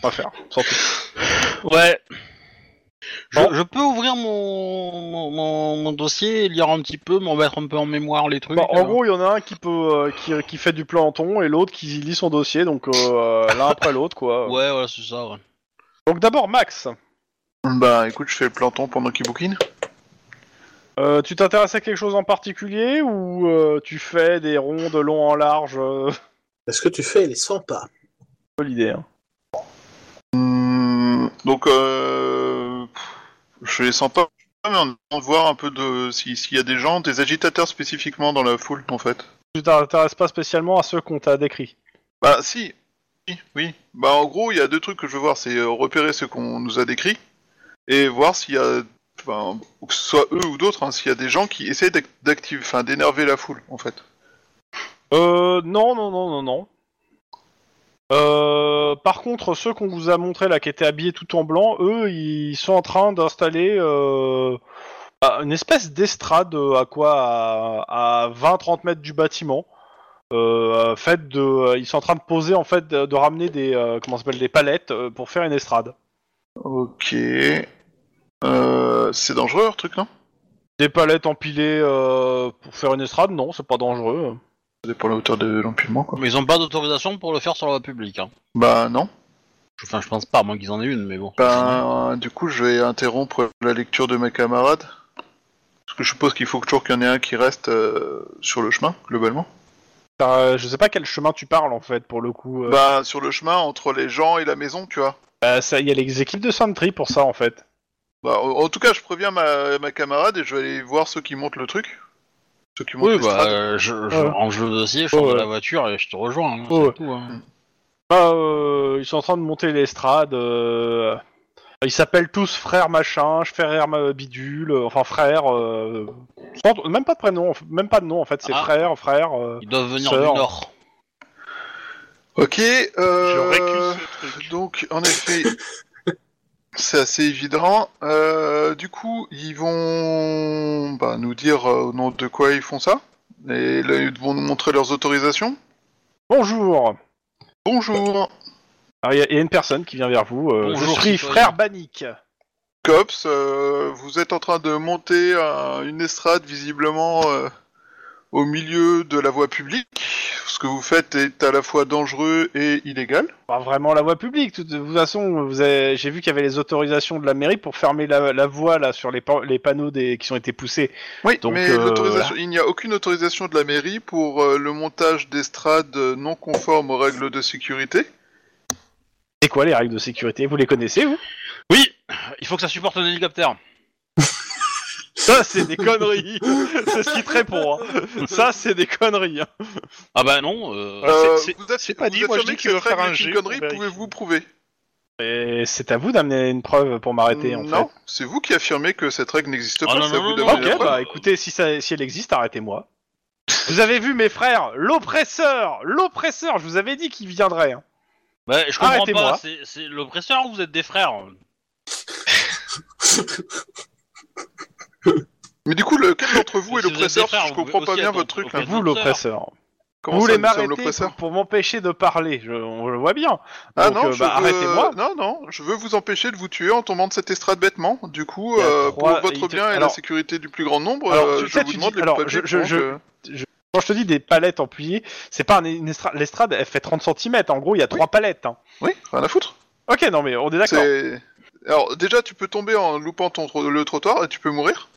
Speaker 2: On va faire. surtout.
Speaker 1: Ouais. Je,
Speaker 2: Bon.
Speaker 1: je peux ouvrir mon, mon, mon- mon dossier, lire un petit peu, me remettre un peu en mémoire les trucs.
Speaker 2: Bah, en
Speaker 1: alors.
Speaker 2: gros, il y en a un qui peut, euh, qui, qui fait du planton et l'autre qui lit son dossier, donc euh, l'un après l'autre, quoi.
Speaker 1: Ouais, voilà, c'est ça. ouais.
Speaker 2: Donc d'abord, Max,
Speaker 4: Bah, écoute, je fais le planton pendant qu'il bouquine.
Speaker 2: euh, tu t'intéresses à quelque chose en particulier ou euh, tu fais des ronds de long en large euh,
Speaker 5: parce que tu fais les 100 pas.
Speaker 2: c'est L'idée. hein.
Speaker 4: Hmm, donc, euh... pff, je les sens pas, mais on va voir un peu de si- s'il y a des gens, des agitateurs spécifiquement dans la foule, en fait.
Speaker 2: Tu t'intéresses pas spécialement à ceux qu'on t'a décrits.
Speaker 4: Bah, si. Oui, Oui. Bah, en gros, il y a deux trucs que je veux voir, c'est euh, repérer ce qu'on nous a décrit et voir s'il y a, enfin, que ce soit eux ou d'autres, hein, s'il y a des gens qui essaient d'ac- d'activer, enfin, d'énerver la foule, en fait.
Speaker 2: Euh, non, non, non, non, non. Euh, par contre, ceux qu'on vous a montré là, qui étaient habillés tout en blanc, eux, ils sont en train d'installer euh, bah, une espèce d'estrade euh, à quoi à, à 20-30 mètres du bâtiment. Euh, faite de, ils sont en train de poser en fait de, de ramener des euh, comment ça s'appelle des palettes euh, pour faire une estrade.
Speaker 4: Ok. Euh, c'est dangereux leur truc, non
Speaker 2: Des palettes empilées euh, pour faire une estrade, non, c'est pas dangereux.
Speaker 4: Ça dépend de la hauteur de l'empilement, quoi.
Speaker 1: Mais ils ont pas d'autorisation pour le faire sur la voie publique. Hein.
Speaker 4: Bah non.
Speaker 1: Enfin, je pense pas, à moins qu'ils en aient une, mais bon.
Speaker 4: Ben, du coup, je vais interrompre la lecture de mes camarades. Parce que je suppose qu'il faut toujours qu'il y en ait un qui reste euh, sur le chemin, globalement.
Speaker 2: Euh, je sais pas quel chemin tu parles en fait pour le coup. euh.
Speaker 4: Bah, sur le chemin, entre les gens et la maison, tu vois.
Speaker 2: Bah, ça, il y a les équipes de Sentry pour ça en fait.
Speaker 4: Bah, en en tout cas, je préviens ma, ma camarade et je vais aller voir ceux qui montent le truc. Ceux qui montent
Speaker 1: Oui,
Speaker 4: les
Speaker 1: bah,
Speaker 4: strates.
Speaker 1: euh, je, je
Speaker 2: Ouais.
Speaker 1: range le dossier, je sors
Speaker 2: Ouais.
Speaker 1: de la voiture et je te rejoins. hein,
Speaker 2: Ouais.
Speaker 1: c'est tout, hein.
Speaker 2: Bah, euh, ils sont en train de monter l'estrade. euh, Ils s'appellent tous frère machin, frère ma- bidule, euh, enfin frère. euh, sans- Même pas de prénom, en f- même pas de nom en fait, c'est
Speaker 1: Ah.
Speaker 2: frère, frère. euh,
Speaker 1: Ils doivent venir
Speaker 2: Sœur.
Speaker 1: du nord.
Speaker 4: Ok,
Speaker 3: Je
Speaker 4: euh...
Speaker 3: récuse ce truc.
Speaker 4: Donc, en effet, c'est assez évident. Euh, du coup, ils vont bah, nous dire euh, au nom de quoi ils font ça. Et là, ils vont nous montrer leurs autorisations.
Speaker 2: Bonjour.
Speaker 4: Bonjour,
Speaker 2: Alors, Il y, a- il y a une personne qui vient vers vous. euh,
Speaker 1: Bonjour,
Speaker 2: je suis
Speaker 1: citoyen.
Speaker 2: frère Banik.
Speaker 4: Cops. euh, vous êtes en train de monter euh, une estrade visiblement euh, au milieu de la voie publique. Ce que vous faites est à la fois dangereux et illégal.
Speaker 2: Pas vraiment la voie publique. tout- De toute façon, vous avez- j'ai vu qu'il y avait les autorisations de la mairie pour fermer la, la voie là sur les, pan- les panneaux des, qui ont été poussés.
Speaker 4: Oui,
Speaker 2: Donc,
Speaker 4: mais
Speaker 2: euh,
Speaker 4: l'autorisation- il n'y a aucune autorisation de la mairie pour euh, le montage d'estrades euh, non conformes aux règles de sécurité.
Speaker 2: C'est quoi les règles de sécurité Vous les connaissez vous
Speaker 1: Oui, il faut que ça supporte un hélicoptère.
Speaker 2: Ça, c'est des conneries. c'est ce qui te répond. hein. Ça, c'est des conneries. hein.
Speaker 1: Ah bah non, euh,
Speaker 3: Ouais,
Speaker 4: Euh,
Speaker 3: c'est- c'est-
Speaker 4: vous êtes,
Speaker 3: c'est pas dit,
Speaker 4: vous êtes
Speaker 3: moi, je
Speaker 4: sûr
Speaker 3: dis
Speaker 4: que
Speaker 3: qu'il veut
Speaker 4: cette
Speaker 3: faire
Speaker 4: règle
Speaker 3: un
Speaker 4: est
Speaker 3: jet,
Speaker 4: une
Speaker 3: on
Speaker 4: connerie,
Speaker 3: vérifie.
Speaker 4: pouvez-vous prouver
Speaker 2: Et c'est à vous d'amener une preuve pour m'arrêter en
Speaker 4: Non,
Speaker 2: fait.
Speaker 4: c'est vous qui affirmez que cette règle n'existe
Speaker 1: Ah
Speaker 4: pas,
Speaker 1: non,
Speaker 4: c'est à
Speaker 1: non,
Speaker 4: vous
Speaker 1: non,
Speaker 4: d'amener
Speaker 1: non,
Speaker 4: la
Speaker 2: Ok,
Speaker 4: preuve.
Speaker 2: bah écoutez, si, ça, si elle existe, arrêtez-moi. Vous avez vu mes frères, l'oppresseur, l'oppresseur. Je vous avais dit qu'il viendrait. hein.
Speaker 1: bah, je comprends
Speaker 2: Arrêtez-moi.
Speaker 1: pas, c'est- c'est l'oppresseur ou vous êtes des frères
Speaker 4: Mais du coup, lequel d'entre vous est
Speaker 1: Si vous
Speaker 4: l'oppresseur
Speaker 1: êtes des
Speaker 4: Parce que Je
Speaker 1: frères,
Speaker 4: comprends
Speaker 1: vous-
Speaker 4: pas
Speaker 1: aussi,
Speaker 4: bien
Speaker 1: attends,
Speaker 4: votre truc là.
Speaker 1: ok.
Speaker 2: Vous l'oppresseur. Vous
Speaker 4: Comment ça,
Speaker 2: voulez
Speaker 4: nous sommes
Speaker 2: m'arrêter pour,
Speaker 4: l'oppresseur
Speaker 2: pour m'empêcher de parler. Je, on le voit bien.
Speaker 4: Ah
Speaker 2: Donc,
Speaker 4: non,
Speaker 2: euh,
Speaker 4: je
Speaker 2: bah,
Speaker 4: veux...
Speaker 2: arrêtez-moi.
Speaker 4: Non, non, je veux vous empêcher de vous tuer en tombant de cette estrade bêtement. Du coup,
Speaker 2: Il y a
Speaker 4: euh,
Speaker 2: trois-
Speaker 4: pour
Speaker 2: il
Speaker 4: votre
Speaker 2: te-
Speaker 4: bien et la
Speaker 2: alors-
Speaker 4: sécurité du plus grand nombre,
Speaker 2: Alors,
Speaker 4: euh,
Speaker 2: tu-
Speaker 4: je
Speaker 2: ça,
Speaker 4: vous
Speaker 2: tu
Speaker 4: demande
Speaker 2: dis-
Speaker 4: les
Speaker 2: alors,
Speaker 4: papiers
Speaker 2: je- je-
Speaker 4: pour
Speaker 2: je-
Speaker 4: que-
Speaker 2: Quand je te dis des palettes empliées, c'est pas un- une estrade. L'estrade, elle fait 30 cm. En gros, il y a trois palettes. hein.
Speaker 4: Oui, rien à foutre.
Speaker 2: Ok, non, mais on est d'accord.
Speaker 4: C'est... Alors déjà, tu peux tomber en loupant ton tro- le trottoir et tu peux mourir.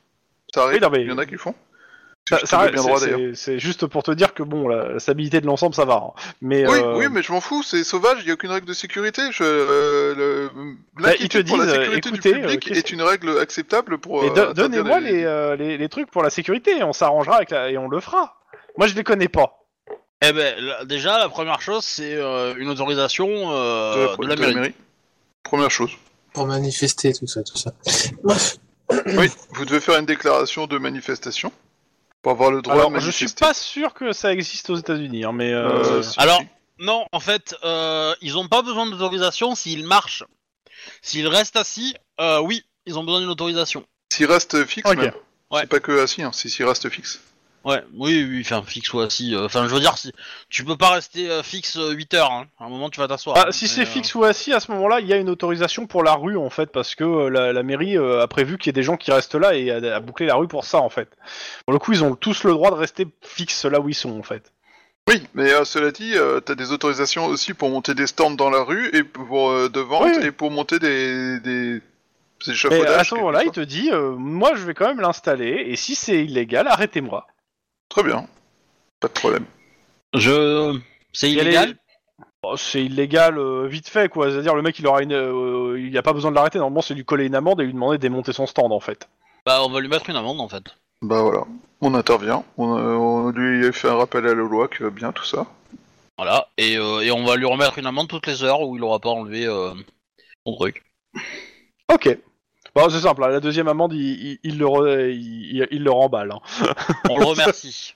Speaker 4: Ça
Speaker 2: Oui,
Speaker 4: arrive,
Speaker 2: non, mais-
Speaker 4: il y en a qui le font.
Speaker 2: Ça-
Speaker 4: Je
Speaker 2: ça-
Speaker 4: tombais bien
Speaker 2: c'est-
Speaker 4: droit
Speaker 2: c'est-
Speaker 4: d'ailleurs.
Speaker 2: C'est juste pour te dire que bon, la, la stabilité de l'ensemble, ça va. hein. Mais
Speaker 4: Oui,
Speaker 2: euh,
Speaker 4: oui, mais je m'en fous, c'est sauvage, il n'y a aucune règle de sécurité. Je, euh, le-
Speaker 2: ils te
Speaker 4: L'inquiétude pour la
Speaker 2: disent, euh,
Speaker 4: sécurité
Speaker 2: écoutez,
Speaker 4: du public
Speaker 2: euh, qu'est-ce
Speaker 4: est une règle acceptable pour.
Speaker 2: mais
Speaker 4: euh,
Speaker 2: do-
Speaker 4: interdire
Speaker 2: donnez-moi les, euh, les, les trucs pour la sécurité. On s'arrangera avec la- et on le fera. Moi, je les connais pas.
Speaker 1: Eh ben, la- déjà, la première chose, c'est euh, une autorisation euh,
Speaker 4: de la,
Speaker 1: de la mairie.
Speaker 4: Première chose.
Speaker 5: Pour manifester, tout ça, tout ça.
Speaker 4: oui, vous devez faire une déclaration de manifestation pour avoir le droit
Speaker 2: Alors,
Speaker 4: de
Speaker 2: je
Speaker 4: manifester.
Speaker 2: suis pas sûr que ça existe aux États-Unis, hein, mais euh,
Speaker 4: Euh, si,
Speaker 1: Alors,
Speaker 4: si.
Speaker 1: non, en fait, euh, ils ont pas besoin d'autorisation s'ils marchent. S'ils restent assis, euh, oui, ils ont besoin d'une autorisation.
Speaker 4: S'il reste fixe,
Speaker 2: Ok.
Speaker 4: même.
Speaker 1: Ouais.
Speaker 4: C'est pas que assis, hein, c'est s'il reste fixe.
Speaker 1: Ouais, oui, oui, enfin, fixe ou assis. euh, Enfin, je veux dire, si, tu peux pas rester euh, fixe 8 heures. hein. À un moment, tu vas t'asseoir.
Speaker 2: Ah, si
Speaker 1: Mais,
Speaker 2: c'est
Speaker 1: euh,
Speaker 2: fixe ou assis, à ce moment-là, il y a une autorisation pour la rue, en fait, parce que euh, la, la mairie euh, a prévu qu'il y ait des gens qui restent là et a, a bouclé la rue pour ça, en fait. Pour le coup, ils ont tous le droit de rester fixes là où ils sont, en fait.
Speaker 4: Oui, mais euh, cela dit, euh, t'as des autorisations aussi pour monter des stands dans la rue et pour euh, de vente
Speaker 2: Oui, oui.
Speaker 4: et pour monter des, des, des
Speaker 2: Mais
Speaker 4: échafaudages.
Speaker 2: à ce
Speaker 4: quelque
Speaker 2: moment-là, il
Speaker 4: soit.
Speaker 2: te dit, euh, moi, je vais quand même l'installer, et si c'est illégal, arrêtez-moi.
Speaker 4: Très bien, pas de problème.
Speaker 1: Je. C'est
Speaker 2: Il y a
Speaker 1: illégal
Speaker 2: les- Bon, c'est illégal euh, vite fait, quoi. C'est-à-dire, le mec, il aura une, euh, il n'y a pas besoin de l'arrêter. Normalement, c'est lui coller une amende et lui demander de démonter son stand, en fait.
Speaker 1: Bah, on va lui mettre une amende en fait.
Speaker 4: Bah voilà, on intervient, on, euh, on lui fait un rappel à la loi qui va bien, tout ça.
Speaker 1: Voilà, et, euh, et on va lui remettre une amende toutes les heures où il aura pas enlevé euh, son truc.
Speaker 2: Ok. Bon, c'est simple. hein, La deuxième amende, il, il- il le, re- il, il- il le remballe. hein.
Speaker 1: On le remercie.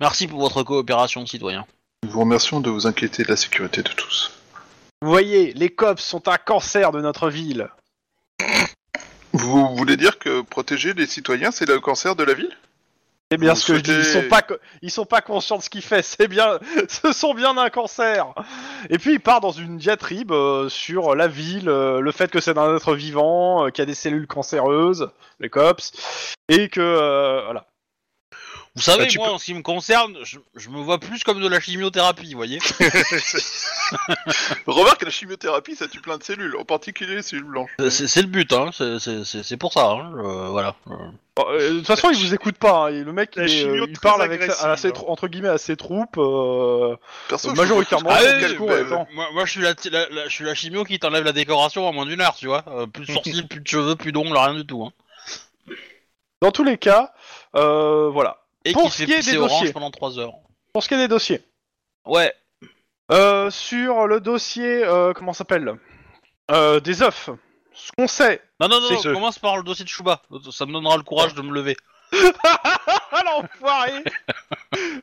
Speaker 1: Merci pour votre coopération, citoyen.
Speaker 4: Nous vous remercions de vous inquiéter de la sécurité de tous.
Speaker 2: Vous voyez, les cops sont un cancer de notre ville.
Speaker 4: Vous voulez dire que protéger les citoyens, c'est le cancer de la ville
Speaker 2: C'est bien
Speaker 4: Vous
Speaker 2: ce que je dis. Ils
Speaker 4: souhaitez-
Speaker 2: sont pas, co- ils sont pas conscients de ce qu'il fait. C'est bien, ce sont bien un cancer. Et puis il part dans une diatribe euh, sur la ville, euh, le fait que c'est un être vivant, euh, qu'il y a des cellules cancéreuses, les cops, et que euh, voilà.
Speaker 1: Vous savez,
Speaker 3: Bah, tu
Speaker 1: moi, en ce qui me concerne, je, je me vois plus comme de la chimiothérapie, vous voyez
Speaker 4: Remarque, la chimiothérapie, ça tue plein de cellules, en particulier les cellules blanches.
Speaker 1: C'est c'est le but, hein. c'est- c'est c'est- c'est pour ça, hein. euh, voilà.
Speaker 2: Bon, euh, De toute façon, il vous écoute pas. hein. Le mec, il,
Speaker 3: La
Speaker 2: est,
Speaker 3: chimio
Speaker 2: euh, il
Speaker 3: très
Speaker 2: parle avec sa-
Speaker 3: agressive.
Speaker 2: à ses trou- entre guillemets à ses troupes. euh,
Speaker 4: Perso, je
Speaker 2: Majoritairement,
Speaker 4: trouve que eh, bah,
Speaker 1: Ah
Speaker 4: c'est
Speaker 1: oui,
Speaker 4: quel
Speaker 2: oui,
Speaker 4: bel-
Speaker 2: oui, oui.
Speaker 1: Moi, moi, je, suis la, la- la- je suis la chimio qui t'enlève la décoration en moins d'une heure, tu vois. Euh, plus de sourcils, plus de cheveux, plus d'ongles, rien du tout. Hein.
Speaker 2: Dans tous les cas, euh, voilà.
Speaker 1: Et
Speaker 2: Pour
Speaker 1: qui
Speaker 2: ce
Speaker 1: fait
Speaker 2: qui est
Speaker 1: pisser
Speaker 2: des
Speaker 1: orange
Speaker 2: dossiers.
Speaker 1: pendant 3 heures.
Speaker 2: Pour ce qui est des dossiers.
Speaker 1: Ouais,
Speaker 2: Euh, sur le dossier, euh, comment ça s'appelle Euh, Des œufs. Ce qu'on sait.
Speaker 1: Non, non,
Speaker 3: C'est
Speaker 1: non,
Speaker 3: ce-
Speaker 1: non, commence par le dossier de Chouba. Ça me donnera le courage de me lever.
Speaker 2: Ah l'enfoiré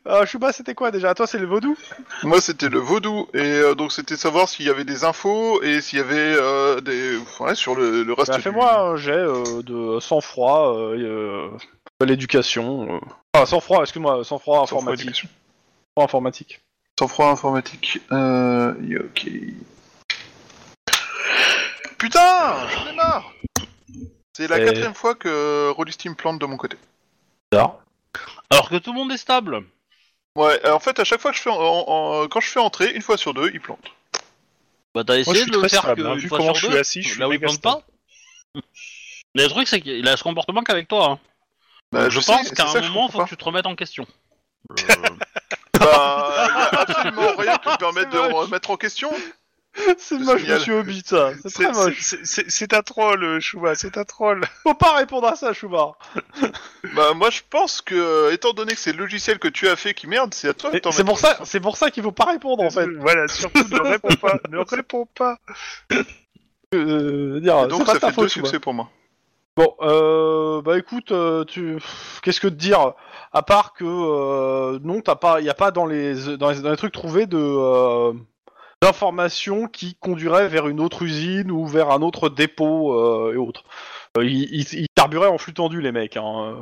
Speaker 2: euh, Chouba, c'était quoi déjà Toi, c'est le vaudou
Speaker 4: Ah, Moi, c'était le vaudou, et euh, donc c'était savoir s'il y avait des infos et s'il y avait euh, des. Ouais, sur le, le reste.
Speaker 2: bah,
Speaker 4: du-
Speaker 2: Fais-moi un jet euh, de sang-froid, euh, et, euh, de l'éducation. euh. Ah, sang-froid, excuse-moi, sang-froid
Speaker 4: Sans froid
Speaker 2: informatique.
Speaker 4: éducation.
Speaker 2: Sang-froid informatique.
Speaker 4: Sans froid informatique. Euh. y- Ok. Putain J'en ai marre C'est la
Speaker 2: Euh.
Speaker 4: quatrième fois que Rollisty me plante de mon côté.
Speaker 1: Alors que tout le monde est stable.
Speaker 4: Ouais, euh, en fait, à chaque fois que je fais. en- en- en- quand je fais entrer, une fois sur deux, il plante.
Speaker 1: Bah, t'as
Speaker 3: Moi, je
Speaker 1: essayé
Speaker 3: suis
Speaker 1: de le
Speaker 3: très
Speaker 1: faire
Speaker 3: stable,
Speaker 1: que
Speaker 3: hein,
Speaker 1: une
Speaker 3: vu
Speaker 1: fois
Speaker 3: comment
Speaker 1: sur
Speaker 3: je
Speaker 1: deux,
Speaker 3: suis assis, je suis
Speaker 1: là où il
Speaker 3: méga
Speaker 1: plante pas. Mais le truc, c'est qu'il a ce comportement qu'avec toi. hein.
Speaker 4: Bah,
Speaker 1: je,
Speaker 4: sais,
Speaker 1: pense
Speaker 4: c'est
Speaker 1: qu'à
Speaker 4: ça
Speaker 1: un
Speaker 4: que je
Speaker 1: moment, faut
Speaker 4: comprends
Speaker 1: que tu te remettes en question.
Speaker 4: pas. Bah, y a absolument rien qui me permette de
Speaker 2: C'est moche.
Speaker 4: remettre en question.
Speaker 2: C'est
Speaker 4: C'est
Speaker 2: moche,
Speaker 4: génial.
Speaker 2: monsieur Hobbit, ça. C'est
Speaker 3: C'est-
Speaker 2: très moche.
Speaker 3: c'est- c'est- C'est un troll, euh, Chouba, c'est un troll.
Speaker 2: Faut pas répondre à ça, Chouba.
Speaker 4: Bah, moi, je pense que, euh, étant donné que c'est le logiciel que tu as fait qui merde, c'est à toi de
Speaker 2: Et
Speaker 4: t'en
Speaker 2: C'est
Speaker 4: mettre
Speaker 2: pour ça, c'est pour ça qu'il faut pas répondre en fait.
Speaker 3: Voilà, surtout ne réponds pas, ne réponds pas.
Speaker 2: Euh, dire,
Speaker 4: Et
Speaker 2: c'est
Speaker 4: donc
Speaker 2: pas
Speaker 4: ça
Speaker 2: ta
Speaker 4: fait deux
Speaker 2: faute. quoi.
Speaker 4: succès pour moi.
Speaker 2: Bon, euh, bah écoute, euh, tu, qu'est-ce que te dire À part que euh, non, t'as pas, y a pas dans les dans les, dans les trucs trouvés de euh, d'informations qui conduiraient vers une autre usine ou vers un autre dépôt euh, et autres. Euh, ils, ils- ils carburaient en flux tendu les mecs. hein, euh.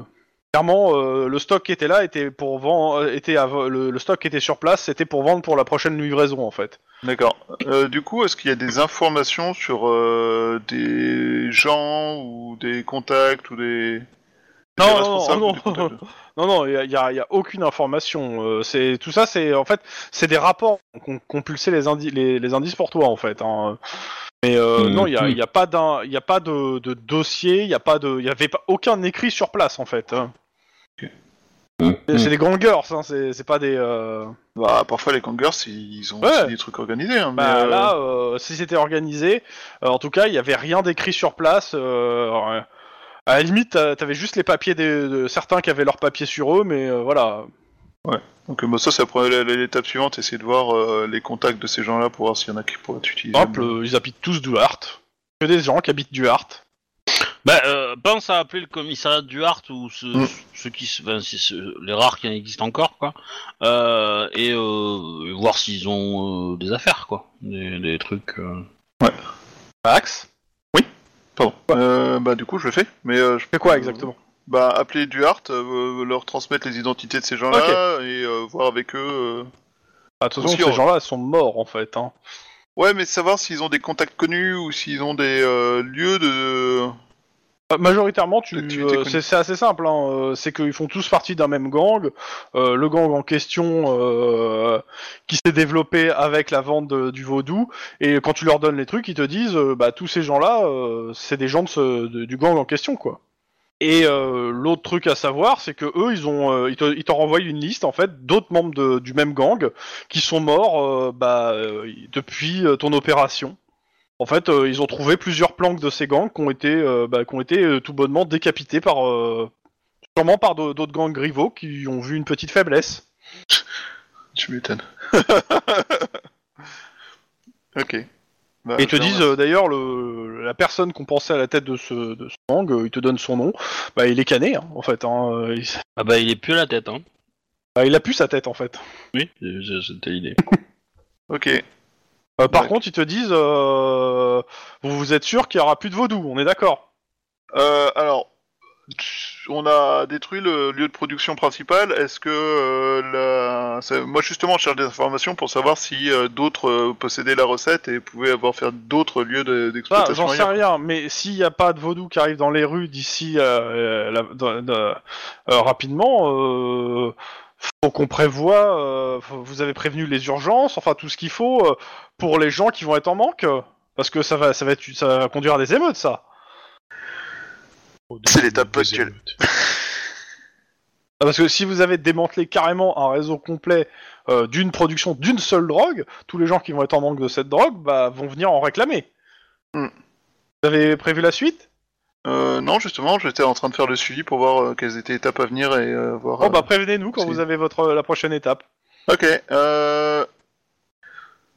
Speaker 2: Clairement, euh, le stock qui était là était pour vendre, euh, était à v- le, le stock qui était sur place, c'était pour vendre pour la prochaine livraison en fait.
Speaker 4: D'accord. Euh, du coup, est-ce qu'il y a des informations sur euh, des gens ou des contacts ou des... des
Speaker 2: Non, non,
Speaker 4: responsables
Speaker 2: non,
Speaker 4: ou des
Speaker 2: non.
Speaker 4: contacts
Speaker 2: Non, non, il n'y a, y a- y a aucune information. euh, c'est tout ça, c'est en fait, c'est des rapports qu'on compulsait les, indi- les, les indices pour toi en fait. hein. Mais
Speaker 4: Mm,
Speaker 2: euh,
Speaker 1: Mhm.
Speaker 2: non, il n'y a, y a pas d'un, il a pas de, de dossier, il y a pas de, il y avait pas aucun écrit sur place en fait. hein.
Speaker 4: Mm,
Speaker 2: C'est- C'est des gangers, hein, c'est c'est pas des. euh,
Speaker 4: Bah, parfois les Kangers, ils ont
Speaker 2: Ouais.
Speaker 4: aussi des trucs organisés. hein, mais,
Speaker 2: bah,
Speaker 4: euh,
Speaker 2: Là, euh, si c'était organisé, euh, en tout cas, il n'y avait rien d'écrit sur place. euh, alors, euh, à la limite, t'as- t'avais juste les papiers des, de certains qui avaient leurs papiers sur eux, mais euh, voilà.
Speaker 4: Donc euh, bah, ça, ça prend l- l- l'étape suivante, essayer de voir euh, les contacts de ces gens-là pour voir s'il y en a qui pourraient être utilisés.
Speaker 2: Par exemple, euh, ils habitent tous Duarte. Que des gens qui habitent Duarte.
Speaker 1: bah, euh, pense à appeler le commissariat de Duarte ou ceux,
Speaker 4: Mm.
Speaker 1: ceux qui, se- enfin, c'est ceux- les rares qui existent encore, quoi. Euh, et euh, voir s'ils ont euh, des affaires, quoi. Des, des trucs. euh.
Speaker 2: Max
Speaker 4: Pardon. Euh, bah du coup, je le fais. Mais euh, je
Speaker 2: C'est quoi exactement
Speaker 4: Bah, appeler Duarte, euh, leur transmettre les identités de ces gens-là et euh, voir avec eux. euh,
Speaker 2: Attention,
Speaker 4: Aussi,
Speaker 2: ces
Speaker 4: on-
Speaker 2: gens-là sont morts en fait. Hein.
Speaker 4: Ouais, mais savoir s'ils ont des contacts connus ou s'ils ont des euh, lieux de.
Speaker 2: Euh, Majoritairement, tu,
Speaker 4: L'activité
Speaker 2: euh,
Speaker 4: connue.
Speaker 2: c'est c'est assez simple. hein, euh, C'est qu'ils font tous partie d'un même gang. Euh, le gang en question euh, qui s'est développé avec la vente de- du vaudou. Et quand tu leur donnes les trucs, ils te disent, euh, bah tous ces gens-là, euh, c'est des gens de ce- de- du gang en question, quoi. Et euh, l'autre truc à savoir, c'est que eux, ils ont, euh, ils te- ils t'en renvoient une liste en fait d'autres membres de- du même gang qui sont morts euh, bah, euh, depuis euh, ton opération. En fait, euh, ils ont trouvé plusieurs planques de ces gangs qui ont été, euh, bah, qui ont été euh, tout bonnement décapités par, euh, sûrement par d'au- d'autres gangs rivaux qui ont vu une petite faiblesse.
Speaker 4: Tu m'étonnes. ok. Bah,
Speaker 2: Et ils te
Speaker 4: je vais
Speaker 2: disent
Speaker 4: remercier.
Speaker 2: euh, d'ailleurs le- la personne qu'on pensait à la tête de ce, de ce gang, euh, ils te donnent son nom. Bah, il est cané hein, en fait. hein, euh, il,
Speaker 1: Ah bah, il est plus à la tête, hein.
Speaker 2: bah, il a pu sa tête en fait.
Speaker 1: Oui, c'est- c'était l'idée.
Speaker 4: Ok.
Speaker 2: Euh, par
Speaker 4: Ouais.
Speaker 2: contre, ils te disent, euh, vous vous êtes sûr qu'il y aura plus de vaudou, on est d'accord
Speaker 4: Euh, alors, on a détruit le lieu de production principal. Est-ce que euh, la... ça- moi justement je cherche des informations pour savoir si euh, d'autres euh, possédaient la recette et pouvaient avoir fait d'autres lieux de-
Speaker 2: Bah,
Speaker 4: d'exploitation.
Speaker 2: J'en sais
Speaker 4: ailleurs.
Speaker 2: rien, mais s'il n'y a pas de vaudou qui arrive dans les rues d'ici euh, euh, la- de- de- euh, rapidement, euh, faut qu'on prévoie. euh, faut- vous avez prévenu les urgences, enfin tout ce qu'il faut euh, pour les gens qui vont être en manque, euh, parce que ça va, ça va, être, ça va conduire à des émeutes, ça.
Speaker 4: C'est l'étape postuelle.
Speaker 2: Ah, Parce que si vous avez démantelé carrément un réseau complet euh, d'une production d'une seule drogue, tous les gens qui vont être en manque de cette drogue bah, vont venir en réclamer.
Speaker 4: Hmm.
Speaker 2: Vous avez prévu la suite
Speaker 4: Euh, non justement j'étais en train de faire le suivi pour voir euh, quelles étaient les étapes à venir et euh, voir.
Speaker 2: Oh
Speaker 4: euh,
Speaker 2: bah prévenez-nous quand
Speaker 4: si.
Speaker 2: vous avez votre la prochaine étape.
Speaker 4: Ok. Euh...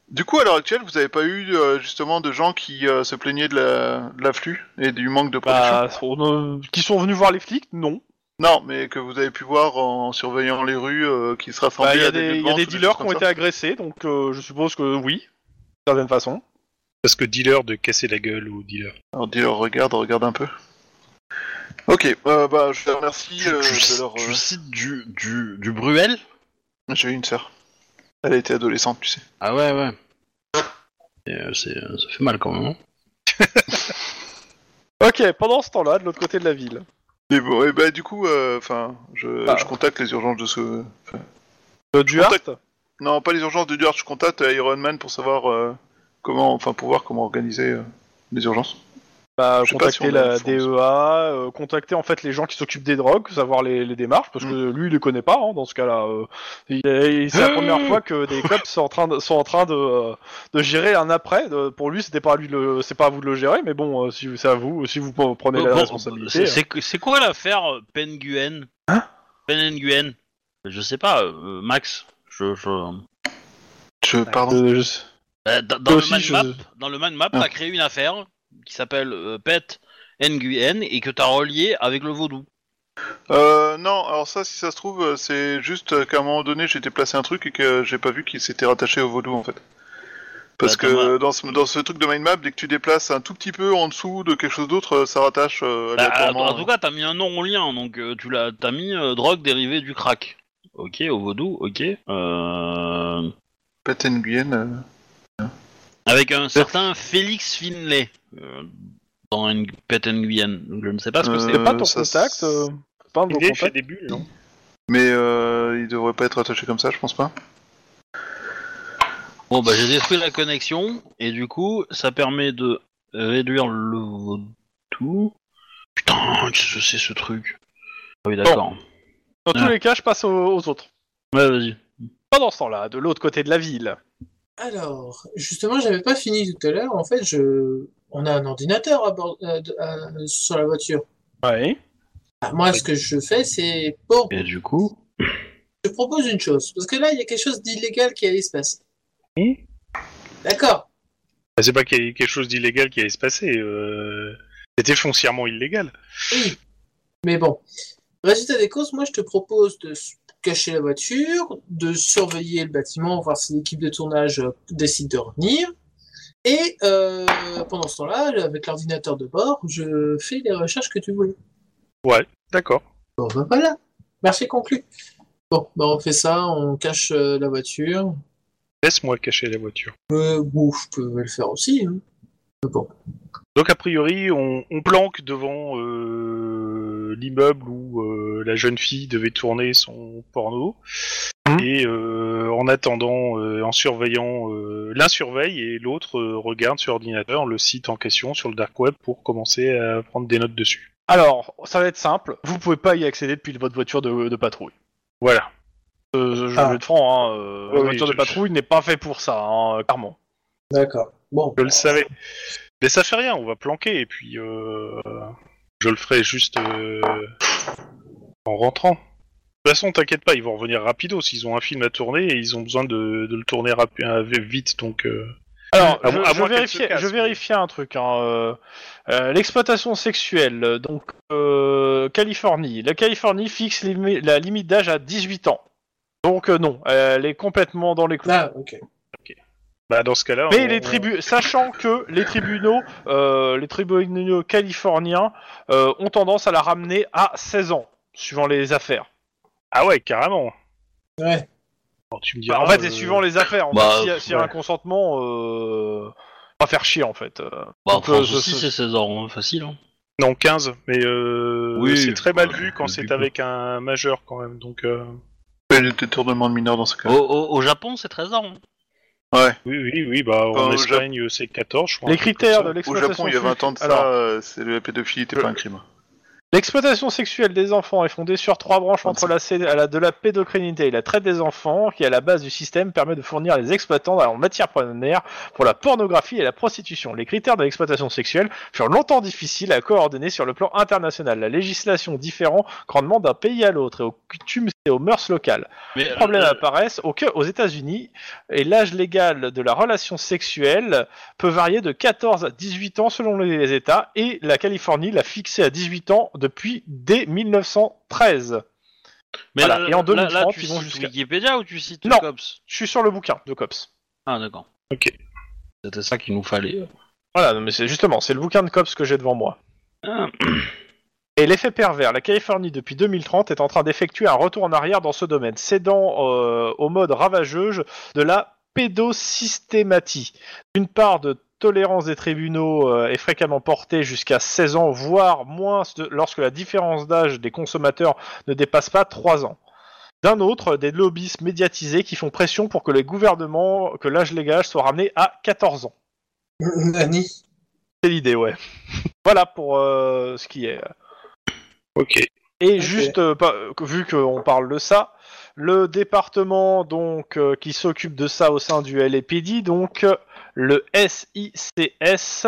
Speaker 4: Du coup, à l'heure actuelle, vous n'avez pas eu euh, justement de gens qui euh, se plaignaient de la- de l'afflux et du manque de production
Speaker 2: Bah, on, euh, qui sont venus voir les flics Non.
Speaker 4: Non, mais que vous avez pu voir en surveillant les rues euh, qui se
Speaker 2: Bah,
Speaker 4: rassemblaient.
Speaker 2: Il y a
Speaker 4: à
Speaker 2: des,
Speaker 4: lieux de
Speaker 2: il y a
Speaker 4: vente
Speaker 2: des
Speaker 4: ou
Speaker 2: dealers
Speaker 4: choses
Speaker 2: qui
Speaker 4: comme
Speaker 2: ont
Speaker 4: ça.
Speaker 2: été agressés, donc euh, je suppose que oui, d'une certaine façon.
Speaker 3: Parce que dealer de casser la gueule ou dealer.
Speaker 4: Alors dis leur regarde, regarde un peu. Ok, euh, bah je te remercie
Speaker 1: Tu,
Speaker 4: euh,
Speaker 1: tu-
Speaker 4: de leur.
Speaker 1: tu
Speaker 4: euh,
Speaker 1: cites du, du, du Bruel
Speaker 4: J'ai eu une sœur. Elle était adolescente, tu sais.
Speaker 1: Ah ouais, ouais. Et, euh, c'est- euh, ça fait mal quand même. hein.
Speaker 2: Ok, pendant ce temps-là, de l'autre côté de la ville.
Speaker 4: Et, bon, et bah du coup, euh, enfin, je,
Speaker 2: Bah.
Speaker 4: je contacte les urgences de ce.
Speaker 2: Euh, du
Speaker 4: Contact.
Speaker 2: Hart
Speaker 4: Non, pas les urgences de Duarte, je contacte euh, Iron Man pour savoir euh, comment, enfin, pour voir comment organiser euh, les urgences.
Speaker 2: bah,
Speaker 4: Je sais pas si
Speaker 2: contacter
Speaker 4: on a
Speaker 2: la
Speaker 4: une chance.
Speaker 2: DEA, euh, contacter en fait les gens qui s'occupent des drogues, savoir les, les démarches,
Speaker 4: Mm.
Speaker 2: parce que lui il les connaît pas hein, dans ce cas-là. euh. Il- il- c'est la première fois que des cops sont en train de, sont en train de, euh, de gérer un après. de- pour lui, c'était pas à lui de le- c'est pas à vous de le gérer, mais bon, euh, si c'est à vous, si vous prenez la
Speaker 1: Bon,
Speaker 2: responsabilité.
Speaker 1: c'est- c'est- C'est quoi l'affaire euh, Penguen
Speaker 2: Hein
Speaker 1: Penguen Je sais pas, euh, Max. Je, je...
Speaker 4: Je, pardon.
Speaker 2: euh, je sais-
Speaker 1: Euh, dans, dans
Speaker 2: Toi
Speaker 1: le
Speaker 2: aussi,
Speaker 1: mind
Speaker 2: je-
Speaker 1: map, dans le mind map,
Speaker 4: Ah.
Speaker 1: t'as créé une affaire qui s'appelle euh, Pet Nguyen et que t'as relié avec le vaudou.
Speaker 4: Euh, non, alors ça, si ça se trouve, euh, c'est juste euh, qu'à un moment donné, j'ai déplacé un truc et que j'ai pas vu qu'il s'était rattaché au vaudou en fait. Parce
Speaker 1: Attends,
Speaker 4: que
Speaker 1: moi-
Speaker 4: euh, dans ce, dans ce truc de mind map, dès que tu déplaces un tout petit peu en dessous de quelque chose d'autre, euh, ça rattache euh,
Speaker 1: Bah, en,
Speaker 4: aléatoirement.
Speaker 1: en tout cas, t'as mis un nom au lien, donc euh, tu l'as, t'as mis euh, drogue dérivée du crack. Ok, au vaudou, ok. Euh,
Speaker 4: Pat Nguyen, euh,
Speaker 1: avec un certain Félix Finlay euh, dans une Pet Nguyen. Je ne sais pas ce que
Speaker 4: Euh,
Speaker 1: c'est.
Speaker 2: C'est pas ton
Speaker 4: ça,
Speaker 2: contact
Speaker 4: c'est-
Speaker 2: euh, c'est pas un de vos
Speaker 3: Il fait
Speaker 2: contacts
Speaker 3: des bulles, non
Speaker 4: Mais euh, il devrait pas être rattaché comme ça, je pense pas.
Speaker 1: Bon, bah j'ai détruit la connexion et du coup, ça permet de réduire le vaudou. Putain, qu'est-ce que c'est ce truc Ah oui, d'accord.
Speaker 2: Dans tous les cas, je passe aux, aux autres.
Speaker 1: Ouais, vas-y.
Speaker 2: Pendant ce temps-là, de l'autre côté de la ville.
Speaker 5: Alors, justement, j'avais pas fini tout à l'heure. En fait, je... on a un ordinateur à bord- euh, de- euh, sur la voiture.
Speaker 2: Oui.
Speaker 5: Ah, moi, ce que je fais, c'est bon,
Speaker 1: Et du coup
Speaker 5: je propose une chose. Parce que là, il y a quelque chose d'illégal qui allait se passer.
Speaker 3: Oui.
Speaker 5: D'accord.
Speaker 3: Bah, C'est pas qu'il y ait quelque chose d'illégal qui allait se passer. euh, C'était foncièrement illégal.
Speaker 5: Oui. Mais bon. Résultat des courses, moi, je te propose de s- cacher la voiture, de surveiller le bâtiment, voir si l'équipe de tournage euh, décide de revenir. Et euh, pendant ce temps-là, avec l'ordinateur de bord, je fais les recherches que tu voulais.
Speaker 3: D'accord.
Speaker 5: Bon, ben voilà, marché conclu. Bon, ben on fait ça, on cache euh, la voiture.
Speaker 3: Laisse-moi cacher la voiture.
Speaker 5: Euh, bon, je peux le faire aussi. hein. Mais bon,
Speaker 3: Donc a priori, on, on planque devant euh, l'immeuble où euh, la jeune fille devait tourner son porno.
Speaker 2: Mhm.
Speaker 3: Et euh, en attendant, euh, en surveillant, euh, l'un surveille et l'autre euh, regarde sur ordinateur le site en question sur le dark web pour commencer à prendre des notes dessus.
Speaker 2: Alors, ça va être simple. Vous pouvez pas y accéder depuis votre voiture de, de patrouille.
Speaker 3: Voilà.
Speaker 2: Euh, je je
Speaker 3: Ah.
Speaker 2: vais être franc, hein, euh,
Speaker 3: Oui,
Speaker 2: la voiture
Speaker 3: je-
Speaker 2: de patrouille n'est pas faite pour ça, hein, clairement.
Speaker 5: d'accord. Bon,
Speaker 3: Je le savais. Mais ça fait rien, on va planquer et puis euh, je le ferai juste euh, en rentrant. De toute façon, t'inquiète pas, ils vont revenir rapido. S'ils ont un film à tourner et ils ont besoin de, de le tourner rapi- euh, vite, donc. euh,
Speaker 2: Alors,
Speaker 3: À
Speaker 2: je,
Speaker 3: mo- à
Speaker 2: je
Speaker 3: moins qu'elle
Speaker 2: vérifiais-
Speaker 3: se casse,
Speaker 2: je
Speaker 3: mais-
Speaker 2: vérifiais un truc. hein, euh, euh, L'exploitation sexuelle, euh, donc euh, Californie. La Californie fixe limi- la limite
Speaker 5: Ah,
Speaker 2: d'âge à 18 ans. Donc euh, non, elle est complètement dans les clous.
Speaker 5: là, ok.
Speaker 3: Bah, dans ce cas-là.
Speaker 2: Mais
Speaker 3: on-
Speaker 2: les tribus, sachant que les tribunaux, euh, les tribunaux californiens euh, ont tendance à la ramener à 16 ans, suivant les affaires.
Speaker 3: Ah ouais, carrément.
Speaker 5: Ouais.
Speaker 3: Bon, tu me
Speaker 2: Bah,
Speaker 3: diras,
Speaker 2: en fait, c'est
Speaker 3: euh,
Speaker 2: suivant les affaires. En
Speaker 1: bah,
Speaker 2: fait, s'il y a-
Speaker 1: pff,
Speaker 2: s'il y a un
Speaker 1: ouais.
Speaker 2: consentement, euh, pas faire chier en fait. euh.
Speaker 1: Bah, en
Speaker 2: Donc, euh,
Speaker 1: France
Speaker 2: ce-
Speaker 1: aussi,
Speaker 2: ce-
Speaker 1: c'est 16 ans, hein, facile. hein.
Speaker 3: Non, 15, mais euh,
Speaker 1: Oui,
Speaker 3: c'est très mal
Speaker 1: bah,
Speaker 3: vu quand
Speaker 1: du
Speaker 3: c'est
Speaker 1: coup.
Speaker 3: avec un majeur quand même. Donc, euh,
Speaker 4: Fait le détournement de mineurs dans ce
Speaker 1: Au,
Speaker 4: cas.
Speaker 1: au- au Japon, c'est 13 ans. hein.
Speaker 3: oui, oui, oui, bah en
Speaker 4: au
Speaker 3: Espagne euh, c'est 14, je crois.
Speaker 2: Les critères de
Speaker 4: Au
Speaker 2: l'exploitation.
Speaker 4: Japon, il y a 20 ans de ça,
Speaker 2: Alors-
Speaker 4: euh, c'est la pédophilie n'était pas un crime.
Speaker 2: L'exploitation sexuelle des enfants est fondée sur trois branches entrelacées à la de la pédocriminalité et la traite des enfants, qui à la base du système permet de fournir les exploitants en matière première pour la pornographie et la prostitution. Les critères de l'exploitation sexuelle furent longtemps difficiles à coordonner sur le plan international. La législation différent grandement d'un pays à l'autre et aux coutumes et aux mœurs locales.
Speaker 1: Mais,
Speaker 2: Les problèmes
Speaker 1: euh,
Speaker 2: apparaissent au que- aux États-Unis et l'âge légal de la relation sexuelle peut varier de 14 à 18 ans selon les États et la Californie l'a fixé à 18 ans depuis dès 1913.
Speaker 1: mais
Speaker 2: voilà,
Speaker 1: là,
Speaker 2: et en
Speaker 1: là- là,
Speaker 2: 2030,
Speaker 1: tu
Speaker 2: ils vont
Speaker 1: cites
Speaker 2: jusqu'à-
Speaker 1: Wikipédia ou tu cites
Speaker 2: Non.
Speaker 1: Cops
Speaker 2: Je suis sur le bouquin de Cops.
Speaker 1: Ah, d'accord.
Speaker 3: Ok.
Speaker 1: C'était ça qu'il nous fallait.
Speaker 2: Voilà, non, mais c'est justement, c'est le bouquin de Cops que j'ai devant moi.
Speaker 1: Ah.
Speaker 2: Et l'effet pervers, la Californie depuis 2030 est en train d'effectuer un retour en arrière dans ce domaine, cédant euh, au mode ravageuse de la pédosystématie. D'une part de tolérance des tribunaux euh, est fréquemment portée jusqu'à 16 ans, voire moins de- lorsque la différence d'âge des consommateurs ne dépasse pas 3 ans. D'un autre, des lobbyistes médiatisés qui font pression pour que les gouvernements, que l'âge légal soit ramené à 14 ans.
Speaker 5: Nani.
Speaker 2: C'est l'idée, ouais. voilà pour euh, ce qui est. euh.
Speaker 3: Ok.
Speaker 2: Et
Speaker 5: Ok.
Speaker 2: juste, euh, pas- euh, vu qu'on parle de ça, le département donc euh, qui s'occupe de ça au sein du LAPD, donc euh, le SICS,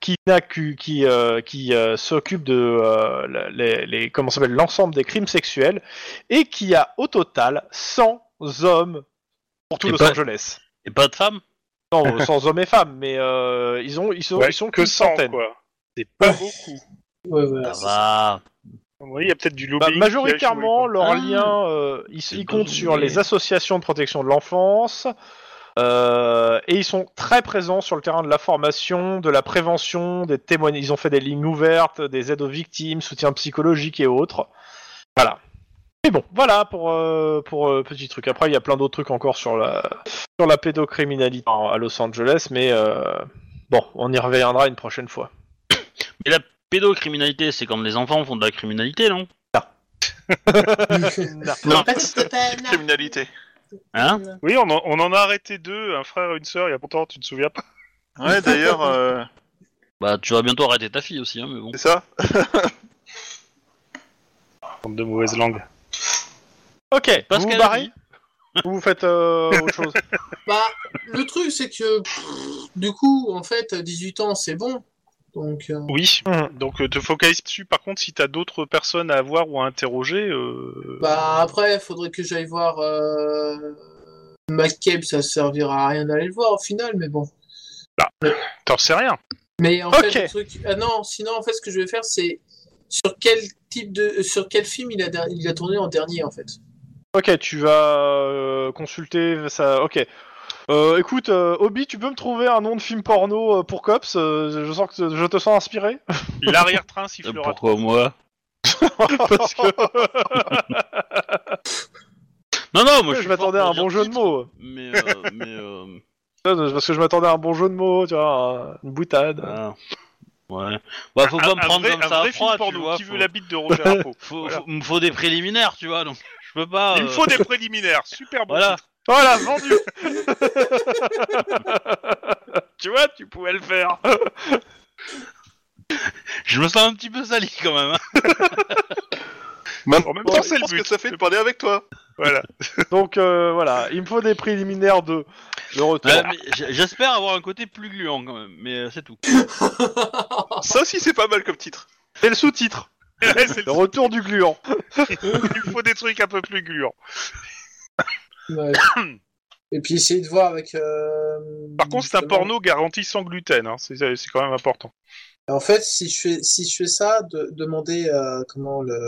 Speaker 2: qui, n'a qu'u- qui, euh, qui euh, s'occupe de euh, la- les, les- comment ça s'appelle l'ensemble des crimes sexuels et qui a au total 100 hommes pour tout
Speaker 1: Et
Speaker 2: Los
Speaker 1: pas-
Speaker 2: Angeles.
Speaker 1: Et pas de femmes
Speaker 2: Non, 100 hommes et femmes, mais euh, ils ont ils sont
Speaker 3: Ouais,
Speaker 2: ils sont
Speaker 3: que
Speaker 2: qu'une
Speaker 3: 100,
Speaker 2: centaine.
Speaker 3: quoi. C'est pas
Speaker 5: Ouais.
Speaker 3: beaucoup.
Speaker 5: Ouais, voilà,
Speaker 1: Ça
Speaker 5: c'est ça.
Speaker 1: va.
Speaker 3: À mon avis, il y a peut-être du
Speaker 2: Bah,
Speaker 3: lobbying. qui a joué,
Speaker 2: majoritairement,
Speaker 3: quoi.
Speaker 2: leur
Speaker 1: Ah.
Speaker 2: lien, euh, ils, ils
Speaker 1: Ils
Speaker 2: comptent
Speaker 1: peuvent
Speaker 2: sur
Speaker 1: jouer.
Speaker 2: les associations de protection de l'enfance. euh, et ils sont très présents sur le terrain de la formation, de la prévention, des témoignages. Ils ont fait des lignes ouvertes, des aides aux victimes, soutien psychologique et autres. Voilà. Mais bon, voilà pour euh, pour euh, petit truc. Après, il y a plein d'autres trucs encore sur la sur la pédocriminalité à Los Angeles, mais euh, bon, on y reviendra une prochaine fois.
Speaker 1: Et la pédocriminalité, c'est quand les enfants font de la criminalité, non
Speaker 4: Non,
Speaker 5: Petite peine.
Speaker 4: criminalité.
Speaker 1: Hein
Speaker 3: Oui, on en, on en a arrêté deux, un frère et une sœur, il y a longtemps, tu te souviens pas
Speaker 4: Ouais, d'ailleurs, euh,
Speaker 1: Bah, tu vas bientôt arrêter ta fille aussi, hein, mais bon.
Speaker 4: c'est ça
Speaker 3: Bande De mauvaise langue.
Speaker 2: Ok, vous
Speaker 1: Parce
Speaker 2: vous
Speaker 1: qu'elle a
Speaker 2: barrez
Speaker 1: dit.
Speaker 2: ou vous faites euh, autre chose
Speaker 5: Bah, le truc, c'est que pff, du coup, en fait, à 18 ans, c'est bon. Donc, euh,
Speaker 3: Oui.
Speaker 2: Mhm.
Speaker 3: Donc, euh, te focalise dessus. Par contre, si t'as d'autres personnes à voir ou à interroger, euh,
Speaker 5: bah, après, faudrait que j'aille voir euh... McCabe, ça servira à rien d'aller le voir au final, mais bon.
Speaker 3: t'en sais rien.
Speaker 5: Mais en
Speaker 2: Ok.
Speaker 5: fait, le truc. Ah non, sinon, en fait, ce que je vais faire, c'est sur quel type de. euh, Sur quel film il a, der- il a tourné en dernier, en fait.
Speaker 2: Ok, tu vas euh, consulter ça. Ok. Euh, écoute, euh, Obi, tu peux me trouver un nom de film porno euh, pour cops euh, Je sens que je te sens inspiré.
Speaker 3: L'arrière-train
Speaker 1: Euh,
Speaker 3: sifflera.
Speaker 1: Pourquoi moi
Speaker 2: Parce que
Speaker 1: Non, non, moi je,
Speaker 2: je
Speaker 1: suis
Speaker 2: m'attendais à
Speaker 1: fort
Speaker 2: un
Speaker 1: pour
Speaker 2: bon
Speaker 1: dire
Speaker 2: jeu de
Speaker 1: titre,
Speaker 2: mots.
Speaker 1: Mais, euh, mais euh,
Speaker 2: Parce que je m'attendais à un bon jeu de mots, tu vois, un- une boutade.
Speaker 1: ah, ouais. Bah, faut pas me prendre
Speaker 3: vrai,
Speaker 1: comme
Speaker 3: un
Speaker 1: ça
Speaker 3: vrai
Speaker 1: à froid,
Speaker 3: film
Speaker 1: tu
Speaker 3: porno
Speaker 1: vois.
Speaker 3: qui
Speaker 1: faut-
Speaker 3: veut la bite de Roger Harpo.
Speaker 1: faut,
Speaker 3: Voilà.
Speaker 1: faut- me faut des préliminaires, tu vois, donc je peux pas.
Speaker 3: Il me
Speaker 1: euh,
Speaker 3: faut des préliminaires. Super bon.
Speaker 1: Voilà.
Speaker 3: titre.
Speaker 2: Voilà, vendu
Speaker 3: Tu vois, tu pouvais le faire.
Speaker 1: Je me sens un petit peu sali quand même. hein.
Speaker 3: En même
Speaker 4: Bon,
Speaker 3: temps,
Speaker 4: je
Speaker 3: c'est le
Speaker 4: pense
Speaker 3: but.
Speaker 4: que ça fait de parler avec toi.
Speaker 3: Voilà.
Speaker 2: Donc euh, voilà, il me faut des préliminaires de le retour.
Speaker 1: Ouais, mais j- J'espère avoir un côté plus gluant quand même, mais euh, c'est tout.
Speaker 4: Ça aussi, c'est pas mal comme titre.
Speaker 2: Et le sous-titre,
Speaker 3: Ouais, c'est
Speaker 2: le
Speaker 3: le-
Speaker 2: retour du gluant.
Speaker 3: Il me faut des trucs un peu plus gluants.
Speaker 5: Ouais. Et puis essayer de voir avec. euh,
Speaker 3: Par contre, c'est un
Speaker 5: justement-
Speaker 3: porno garanti sans gluten. hein. C'est c'est quand même important.
Speaker 5: En fait, si je fais, si je fais ça, de, demander euh, comment le,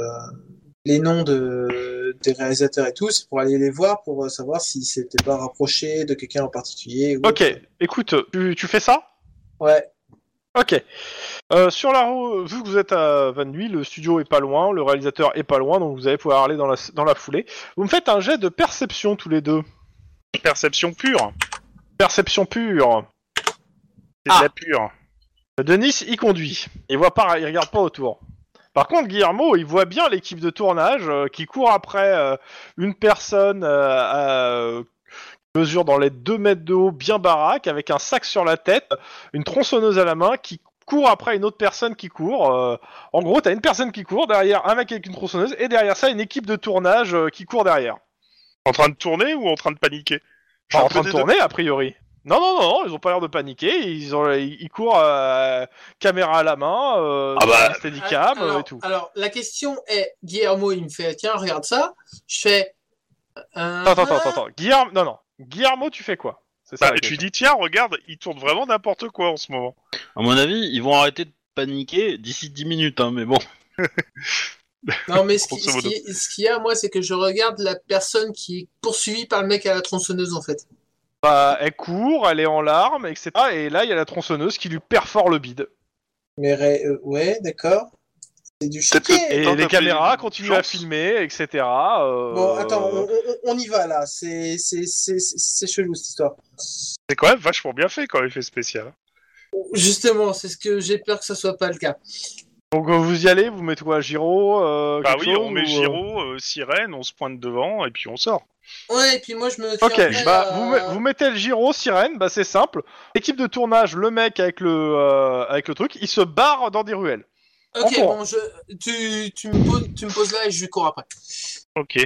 Speaker 5: les noms de, des réalisateurs et tout, c'est pour aller les voir, pour euh, savoir si c'était pas rapproché de quelqu'un en particulier. ou-
Speaker 2: Ok, écoute, tu, tu fais ça
Speaker 5: Ouais.
Speaker 2: Ok. Euh, sur la route, vu que vous êtes à Van Nuys, le studio est pas loin, le réalisateur est pas loin, donc vous allez pouvoir aller dans la, dans la foulée. Vous me faites un jet de perception tous les deux.
Speaker 3: Perception pure.
Speaker 2: Perception pure.
Speaker 3: C'est
Speaker 2: Ah.
Speaker 3: de la pure.
Speaker 2: Denis y conduit. Il voit pas, il regarde pas autour. Par contre, Guillermo, il voit bien l'équipe de tournage euh, qui court après euh, une personne euh, à, euh, qui mesure dans les 2 mètres de haut, bien baraque, avec un sac sur la tête, une tronçonneuse à la main, qui court après une autre personne qui court. euh, en gros, t'as une personne qui court, derrière un mec avec une tronçonneuse, et derrière ça, une équipe de tournage euh, qui court derrière.
Speaker 3: En train de tourner ou en train de paniquer
Speaker 2: Enfin, Ah,
Speaker 4: Un
Speaker 2: en
Speaker 3: Bah,
Speaker 4: peu
Speaker 2: train de
Speaker 4: des
Speaker 2: tourner, a priori. Non, non, non, non, ils ont pas l'air de paniquer. Ils ont, ils courent euh, caméra à la main, euh,
Speaker 1: Ah bah.
Speaker 2: steadicam euh,
Speaker 5: alors,
Speaker 2: et tout.
Speaker 5: alors, la question est, Guillermo, il me fait, tiens, regarde ça. Je fais. euh,
Speaker 2: Attends, attends, attends, attends. Guillermo, non, non. Guillermo, tu fais quoi C'est ça.
Speaker 3: Bah,
Speaker 2: la
Speaker 3: tu
Speaker 2: question.
Speaker 3: dis, tiens, regarde, il tourne vraiment n'importe quoi en ce moment.
Speaker 1: À mon avis, ils vont arrêter de paniquer d'ici 10 minutes, hein, mais bon.
Speaker 5: Non, mais ce qui-
Speaker 3: Grosso
Speaker 5: ce qui- ce qu'il y a, moi, c'est que je regarde la personne qui est poursuivie par le mec à la tronçonneuse, en fait.
Speaker 2: Bah, elle court, elle est en larmes, etc. Et là, il y a la tronçonneuse qui lui perfore le bide.
Speaker 5: Mais ré- euh, ouais, d'accord. C'est du
Speaker 4: Peut-être
Speaker 5: chiquet.
Speaker 2: Et
Speaker 4: Attends,
Speaker 2: les
Speaker 4: t'as
Speaker 2: caméras
Speaker 4: fait une
Speaker 2: continuent
Speaker 4: chance.
Speaker 2: à filmer, etc. euh,
Speaker 5: Bon, attends, on, on- on y va là. C'est c'est- c'est- c'est- c'est chelou cette histoire.
Speaker 3: C'est quand même vachement bien fait comme effet spécial.
Speaker 5: Justement, c'est ce que j'ai peur que ça soit pas le cas.
Speaker 2: Donc euh, vous y allez, vous mettez quoi, Giro euh,
Speaker 3: Bah
Speaker 2: quelque
Speaker 3: oui,
Speaker 2: chose,
Speaker 3: on met
Speaker 2: ou, euh,
Speaker 3: Giro, euh, sirène, on se pointe devant et puis on sort.
Speaker 5: Ouais, et puis moi je me. euh, tiens
Speaker 2: Ok,
Speaker 5: prêt
Speaker 2: bah
Speaker 5: à-
Speaker 2: vous, met- vous mettez le gyro, sirène, bah c'est simple. Équipe de tournage, le mec avec le euh, avec le truc, il se barre dans des ruelles.
Speaker 5: Ok,
Speaker 2: en courant.
Speaker 5: bon, je... tu, tu, me poses, tu me poses là et je cours après.
Speaker 3: Ok.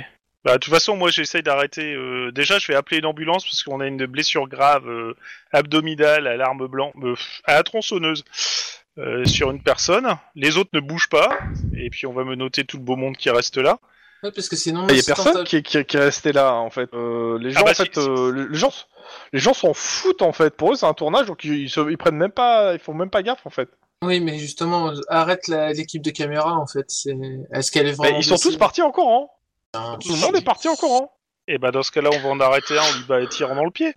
Speaker 3: Bah, de toute façon, moi, j'essaye d'arrêter. euh, Déjà, je vais appeler une ambulance parce qu'on a une blessure grave euh, abdominale à l'arme blanche, euh, pff, à la tronçonneuse, euh, sur une personne. Les autres ne bougent pas. Et puis, on va me noter tout le beau monde qui reste là.
Speaker 5: Ouais, parce que sinon.
Speaker 2: Il y a
Speaker 5: c'est
Speaker 2: personne
Speaker 5: tentable.
Speaker 2: qui, est- qui, est- qui est resté là en fait. Euh, les gens
Speaker 3: Ah bah
Speaker 2: en fait,
Speaker 3: si, si.
Speaker 2: euh, les gens les gens s'en foutent en fait. Pour eux, c'est un tournage donc ils, ils se- ils prennent même pas, ils font même pas gaffe en fait.
Speaker 5: Oui, mais justement, arrête la- l'équipe de caméra en fait. C'est- Est-ce qu'elle est
Speaker 2: Mais
Speaker 5: vraiment.
Speaker 2: Bah, ils sont tous
Speaker 5: blessée
Speaker 2: partis en courant.
Speaker 5: Putain,
Speaker 2: Tout le monde est parti en courant.
Speaker 3: Et bah, dans ce cas-là, on va en arrêter un, on lui bat un tir dans le pied.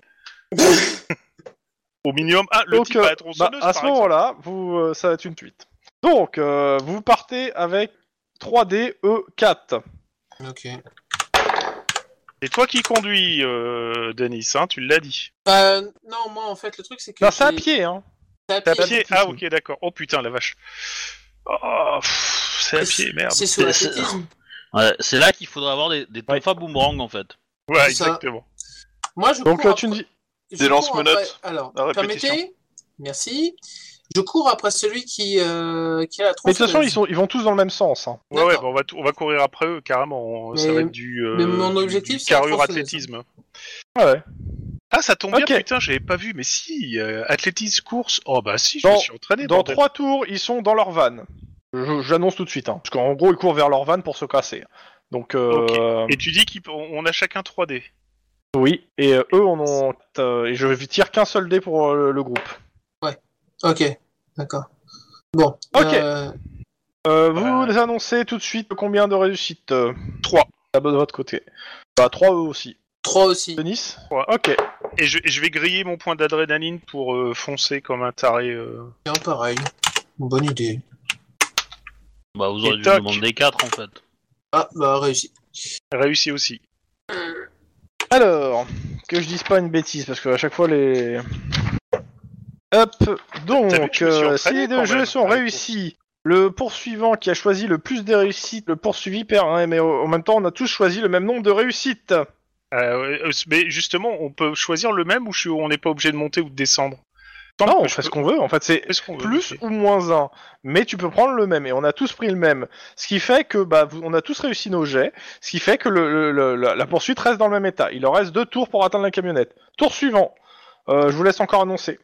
Speaker 3: Au minimum, ah, le
Speaker 2: Donc,
Speaker 3: type à
Speaker 2: euh,
Speaker 3: la
Speaker 2: Bah, à
Speaker 3: tronçonneuse, par
Speaker 2: ce
Speaker 3: exemple.
Speaker 2: moment-là, vous, euh, ça va être une tuite. Donc euh, vous partez avec E 3DE4.
Speaker 5: Ok.
Speaker 3: C'est toi qui conduis, euh, Denis, hein, tu l'as dit.
Speaker 5: Euh, non, moi en fait, le truc c'est que.
Speaker 2: Non, c'est à
Speaker 5: j'ai-
Speaker 2: pied hein.
Speaker 5: c'est à
Speaker 3: T'as
Speaker 5: pied.
Speaker 3: pied Ah, ok, d'accord. Oh putain, la vache. Oh, pff, c'est à pied, merde.
Speaker 5: C'est sous
Speaker 1: C'est-
Speaker 5: l'athlétisme.
Speaker 1: Ouais, c'est là qu'il faudrait avoir des, des tonfas boomerang, en fait.
Speaker 3: Ouais,
Speaker 5: C'est ça.
Speaker 3: exactement.
Speaker 5: Moi je
Speaker 2: Donc
Speaker 5: cours
Speaker 2: euh, tu me dis
Speaker 5: Je
Speaker 4: Des
Speaker 5: cours
Speaker 4: lance-menottes
Speaker 5: après- Alors,
Speaker 4: à répétition.
Speaker 5: permettez. Merci. Je cours après celui qui, euh, qui a la
Speaker 2: Mais de toute
Speaker 5: tronçonneuse.
Speaker 2: façon, ils, sont, ils vont tous dans le même sens. hein.
Speaker 3: Ouais, ouais,
Speaker 5: D'accord.
Speaker 3: bah, on, va tout- on va courir après eux, carrément. Ça
Speaker 5: Mais-
Speaker 3: va être du. euh,
Speaker 5: mais mon
Speaker 3: du-
Speaker 5: objectif,
Speaker 3: du
Speaker 5: c'est la
Speaker 3: carrure
Speaker 5: tronçonneuse.
Speaker 3: athlétisme.
Speaker 2: Ouais, ouais.
Speaker 3: Ah, ça tombe
Speaker 2: Ok.
Speaker 3: bien, putain, j'avais pas vu, mais si, euh, athlétisme, course. Oh, bah si, je
Speaker 2: Dans-
Speaker 3: me suis entraîné.
Speaker 2: Dans
Speaker 3: bordel.
Speaker 2: trois tours, ils sont dans leur van. Je- J'annonce tout de suite. Hein, parce qu'en gros, ils courent vers leur van pour se casser. Donc, euh,
Speaker 3: Et tu dis qu'on a chacun 3D.
Speaker 2: oui. Et euh, eux, on en ont. euh, et je tire qu'un seul dé pour euh, le groupe.
Speaker 5: Ok, d'accord. Bon.
Speaker 2: Ok.
Speaker 5: euh,
Speaker 2: Euh, vous
Speaker 3: Euh.
Speaker 2: les annoncez tout de suite combien de réussites euh?
Speaker 3: 3.
Speaker 2: à de votre côté. Bah, trois eux aussi.
Speaker 5: trois aussi.
Speaker 2: Denis
Speaker 3: Trois.
Speaker 2: Ok.
Speaker 3: Et je, et je vais griller mon point d'adrénaline pour euh, foncer comme un taré. euh.
Speaker 5: Tiens, pareil. Bonne idée.
Speaker 1: Bah, vous
Speaker 3: Et
Speaker 1: auriez dû
Speaker 3: toc.
Speaker 1: demander 4, en fait.
Speaker 5: Ah, bah réussi.
Speaker 3: Réussi aussi.
Speaker 2: Alors, que je dise pas une bêtise, parce que à chaque fois les. Hop,
Speaker 3: T'as vu,
Speaker 2: donc,
Speaker 3: je me suis
Speaker 2: euh, si
Speaker 3: entraîné
Speaker 2: les deux
Speaker 3: quand
Speaker 2: jeux
Speaker 3: même,
Speaker 2: sont
Speaker 3: avec
Speaker 2: réussis, le poursuivant qui a choisi le plus des réussites, le poursuivi perd un, mais au- en même temps, on a tous choisi le même nombre de réussites.
Speaker 3: Euh, euh, mais justement, on peut choisir le même ou je suis- on n'est pas obligé de monter ou de descendre Tant
Speaker 2: non, on
Speaker 3: que je
Speaker 2: fait ce
Speaker 3: peux-
Speaker 2: qu'on veut, en fait, c'est
Speaker 3: fais ce qu'on veut,
Speaker 2: plus
Speaker 3: ok.
Speaker 2: ou moins un, mais tu peux prendre le même, et on a tous pris le même. Ce qui fait que, bah, vous- on a tous réussi nos jets, ce qui fait que le- le- le- la, la poursuite reste dans le même état. Il en reste deux tours pour atteindre la camionnette. Tour suivant, Euh, je vous laisse encore annoncer.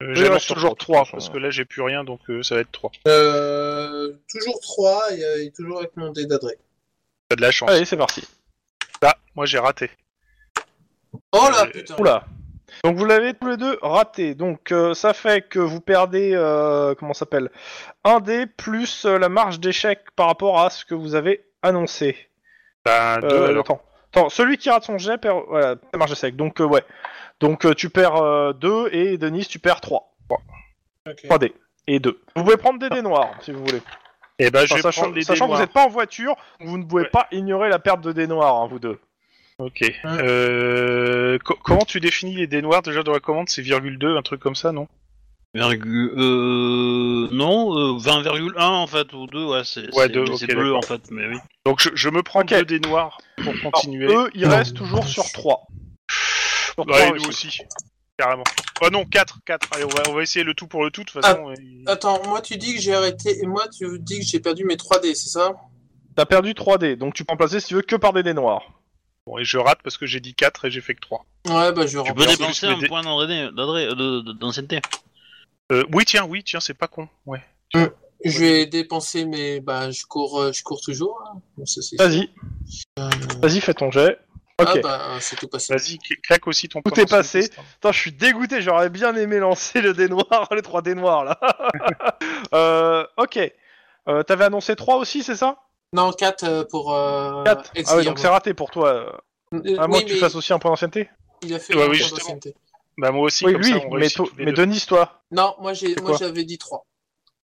Speaker 3: Euh,
Speaker 2: Il
Speaker 3: j'annonce
Speaker 2: reste
Speaker 3: sur hein.
Speaker 2: toujours
Speaker 3: trois,
Speaker 2: trois,
Speaker 3: Parce
Speaker 2: euh.
Speaker 3: que là, j'ai plus rien, donc euh, ça va être 3.
Speaker 5: Euh, toujours trois et, euh, et toujours avec mon dé d'adré.
Speaker 3: T'as de la chance.
Speaker 2: Allez, c'est parti.
Speaker 3: Là, moi j'ai raté.
Speaker 5: Oh là,
Speaker 3: Euh,
Speaker 5: putain.
Speaker 2: Oula. Donc vous l'avez tous les deux raté. Donc euh, ça fait que vous perdez euh, comment ça s'appelle un dé plus euh, la marge d'échec par rapport à ce que vous avez annoncé.
Speaker 3: Ben, deux,
Speaker 2: Euh,
Speaker 3: alors.
Speaker 2: attends. Attends, celui qui rate son jet perd. Voilà, ça marche à sec. Donc, euh, ouais. Donc, euh, tu perds 2 et Denis, tu perds 3.
Speaker 5: Ok.
Speaker 2: 3 dés et 2. Vous pouvez prendre des dés noirs si vous voulez.
Speaker 3: Eh ben, je
Speaker 2: Enfin,
Speaker 3: vais
Speaker 2: sachant
Speaker 3: prendre les
Speaker 2: sachant que vous
Speaker 3: démoirs.
Speaker 2: n'êtes pas en voiture, vous ne pouvez
Speaker 3: Ouais.
Speaker 2: pas ignorer la perte de dés noirs, hein, vous deux.
Speaker 3: Ok. Euh, co- comment tu définis les dés noirs déjà dans la commande C'est virgule 2, un truc comme ça, non
Speaker 1: Virgule- euh, non, euh, 20,1 en fait, ou 2, ouais, c'est
Speaker 3: Ouais,
Speaker 1: c'est-
Speaker 3: deux,
Speaker 1: mais
Speaker 3: ok,
Speaker 1: c'est bleu
Speaker 3: d'accord.
Speaker 1: en fait, mais oui.
Speaker 3: Donc je, je me prends
Speaker 2: Ok.
Speaker 3: deux dés noirs pour continuer.
Speaker 2: Eux, ils
Speaker 5: Non.
Speaker 2: restent toujours sur 3. Sur
Speaker 3: Ouais,
Speaker 2: trois
Speaker 3: nous
Speaker 2: réussites.
Speaker 3: aussi. Carrément. Oh non, 4, 4. Allez, on va, on va essayer le tout pour le tout, de toute façon. il-
Speaker 5: Attends, moi tu dis que j'ai arrêté et moi tu dis que j'ai perdu mes 3D, c'est ça
Speaker 2: T'as perdu 3 dés, donc tu peux remplacer si tu veux que par des dés noirs.
Speaker 3: Bon, et je rate parce que j'ai dit 4 et j'ai fait que 3.
Speaker 5: Ouais, bah je
Speaker 1: Tu
Speaker 5: rentre.
Speaker 1: peux
Speaker 3: en plus,
Speaker 1: dépenser
Speaker 3: mes
Speaker 1: un
Speaker 3: dés-
Speaker 1: point d'adré- d'adré- de- de- d'ancienneté.
Speaker 3: Euh, oui, tiens, oui, tiens, c'est pas con. Ouais.
Speaker 5: Je vais dépenser mes. Bah je cours, euh, je cours toujours. hein. Bon, ça, c'est-
Speaker 2: Vas-y,
Speaker 5: Euh,
Speaker 2: vas-y, fais ton jet. Ah, Ok.
Speaker 5: Ah bah euh, c'est tout passé.
Speaker 3: Vas-y, cl- claque aussi ton
Speaker 2: Tout
Speaker 3: point
Speaker 2: est passé.
Speaker 3: d'ancienneté, c'est
Speaker 2: Putain, je suis dégoûté, j'aurais bien aimé lancer le dé noir, les 3 dés noirs là. euh, ok. Euh, T'avais annoncé 3 aussi, c'est ça
Speaker 5: Non, 4 pour. Euh,
Speaker 2: 4 Ah oui, donc c'est
Speaker 5: Exiliable.
Speaker 2: raté pour toi. euh,
Speaker 5: Euh,
Speaker 2: À moins
Speaker 5: oui,
Speaker 2: que tu
Speaker 5: mais
Speaker 2: fasses aussi un point d'ancienneté.
Speaker 5: Il a fait
Speaker 3: Ouais,
Speaker 5: un
Speaker 3: oui,
Speaker 5: point
Speaker 3: justement.
Speaker 5: d'ancienneté.
Speaker 3: ça. Bah, moi aussi,
Speaker 2: Oui,
Speaker 3: comme
Speaker 2: oui,
Speaker 3: ça, on
Speaker 2: mais,
Speaker 3: réussit
Speaker 2: to-
Speaker 3: tous les
Speaker 2: mais
Speaker 3: deux.
Speaker 2: Denis, toi.
Speaker 5: Non, moi j'ai, moi
Speaker 2: quoi
Speaker 5: j'avais dit 3.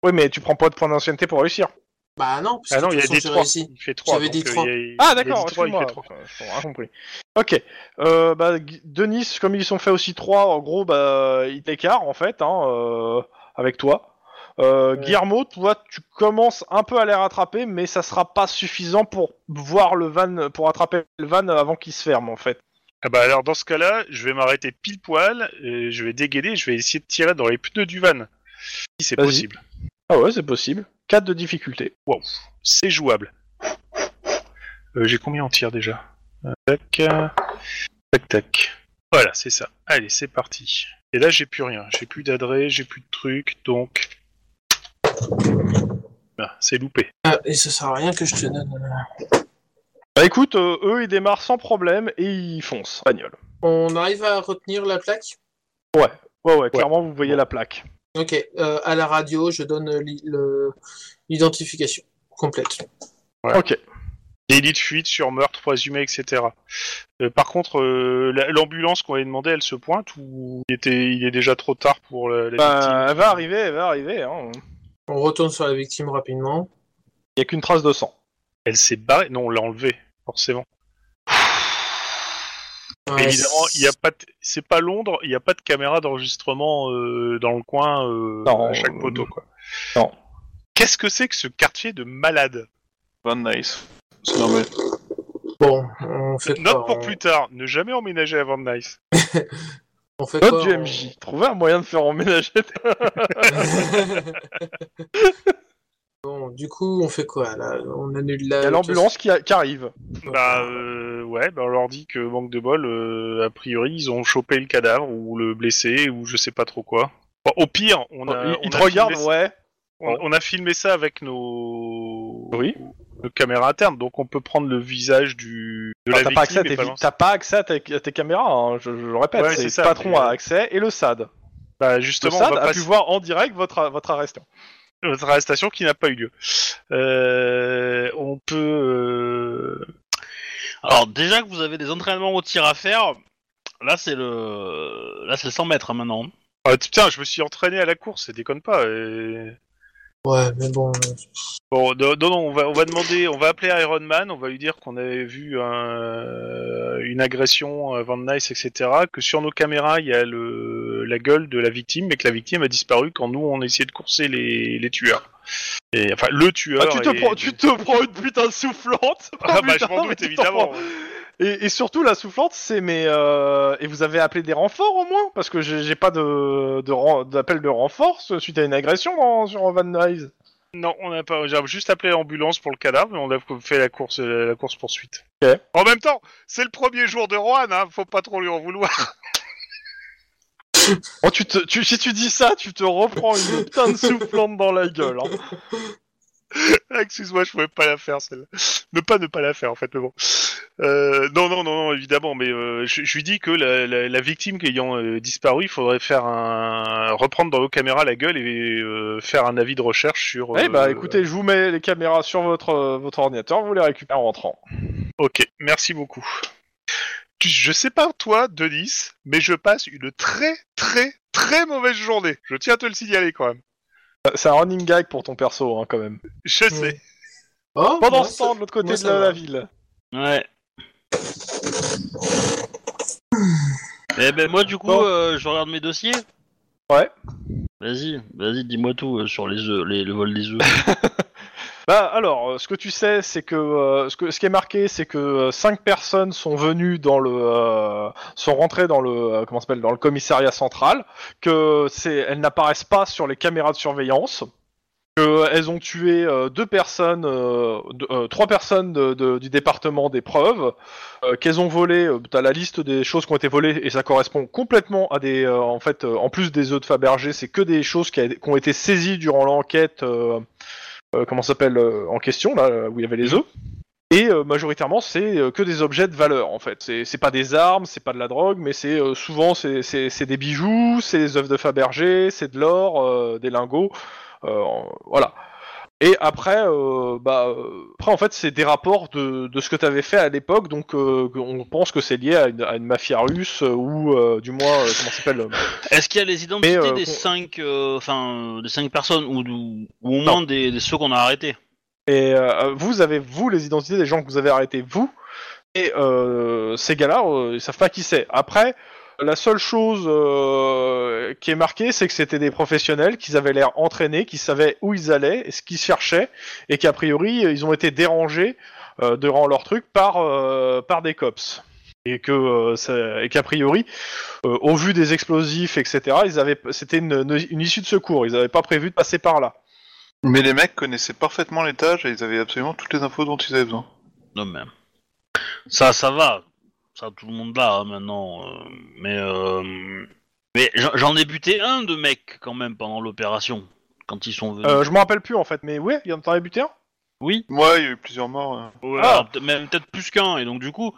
Speaker 2: Oui, mais tu prends pas de point d'ancienneté pour réussir.
Speaker 5: Bah non, parce que
Speaker 3: Ah non,
Speaker 5: de
Speaker 3: il y
Speaker 5: toute
Speaker 3: a
Speaker 5: façon
Speaker 3: des
Speaker 5: j'ai
Speaker 3: 3.
Speaker 5: réussi.
Speaker 3: Il fait 3.
Speaker 5: J'avais dit trois.
Speaker 2: Ah d'accord,
Speaker 3: il
Speaker 2: excuse-moi.
Speaker 3: fait 3.
Speaker 2: Euh, Je t'aurais rien compris. Ok. Euh, bah, G- Denis, comme ils sont faits aussi trois, en gros, bah, ils t'écartent en fait, hein, euh, avec toi. Euh,
Speaker 5: Ouais.
Speaker 2: Guillermo, toi, tu commences un peu à les rattraper, mais ça sera pas suffisant pour voir le van, pour attraper le van avant qu'il se ferme en fait.
Speaker 3: Ah bah alors dans ce cas-là, je vais m'arrêter pile poil, et je vais dégainer, je vais essayer de tirer dans les pneus du van. Si c'est
Speaker 2: Vas-y.
Speaker 3: possible.
Speaker 2: Ah ouais, c'est possible. 4 de difficulté.
Speaker 3: C'est jouable. Euh, J'ai combien en tir déjà Euh, Tac. euh, Tac tac. Voilà, c'est ça. Allez, c'est parti. Et là, j'ai plus rien. J'ai plus d'adresse, j'ai plus de trucs, donc. Ah, c'est loupé.
Speaker 5: Ah, et ça sert à rien que je te donne.
Speaker 2: Bah écoute, euh, eux, ils démarrent sans problème et ils foncent. Bagnole.
Speaker 5: On arrive à retenir la plaque
Speaker 2: Ouais, ouais, clairement, vous voyez
Speaker 3: Bon.
Speaker 2: la plaque.
Speaker 5: Ok, euh, à la radio, je donne l'i- le- l'identification complète.
Speaker 3: Ouais.
Speaker 2: Ok.
Speaker 3: Délit de fuite sur meurtre, présumé, etc. Euh, par contre, euh, la- l'ambulance qu'on avait demandé, elle se pointe ou il, était, il est déjà trop tard pour la, la victime
Speaker 2: Bah, elle va arriver, elle va arriver. hein.
Speaker 5: On retourne sur la victime rapidement.
Speaker 2: Il y a qu'une trace de sang.
Speaker 3: Elle s'est barrée Non, on l'a enlevée, forcément.
Speaker 5: Ouais,
Speaker 3: Évidemment,
Speaker 5: c'est-
Speaker 3: il y a pas, de- c'est pas Londres, il n'y a pas de caméra d'enregistrement euh, dans le coin euh,
Speaker 2: Non,
Speaker 3: à chaque
Speaker 2: euh,
Speaker 3: poteau. Quoi.
Speaker 2: non.
Speaker 3: Qu'est-ce que c'est que ce quartier de malade
Speaker 4: Van Nice. C'est normal.
Speaker 5: Bon, on fait
Speaker 3: Note
Speaker 5: quoi
Speaker 3: pour
Speaker 5: on...
Speaker 3: plus tard, ne jamais emménager à Van Nuys.
Speaker 5: on fait
Speaker 2: Note
Speaker 5: quoi,
Speaker 2: du
Speaker 5: on-
Speaker 2: MJ. Trouver un moyen de faire emménager.
Speaker 5: bon, du coup, on fait quoi là On annule la.
Speaker 3: Euh,
Speaker 2: Il y a l'ambulance qui, a- qui arrive.
Speaker 3: Bah euh, ouais, bah on leur dit que manque de bol, euh, a priori ils ont chopé le cadavre ou le blessé ou je sais pas trop quoi. Bon, au pire, on a,
Speaker 2: il
Speaker 3: on
Speaker 2: il te
Speaker 3: a
Speaker 2: regarde,
Speaker 3: filmé-
Speaker 2: ouais.
Speaker 3: on- on a filmé ça avec nos
Speaker 2: Oui.
Speaker 3: nos caméras internes, donc on peut prendre le visage du de
Speaker 2: Enfin,
Speaker 3: la
Speaker 2: Ah, T'as pas accès à
Speaker 3: victime. et
Speaker 2: tes,
Speaker 3: pas
Speaker 2: vi-
Speaker 3: l'ancien.
Speaker 2: t'as pas accès à tes, à tes caméras, hein, je, je le répète.
Speaker 3: Ouais,
Speaker 2: c'est
Speaker 3: c'est
Speaker 2: le
Speaker 3: ça,
Speaker 2: patron
Speaker 3: mais,
Speaker 2: a
Speaker 3: euh,
Speaker 2: accès et le SAD.
Speaker 3: Bah
Speaker 2: Le
Speaker 3: justement, on
Speaker 2: SAD
Speaker 3: va
Speaker 2: a
Speaker 3: passer
Speaker 2: pu voir en direct votre, votre arrestation.
Speaker 3: votre arrestation qui n'a pas eu lieu. Euh, on peut euh,
Speaker 1: Alors déjà que vous avez des entraînements au tir à faire, là c'est le là c'est le 100 mètres hein, maintenant.
Speaker 3: ah, putain, je me suis entraîné à la course, ça déconne pas. euh.
Speaker 5: Ouais, mais bon. euh,
Speaker 3: Bon, non, non, non, on va, on va demander, on va appeler Iron Man, on va lui dire qu'on avait vu un- une agression à Van Nice, etc., que sur nos caméras, il y a le, la gueule de la victime, mais que la victime a disparu quand nous, on essayait de courser les, les tueurs. Et, enfin, le tueur.
Speaker 2: Ah, tu, te
Speaker 3: et-
Speaker 2: prends, tu te prends une putain de soufflante.
Speaker 3: Ah, bah, je
Speaker 2: Putain,
Speaker 3: m'en
Speaker 2: mais
Speaker 3: doute,
Speaker 2: tu t'en
Speaker 3: évidemment.
Speaker 2: prends. Et, et surtout, la soufflante, c'est mais. euh, Et vous avez appelé des renforts au moins Parce que j'ai j'ai pas d'appel de, ren- d'appel de renfort suite à une agression dans- sur Van Nuys.
Speaker 3: Non, on n'a pas, j'ai juste appelé l'ambulance pour le cadavre, mais on a fait la course, la course poursuite.
Speaker 2: Ok.
Speaker 3: En même temps, c'est le premier jour de Rohan, hein, faut pas trop lui en vouloir.
Speaker 2: Oh, tu te, tu, si tu dis ça, tu te reprends une putain de soufflante dans la gueule. hein.
Speaker 3: Ah, Excuse-moi, je pouvais pas la faire celle-là. Ne pas ne pas la faire en fait, mais bon. Euh, non, non, non, non, évidemment, mais euh, je, je lui dis que la, la- la victime qui ayant euh, disparu, il faudrait faire un reprendre dans vos caméras la gueule et euh, faire un avis de recherche sur.
Speaker 2: Eh bah
Speaker 3: euh,
Speaker 2: écoutez, je vous mets les caméras sur votre, euh, votre ordinateur, vous les récupérez en rentrant.
Speaker 3: Ok, merci beaucoup. Tu- Je sais pas toi, Denis, mais je passe une très très très mauvaise journée. Je tiens à te le signaler quand même.
Speaker 2: Euh, C'est un running gag pour ton perso, hein, quand même.
Speaker 3: Je sais.
Speaker 5: Oh,
Speaker 2: Pendant
Speaker 5: moi,
Speaker 2: ce temps, de l'autre côté
Speaker 5: moi,
Speaker 2: de
Speaker 5: ça
Speaker 2: la,
Speaker 5: va.
Speaker 2: la ville.
Speaker 1: Ouais. Eh ben moi du coup,
Speaker 2: Bon.
Speaker 1: euh, je regarde mes dossiers.
Speaker 2: Ouais.
Speaker 1: Vas-y, vas-y, dis-moi tout euh, sur les œufs, les, le vol des œufs.
Speaker 2: Bah alors, euh, ce que tu sais, c'est que, euh, ce que ce qui est marqué, c'est que euh, cinq personnes sont venues dans le, euh, sont rentrées dans le, euh, comment ça s'appelle, dans le commissariat central, que c'est, elles n'apparaissent pas sur les caméras de surveillance, que elles ont tué euh, deux personnes, euh, deux- euh, trois personnes de- de- du département des preuves, euh, qu'elles ont volé. euh, T'as la liste des choses qui ont été volées et ça correspond complètement à des, euh, en fait, euh, en plus des œufs de Fabergé, c'est que des choses qui, a- qui ont été saisies durant l'enquête. euh, euh, comment ça s'appelle euh, en question là euh, où il y avait les œufs. Et euh, majoritairement, c'est euh, que des objets de valeur en fait. C'est c'est pas des armes, c'est pas de la drogue, mais c'est euh, souvent c'est- c'est c'est des bijoux, c'est des œuvres de Fabergé, c'est de l'or, euh, des lingots, euh, voilà. Et après, euh, bah, euh, après en fait, c'est des rapports de, de ce que t'avais fait à l'époque, donc euh, on pense que c'est lié à une, à une mafia russe euh, ou euh, du moins euh, comment ça s'appelle euh,
Speaker 1: Est-ce qu'il y a les
Speaker 2: Mais,
Speaker 1: identités
Speaker 2: euh,
Speaker 1: des
Speaker 2: qu'on-
Speaker 1: cinq, euh, enfin, euh, des cinq personnes ou, ou- ou au
Speaker 2: Non.
Speaker 1: moins des, des ceux qu'on a arrêtés
Speaker 2: Et euh, vous avez, vous, les identités des gens que vous avez arrêtés, vous. Et euh, ces gars-là, euh, ils savent pas qui c'est. Après, la seule chose euh, qui est marquée, c'est que c'était des professionnels, qu'ils avaient l'air entraînés, qu'ils savaient où ils allaient, et ce qu'ils cherchaient, et qu'a priori, ils ont été dérangés euh, durant leur truc par, euh, par des cops. Et que euh, ça- et qu'a priori, euh, au vu des explosifs, etc., ils avaient, c'était une, une issue de secours. Ils n'avaient pas prévu de passer par là.
Speaker 4: Mais les mecs connaissaient parfaitement l'étage et ils avaient absolument toutes les infos dont ils avaient besoin.
Speaker 1: Non mais ça, ça va, ça tout le monde là maintenant. euh, mais euh, mais j'en- j'en ai buté un de mecs quand même pendant l'opération quand ils sont venus.
Speaker 2: Euh, je me rappelle plus en fait, mais ouais, il y en a buté un hein.
Speaker 1: Oui.
Speaker 4: Moi, il y a eu plusieurs morts. euh.
Speaker 1: Ouais,
Speaker 2: Ah.
Speaker 1: alors, peut- même peut-être plus qu'un. Et donc du coup,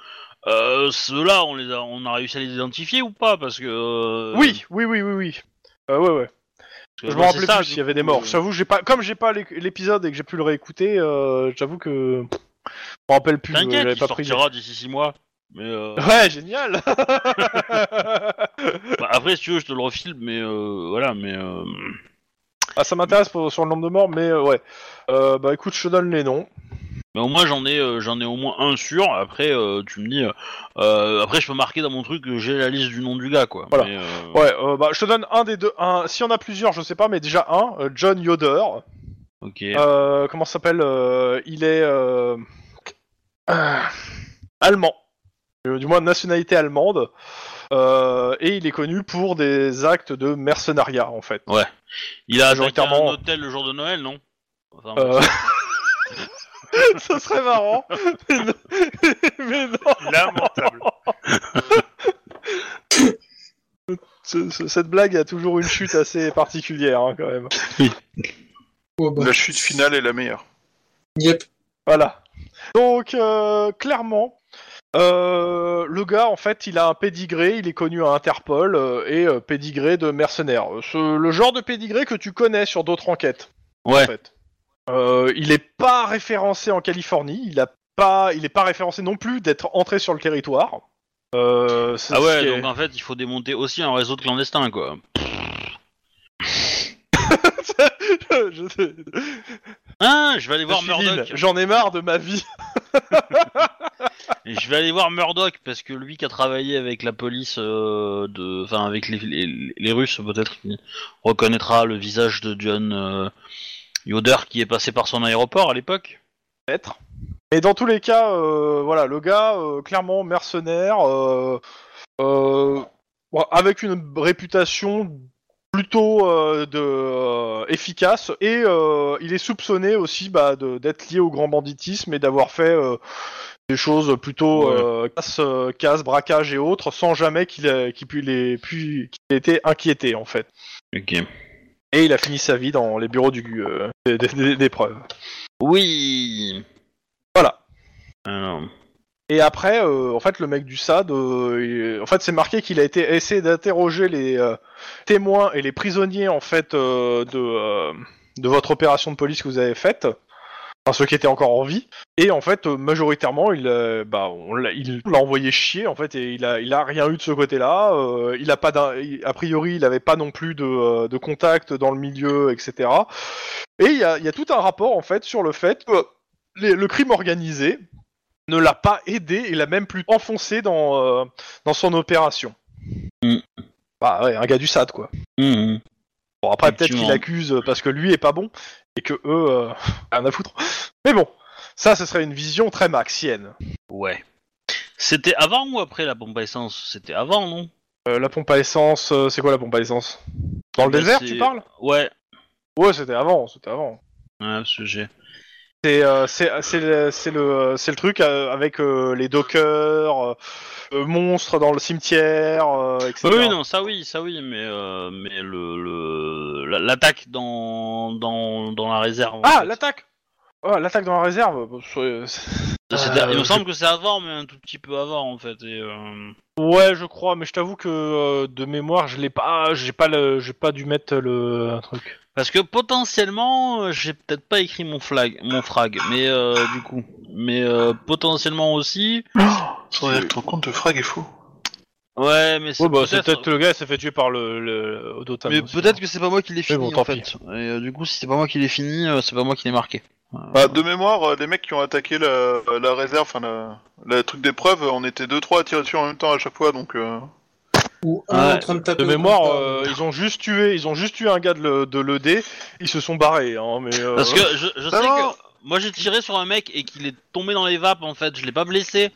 Speaker 1: euh, ceux-là, on les a, on a réussi à les identifier ou pas Parce que euh,
Speaker 2: Oui, oui, oui, oui, oui. Euh, ouais, ouais.
Speaker 1: parce
Speaker 2: Je
Speaker 1: que
Speaker 2: me
Speaker 1: moi, c'est
Speaker 2: rappelais
Speaker 1: ça,
Speaker 2: plus
Speaker 1: du
Speaker 2: s'il y avait
Speaker 1: coup,
Speaker 2: des morts.
Speaker 1: euh,
Speaker 2: J'avoue, j'ai pas, comme j'ai pas l'é- l'épisode et que j'ai pu le réécouter, euh, j'avoue que je me rappelle plus. euh,
Speaker 1: T'inquiète,
Speaker 2: j'avais
Speaker 1: il
Speaker 2: pas pris.
Speaker 1: sortira d'ici six mois. Mais euh,
Speaker 2: Ouais, génial.
Speaker 1: bah, après, si tu veux, je te le refile. Mais euh, voilà, mais euh,
Speaker 2: ah, ça m'intéresse pour- sur le nombre de morts, mais euh, ouais. Euh, bah écoute, je te donne les noms.
Speaker 1: mais au moins j'en ai, euh, j'en ai au moins un sûr. Après, euh, tu me dis. euh, euh, après, je peux marquer dans mon truc que j'ai la liste du nom du gars, quoi.
Speaker 2: Voilà.
Speaker 1: Mais, euh,
Speaker 2: Ouais, euh, bah je te donne un des deux. Un, si on a plusieurs, je sais pas, mais déjà un. euh, John Yoder.
Speaker 1: Ok.
Speaker 2: Euh, comment ça s'appelle euh, Il est euh, euh, allemand, Euh, du moins de nationalité allemande, Euh, et il est connu pour des actes de mercenariat en fait.
Speaker 1: Il a attaqué un
Speaker 2: majoritairement-
Speaker 1: hôtel le jour de Noël, non Enfin,
Speaker 2: Euh, ça serait marrant, mais non. mais non.
Speaker 3: Lamentable.
Speaker 2: Ce- ce- cette blague a toujours une chute assez particulière hein, quand même.
Speaker 5: Ouais, bah,
Speaker 4: La chute finale est la meilleure.
Speaker 5: yep.
Speaker 2: Voilà. Donc, euh, clairement, euh, le gars, en fait, il a un pédigré, il est connu à Interpol, euh, et euh, pédigré de mercenaire. Ce- le genre de pédigré que tu connais sur d'autres enquêtes, en
Speaker 1: Ouais.
Speaker 2: fait. Euh, il n'est pas référencé en Californie, il n'est pas, il est pas référencé non plus d'être entré sur le territoire. Euh, c'est
Speaker 1: Ah
Speaker 2: ce
Speaker 1: ouais,
Speaker 2: qui est-
Speaker 1: donc en fait, il faut démonter aussi un réseau de clandestins, quoi.
Speaker 2: Je sais.
Speaker 1: Hein Je vais aller voir
Speaker 2: Je suis
Speaker 1: Murdoch.
Speaker 2: Lynn, J'en ai marre de ma vie.
Speaker 1: Et Je vais aller voir Murdoch parce que lui qui a travaillé avec la police euh, de, enfin avec les, les, les Russes peut-être qu'il reconnaîtra le visage de John euh, Yoder qui est passé par son aéroport à l'époque.
Speaker 2: Peut-être. Mais dans tous les cas, euh, voilà, le gars, euh, clairement mercenaire, euh, euh, bon, avec une réputation plutôt euh, de, euh, efficace, et euh, il est soupçonné aussi bah, de- d'être lié au grand banditisme et d'avoir fait euh, des choses plutôt
Speaker 1: Ouais.
Speaker 2: euh, casse, euh, casse, braquage et autres, sans jamais qu'il ait, qu'il pu les- pu- qu'il ait été inquiété en fait.
Speaker 1: Ok.
Speaker 2: Et il a fini sa vie dans les bureaux du, euh, des, des- des- des preuves.
Speaker 1: Oui.
Speaker 2: Voilà.
Speaker 1: Alors,
Speaker 2: Et après, euh, en fait, le mec du SAD, euh, il- en fait, c'est marqué qu'il a été essayé d'interroger les euh, témoins et les prisonniers en fait euh, de euh, de votre opération de police que vous avez faite, enfin ceux qui étaient encore en vie. Et en fait, euh, majoritairement, il euh, bah on l'a il l'a envoyé chier en fait et il a il a rien eu de ce côté-là. Euh, il a pas d'un- il- a priori, il avait pas non plus de euh, de contact dans le milieu, etc. Et il y a il y a tout un rapport en fait sur le fait que les- le crime organisé ne l'a pas aidé et l'a même plus enfoncé dans, euh, dans son opération.
Speaker 1: Mm.
Speaker 2: Bah ouais, un gars du SAD quoi.
Speaker 1: mhm.
Speaker 2: Bon après peut-être qu'il
Speaker 1: Effectivement.
Speaker 2: accuse parce que lui est pas bon et que eux euh, rien à foutre. Mais bon, ça ce serait une vision très maxienne.
Speaker 1: Ouais. C'était avant ou après la pompe à essence C'était avant, non
Speaker 2: Euh, la pompe à essence, euh, c'est quoi la pompe à essence Dans le
Speaker 1: Bah,
Speaker 2: désert
Speaker 1: c'est-
Speaker 2: tu parles
Speaker 1: Ouais.
Speaker 2: Ouais, c'était avant, c'était avant.
Speaker 1: Ouais, parce que j'ai-
Speaker 2: C'est euh, c'est c'est le c'est le c'est le truc euh, avec euh, les dockers, euh, euh, monstres dans le cimetière, euh, etc.
Speaker 1: Oui, non, ça oui, ça oui, mais euh, mais le le- la- l'attaque dans dans dans la réserve. en
Speaker 2: Ah,
Speaker 1: fait.
Speaker 2: l'attaque Oh, L'attaque dans la réserve bon, je-
Speaker 1: C'était-
Speaker 2: Euh,
Speaker 1: Il me
Speaker 2: je-
Speaker 1: semble que c'est avant, mais un tout petit peu avant en fait. Et, euh,
Speaker 2: Ouais, je crois, mais je t'avoue que euh, de mémoire, je l'ai pas, j'ai pas le, j'ai pas dû mettre le un truc.
Speaker 1: Parce que potentiellement, euh, j'ai peut-être pas écrit mon flag, mon frag, mais euh, du coup, mais euh, potentiellement aussi.
Speaker 4: Sans dire que ton compte de frag est fou.
Speaker 1: Ouais, mais c'est
Speaker 2: bah,
Speaker 1: peut-être.
Speaker 2: le gars s'est fait tuer par le, le Odotam
Speaker 1: mais
Speaker 2: aussi. hein.
Speaker 1: peut-être que c'est pas moi qui l'ai fini
Speaker 2: bon, tant
Speaker 1: en fait. Et, euh, du coup, si c'est pas moi qui l'ai fini, euh, c'est pas moi qui l'ai marqué.
Speaker 4: Bah, de mémoire, euh, les mecs qui ont attaqué la, la réserve, enfin la- le truc d'épreuve, on était 2-3 à tirer dessus en même temps à chaque fois, donc... euh,
Speaker 5: Ou un
Speaker 1: Ouais,
Speaker 5: en train de taper.
Speaker 2: De
Speaker 5: au
Speaker 2: mémoire,
Speaker 5: compteur.
Speaker 2: euh, ils ont juste tué, ils ont juste tué un gars de, le- de l'ED, ils se sont barrés, hein, mais. euh,
Speaker 1: Parce que je, je sais
Speaker 4: non.
Speaker 1: que moi j'ai tiré sur un mec et qu'il est tombé dans les vapes en fait. Je l'ai pas blessé.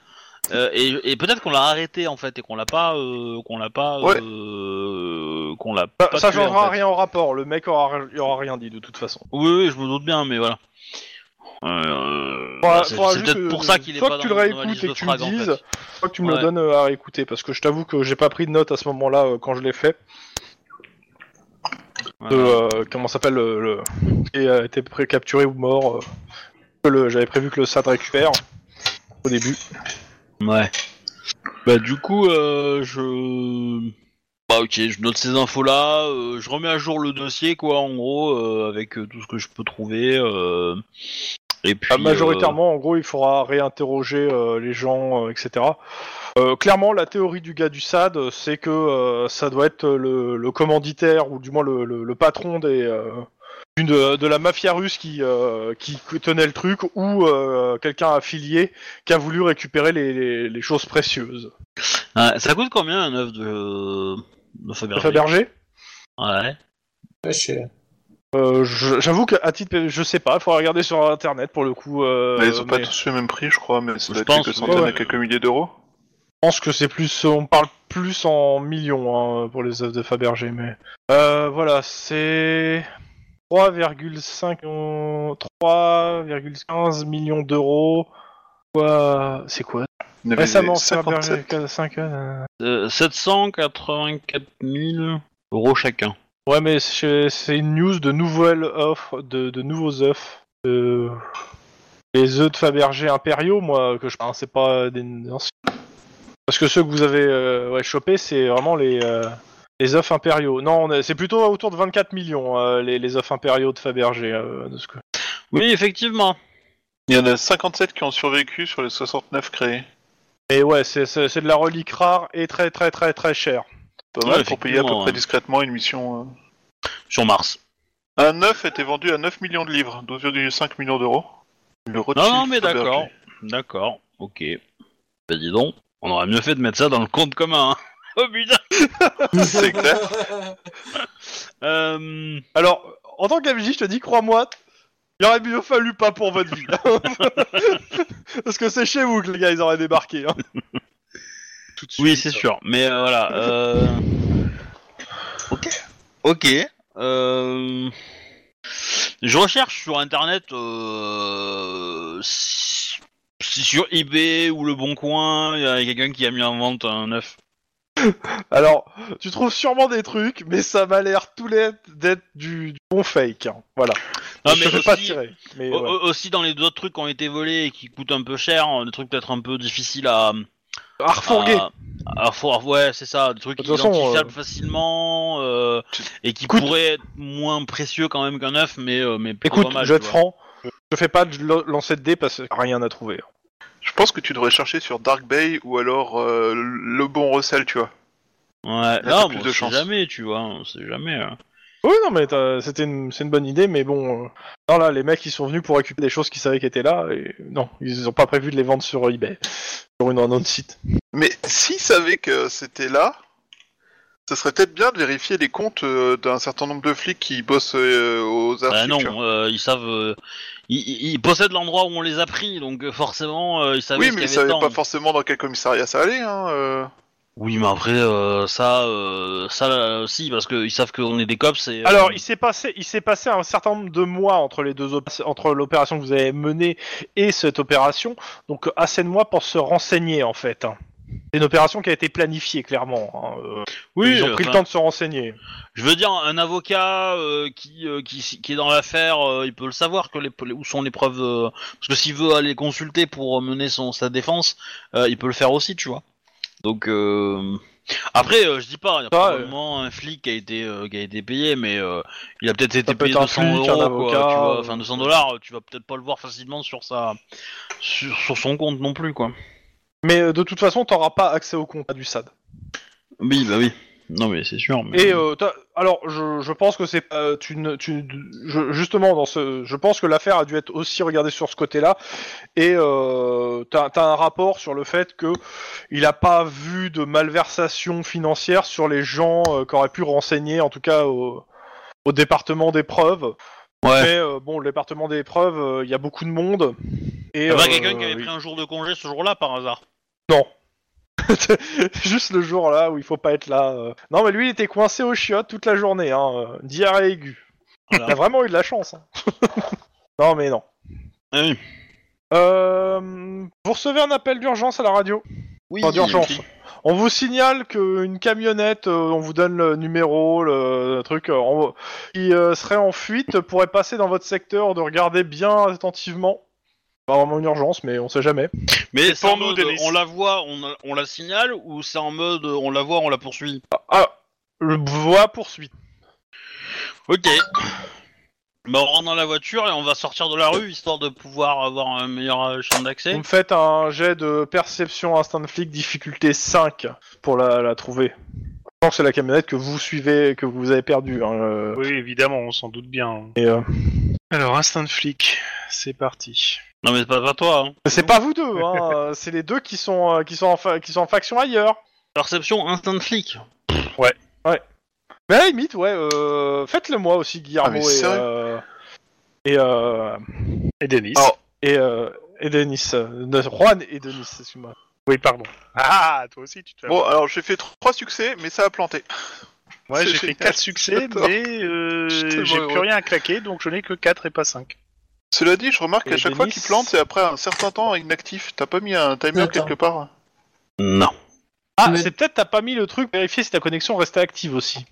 Speaker 1: Euh, et et peut-être qu'on l'a arrêté en fait et qu'on l'a pas, euh, qu'on l'a pas,
Speaker 4: Ouais.
Speaker 1: euh, qu'on l'a.
Speaker 2: Ça,
Speaker 1: pas
Speaker 2: Bah, ça
Speaker 1: tué, en
Speaker 2: changera
Speaker 1: fait.
Speaker 2: rien au rapport, le mec aura, il aura rien dit de toute façon.
Speaker 1: Oui, oui, je me doute bien, mais voilà. Euh,
Speaker 2: Faudra-
Speaker 1: c'est
Speaker 2: faudra
Speaker 1: c'est
Speaker 2: juste
Speaker 1: peut-être
Speaker 2: que-
Speaker 1: pour ça qu'il est
Speaker 2: soit
Speaker 1: pas
Speaker 2: que tu
Speaker 1: dans
Speaker 2: le
Speaker 1: dans ma
Speaker 2: réécoutes
Speaker 1: liste
Speaker 2: et
Speaker 1: de
Speaker 2: que tu
Speaker 1: frags,
Speaker 2: me
Speaker 1: en
Speaker 2: dises.
Speaker 1: fait.
Speaker 2: Faut que tu me
Speaker 1: Ouais.
Speaker 2: le donnes euh, à réécouter, parce que je t'avoue que j'ai pas pris de notes à ce moment-là euh, quand je l'ai fait. de,
Speaker 1: Voilà.
Speaker 2: euh, comment s'appelle le, le- qui a été pré- capturé ou mort. euh, que le- J'avais prévu que le SAD récupère au début.
Speaker 1: Ouais. Bah du coup, euh, je... Bah ok, je note ces infos-là, euh, je remets à jour le dossier, quoi, en gros, euh, avec euh, tout ce que je peux trouver. euh, Et puis... euh,
Speaker 2: Ah, majoritairement, en gros, il faudra réinterroger euh, les gens, euh, etc. Euh, clairement, la théorie du gars du SAD, euh, c'est que euh, ça doit être le, le commanditaire ou du moins le, le- le patron des, euh, d'une- de, la mafia russe qui, euh, qui tenait le truc ou euh, quelqu'un affilié qui a voulu récupérer les- les- les choses précieuses.
Speaker 1: euh, ah, ça coûte combien un œuf de... de Fabergé
Speaker 2: Fabergé
Speaker 1: Ouais.
Speaker 5: Ouais, je sais.
Speaker 2: Euh, je- J'avoue qu'à titre, je sais pas, il faudra regarder sur internet pour le coup. euh,
Speaker 4: bah, ils ont pas
Speaker 2: mais
Speaker 4: tous le même prix, je crois, mais ça
Speaker 1: Je
Speaker 4: doit être
Speaker 1: pense,
Speaker 4: quelques
Speaker 1: oui.
Speaker 4: centaines
Speaker 1: Ouais.
Speaker 4: à quelques milliers d'euros.
Speaker 2: Je pense que c'est plus, on parle plus en millions hein, pour les œuvres de Fabergé, mais Euh, voilà, c'est 3,5 millions- 3,15 millions d'euros. Quoi C'est quoi
Speaker 4: Il y avait
Speaker 2: Récemment,
Speaker 4: 57.
Speaker 2: Fabergé, 5 euh,
Speaker 1: Euh, 784 000 euros chacun.
Speaker 2: Ouais, mais c'est c'est une news de nouvelles offres, de, de nouveaux œufs. Euh, les œufs de Fabergé impériaux, moi, que je parle, c'est pas des anciens. Parce que ceux que vous avez euh, ouais, chopés, c'est vraiment les, euh, les œufs impériaux. Non, on est- c'est plutôt autour de 24 millions, euh, les, les œufs impériaux de Fabergé. euh, de ce que...
Speaker 1: Oui, effectivement.
Speaker 4: Il y en a 57 qui ont survécu sur les 69 créés.
Speaker 2: Mais ouais, c'est c'est- c'est de la relique rare et très très très très chère.
Speaker 4: Pas
Speaker 1: Ouais,
Speaker 4: mal pour payer à peu
Speaker 1: effectivement,
Speaker 4: près
Speaker 1: ouais.
Speaker 4: discrètement une mission... euh.
Speaker 1: Sur Mars.
Speaker 4: Un œuf était vendu à 9 millions de livres, 12,5 millions d'euros. Le
Speaker 1: Non,
Speaker 4: Rothschild
Speaker 1: non, mais
Speaker 4: Fabergé.
Speaker 1: d'accord. D'accord, ok. Bah dis donc, on aurait mieux fait de mettre ça dans le compte commun. hein. Oh putain
Speaker 4: C'est clair.
Speaker 1: Euh,
Speaker 2: Alors, en tant qu'AMJ, je te dis, crois-moi, il aurait mieux fallu pas pour votre vie. Parce que c'est chez vous que les gars, ils auraient débarqué. hein.
Speaker 3: Tout de suite.
Speaker 1: Oui, c'est sûr, mais euh, voilà. euh, Ok. Ok. euh, Je recherche sur internet euh, si... si sur eBay ou Le Bon Coin, il y a quelqu'un qui a mis en vente un œuf.
Speaker 2: Alors, tu trouves sûrement des trucs, mais ça m'a l'air tout l'aide d'être du, du bon fake. hein. Voilà.
Speaker 1: Non,
Speaker 2: je
Speaker 1: mais
Speaker 2: te fais pas
Speaker 1: aussi-
Speaker 2: tirer. Mais
Speaker 1: Au-
Speaker 2: ouais.
Speaker 1: au- Aussi dans les autres trucs qui ont été volés et qui coûtent un peu cher, hein, des trucs peut-être un peu difficiles à.
Speaker 2: À refourguer.
Speaker 1: à- à refour- Ah, ouais, c'est ça, des trucs
Speaker 2: De toute façon, euh,
Speaker 1: identifiables facilement euh, et qui
Speaker 2: Écoute-
Speaker 1: pourraient être moins précieux quand même qu'un œuf, mais, euh, mais plutôt
Speaker 2: Écoute,
Speaker 1: pas mal,
Speaker 2: je vais
Speaker 1: tu
Speaker 2: être
Speaker 1: vois.
Speaker 2: franc. Je fais pas de lo- lancer de dés parce que rien à trouver. hein.
Speaker 4: Je pense que tu devrais chercher sur Dark Bay ou alors euh, le bon recel, tu vois.
Speaker 1: Ouais,
Speaker 4: t'as
Speaker 1: non,
Speaker 4: plus
Speaker 1: bon,
Speaker 4: de
Speaker 1: on sait
Speaker 4: chance.
Speaker 1: jamais, tu vois, on sait jamais. hein.
Speaker 2: Oui, non, mais t'as- c'était une... c'est une bonne idée, mais bon. euh, Non, là, les mecs, ils sont venus pour récupérer des choses qu'ils savaient qu'ils étaient là, et non, ils ont pas prévu de les vendre sur eBay, sur une, un autre site.
Speaker 4: Mais s'ils savaient que c'était là, ça serait peut-être bien de vérifier les comptes euh, d'un certain nombre de flics qui bossent euh, aux
Speaker 1: Bah
Speaker 4: archives. tu vois.
Speaker 1: non, euh, ils savent, euh, ils, ils- ils possèdent l'endroit où on les a pris, donc euh, forcément euh, ils savaient
Speaker 4: Oui,
Speaker 1: ce
Speaker 4: mais
Speaker 1: qu'il
Speaker 4: ils
Speaker 1: y avait
Speaker 4: savaient
Speaker 1: dedans.
Speaker 4: pas forcément dans quel commissariat ça allait. Hein, euh.
Speaker 1: Oui, mais après euh, ça, euh, ça là, aussi, parce qu'ils savent qu'on est des cops. Et, euh,
Speaker 2: Alors, il s'est passé, il s'est passé un certain nombre de mois entre les deux opé- entre l'opération que vous avez menée et cette opération, donc euh, assez de mois pour se renseigner en fait. hein. C'est une opération qui a été planifiée clairement. hein, euh,
Speaker 1: oui,
Speaker 2: ils ont pris
Speaker 1: enfin,
Speaker 2: le temps de se renseigner.
Speaker 1: Je veux dire, un avocat euh, qui, euh, qui qui est dans l'affaire, euh, il peut le savoir que les, où sont les preuves. euh, parce que s'il veut aller consulter pour mener son sa défense, euh, il peut le faire aussi, tu vois. Donc euh, après, euh, je dis pas, il y a
Speaker 2: Ça,
Speaker 1: probablement un flic qui a été euh, qui a été payé, mais euh, il a peut-être été
Speaker 2: peut
Speaker 1: payé
Speaker 2: être un
Speaker 1: 200
Speaker 2: flic, un
Speaker 1: euros,
Speaker 2: avocat,
Speaker 1: quoi, tu vois,
Speaker 2: euh,
Speaker 1: enfin 200 dollars. Tu vas peut-être pas le voir facilement sur sa sur, sur son compte non plus, quoi.
Speaker 2: Mais euh, de toute façon, t'auras pas accès au compte du SAD.
Speaker 1: Oui, bah oui. Non mais c'est sûr. mais-
Speaker 2: Et euh, t'as- alors, je, je pense que c'est euh, tu, ne- tu- je- justement dans ce, je pense que l'affaire a dû être aussi regardée sur ce côté-là. Et euh, t'as as un rapport sur le fait que il a pas vu de malversation financière sur les gens euh, qu'aurait pu renseigner, en tout cas au, au département des preuves.
Speaker 1: Ouais.
Speaker 2: Mais euh, bon, le département des preuves, euh, il y a beaucoup de monde. Et
Speaker 1: Il y a pas
Speaker 2: euh,
Speaker 1: Ah bah, quelqu'un qui avait pris un jour de congé ce jour-là par hasard.
Speaker 2: non. Juste le jour là où il faut pas être là. euh. Non, mais lui, il était coincé au chiottes toute la journée, hein. euh, Diarrhée aiguë.
Speaker 1: Voilà.
Speaker 2: Il a vraiment eu de la chance. hein. non, mais non.
Speaker 1: Ah oui.
Speaker 2: Euh, vous recevez un appel d'urgence à la radio.
Speaker 1: Oui.
Speaker 2: Pas d'urgence.
Speaker 1: ok.
Speaker 2: On vous signale qu'une camionnette, euh, on vous donne le numéro, le, le truc, euh, en- qui euh, serait en fuite, pourrait passer dans votre secteur, de regarder bien attentivement. Pas vraiment une urgence, mais on sait jamais.
Speaker 1: Mais
Speaker 3: C'est
Speaker 1: c'est
Speaker 3: pour
Speaker 1: en
Speaker 3: nous,
Speaker 1: mode,
Speaker 3: Denis.
Speaker 1: on la voit, on, on la signale ou c'est en mode on la voit, on la poursuit
Speaker 2: Ah, le voie poursuite.
Speaker 1: Ok. Bah on rentre dans la voiture et on va sortir de la rue histoire de pouvoir avoir un meilleur euh, champ d'accès.
Speaker 2: Vous me faites un jet de perception instinct de flic difficulté 5 pour la, la trouver. Je pense que c'est la camionnette que vous suivez, que vous avez perdue. hein, euh,
Speaker 3: Oui, évidemment, on s'en doute bien.
Speaker 2: et, euh,
Speaker 3: Alors, instinct de flic, c'est parti.
Speaker 1: Non mais c'est pas, pas toi. Hein.
Speaker 2: C'est pas vous deux, hein, euh, c'est les deux qui sont, euh, qui, sont en fa- qui sont en faction ailleurs.
Speaker 1: Perception instinct de flic.
Speaker 2: Mais à la limite, ouais, euh, faites-le moi aussi, Guillermo
Speaker 4: Ah, mais
Speaker 2: et,
Speaker 4: sérieux
Speaker 2: euh, et, euh,
Speaker 3: Et Denis.
Speaker 4: Alors-
Speaker 2: et, euh, et Denis. euh, non, Juan et Denis, excuse-moi.
Speaker 3: Oui, pardon. Ah, toi aussi,
Speaker 1: euh,
Speaker 3: tu te
Speaker 4: Bon, alors j'ai fait trois succès, mais ça a planté.
Speaker 3: Moi,
Speaker 4: c'est
Speaker 3: j'ai fait
Speaker 4: génial.
Speaker 3: 4 succès,
Speaker 4: J'adore.
Speaker 3: mais euh,
Speaker 4: Je suis
Speaker 3: j'ai
Speaker 4: tellement
Speaker 3: plus
Speaker 4: heureux.
Speaker 3: rien à claquer, donc je n'ai que 4 et pas 5.
Speaker 4: Cela dit, je remarque
Speaker 2: Et
Speaker 4: qu'à chaque
Speaker 2: Denis
Speaker 4: fois qu'il plante, c'est après un certain temps inactif. T'as pas mis un timer
Speaker 5: Attends.
Speaker 4: quelque part
Speaker 1: Non.
Speaker 2: Ah,
Speaker 5: Mais-
Speaker 2: c'est peut-être t'as pas mis le truc, vérifier si ta connexion restait active aussi.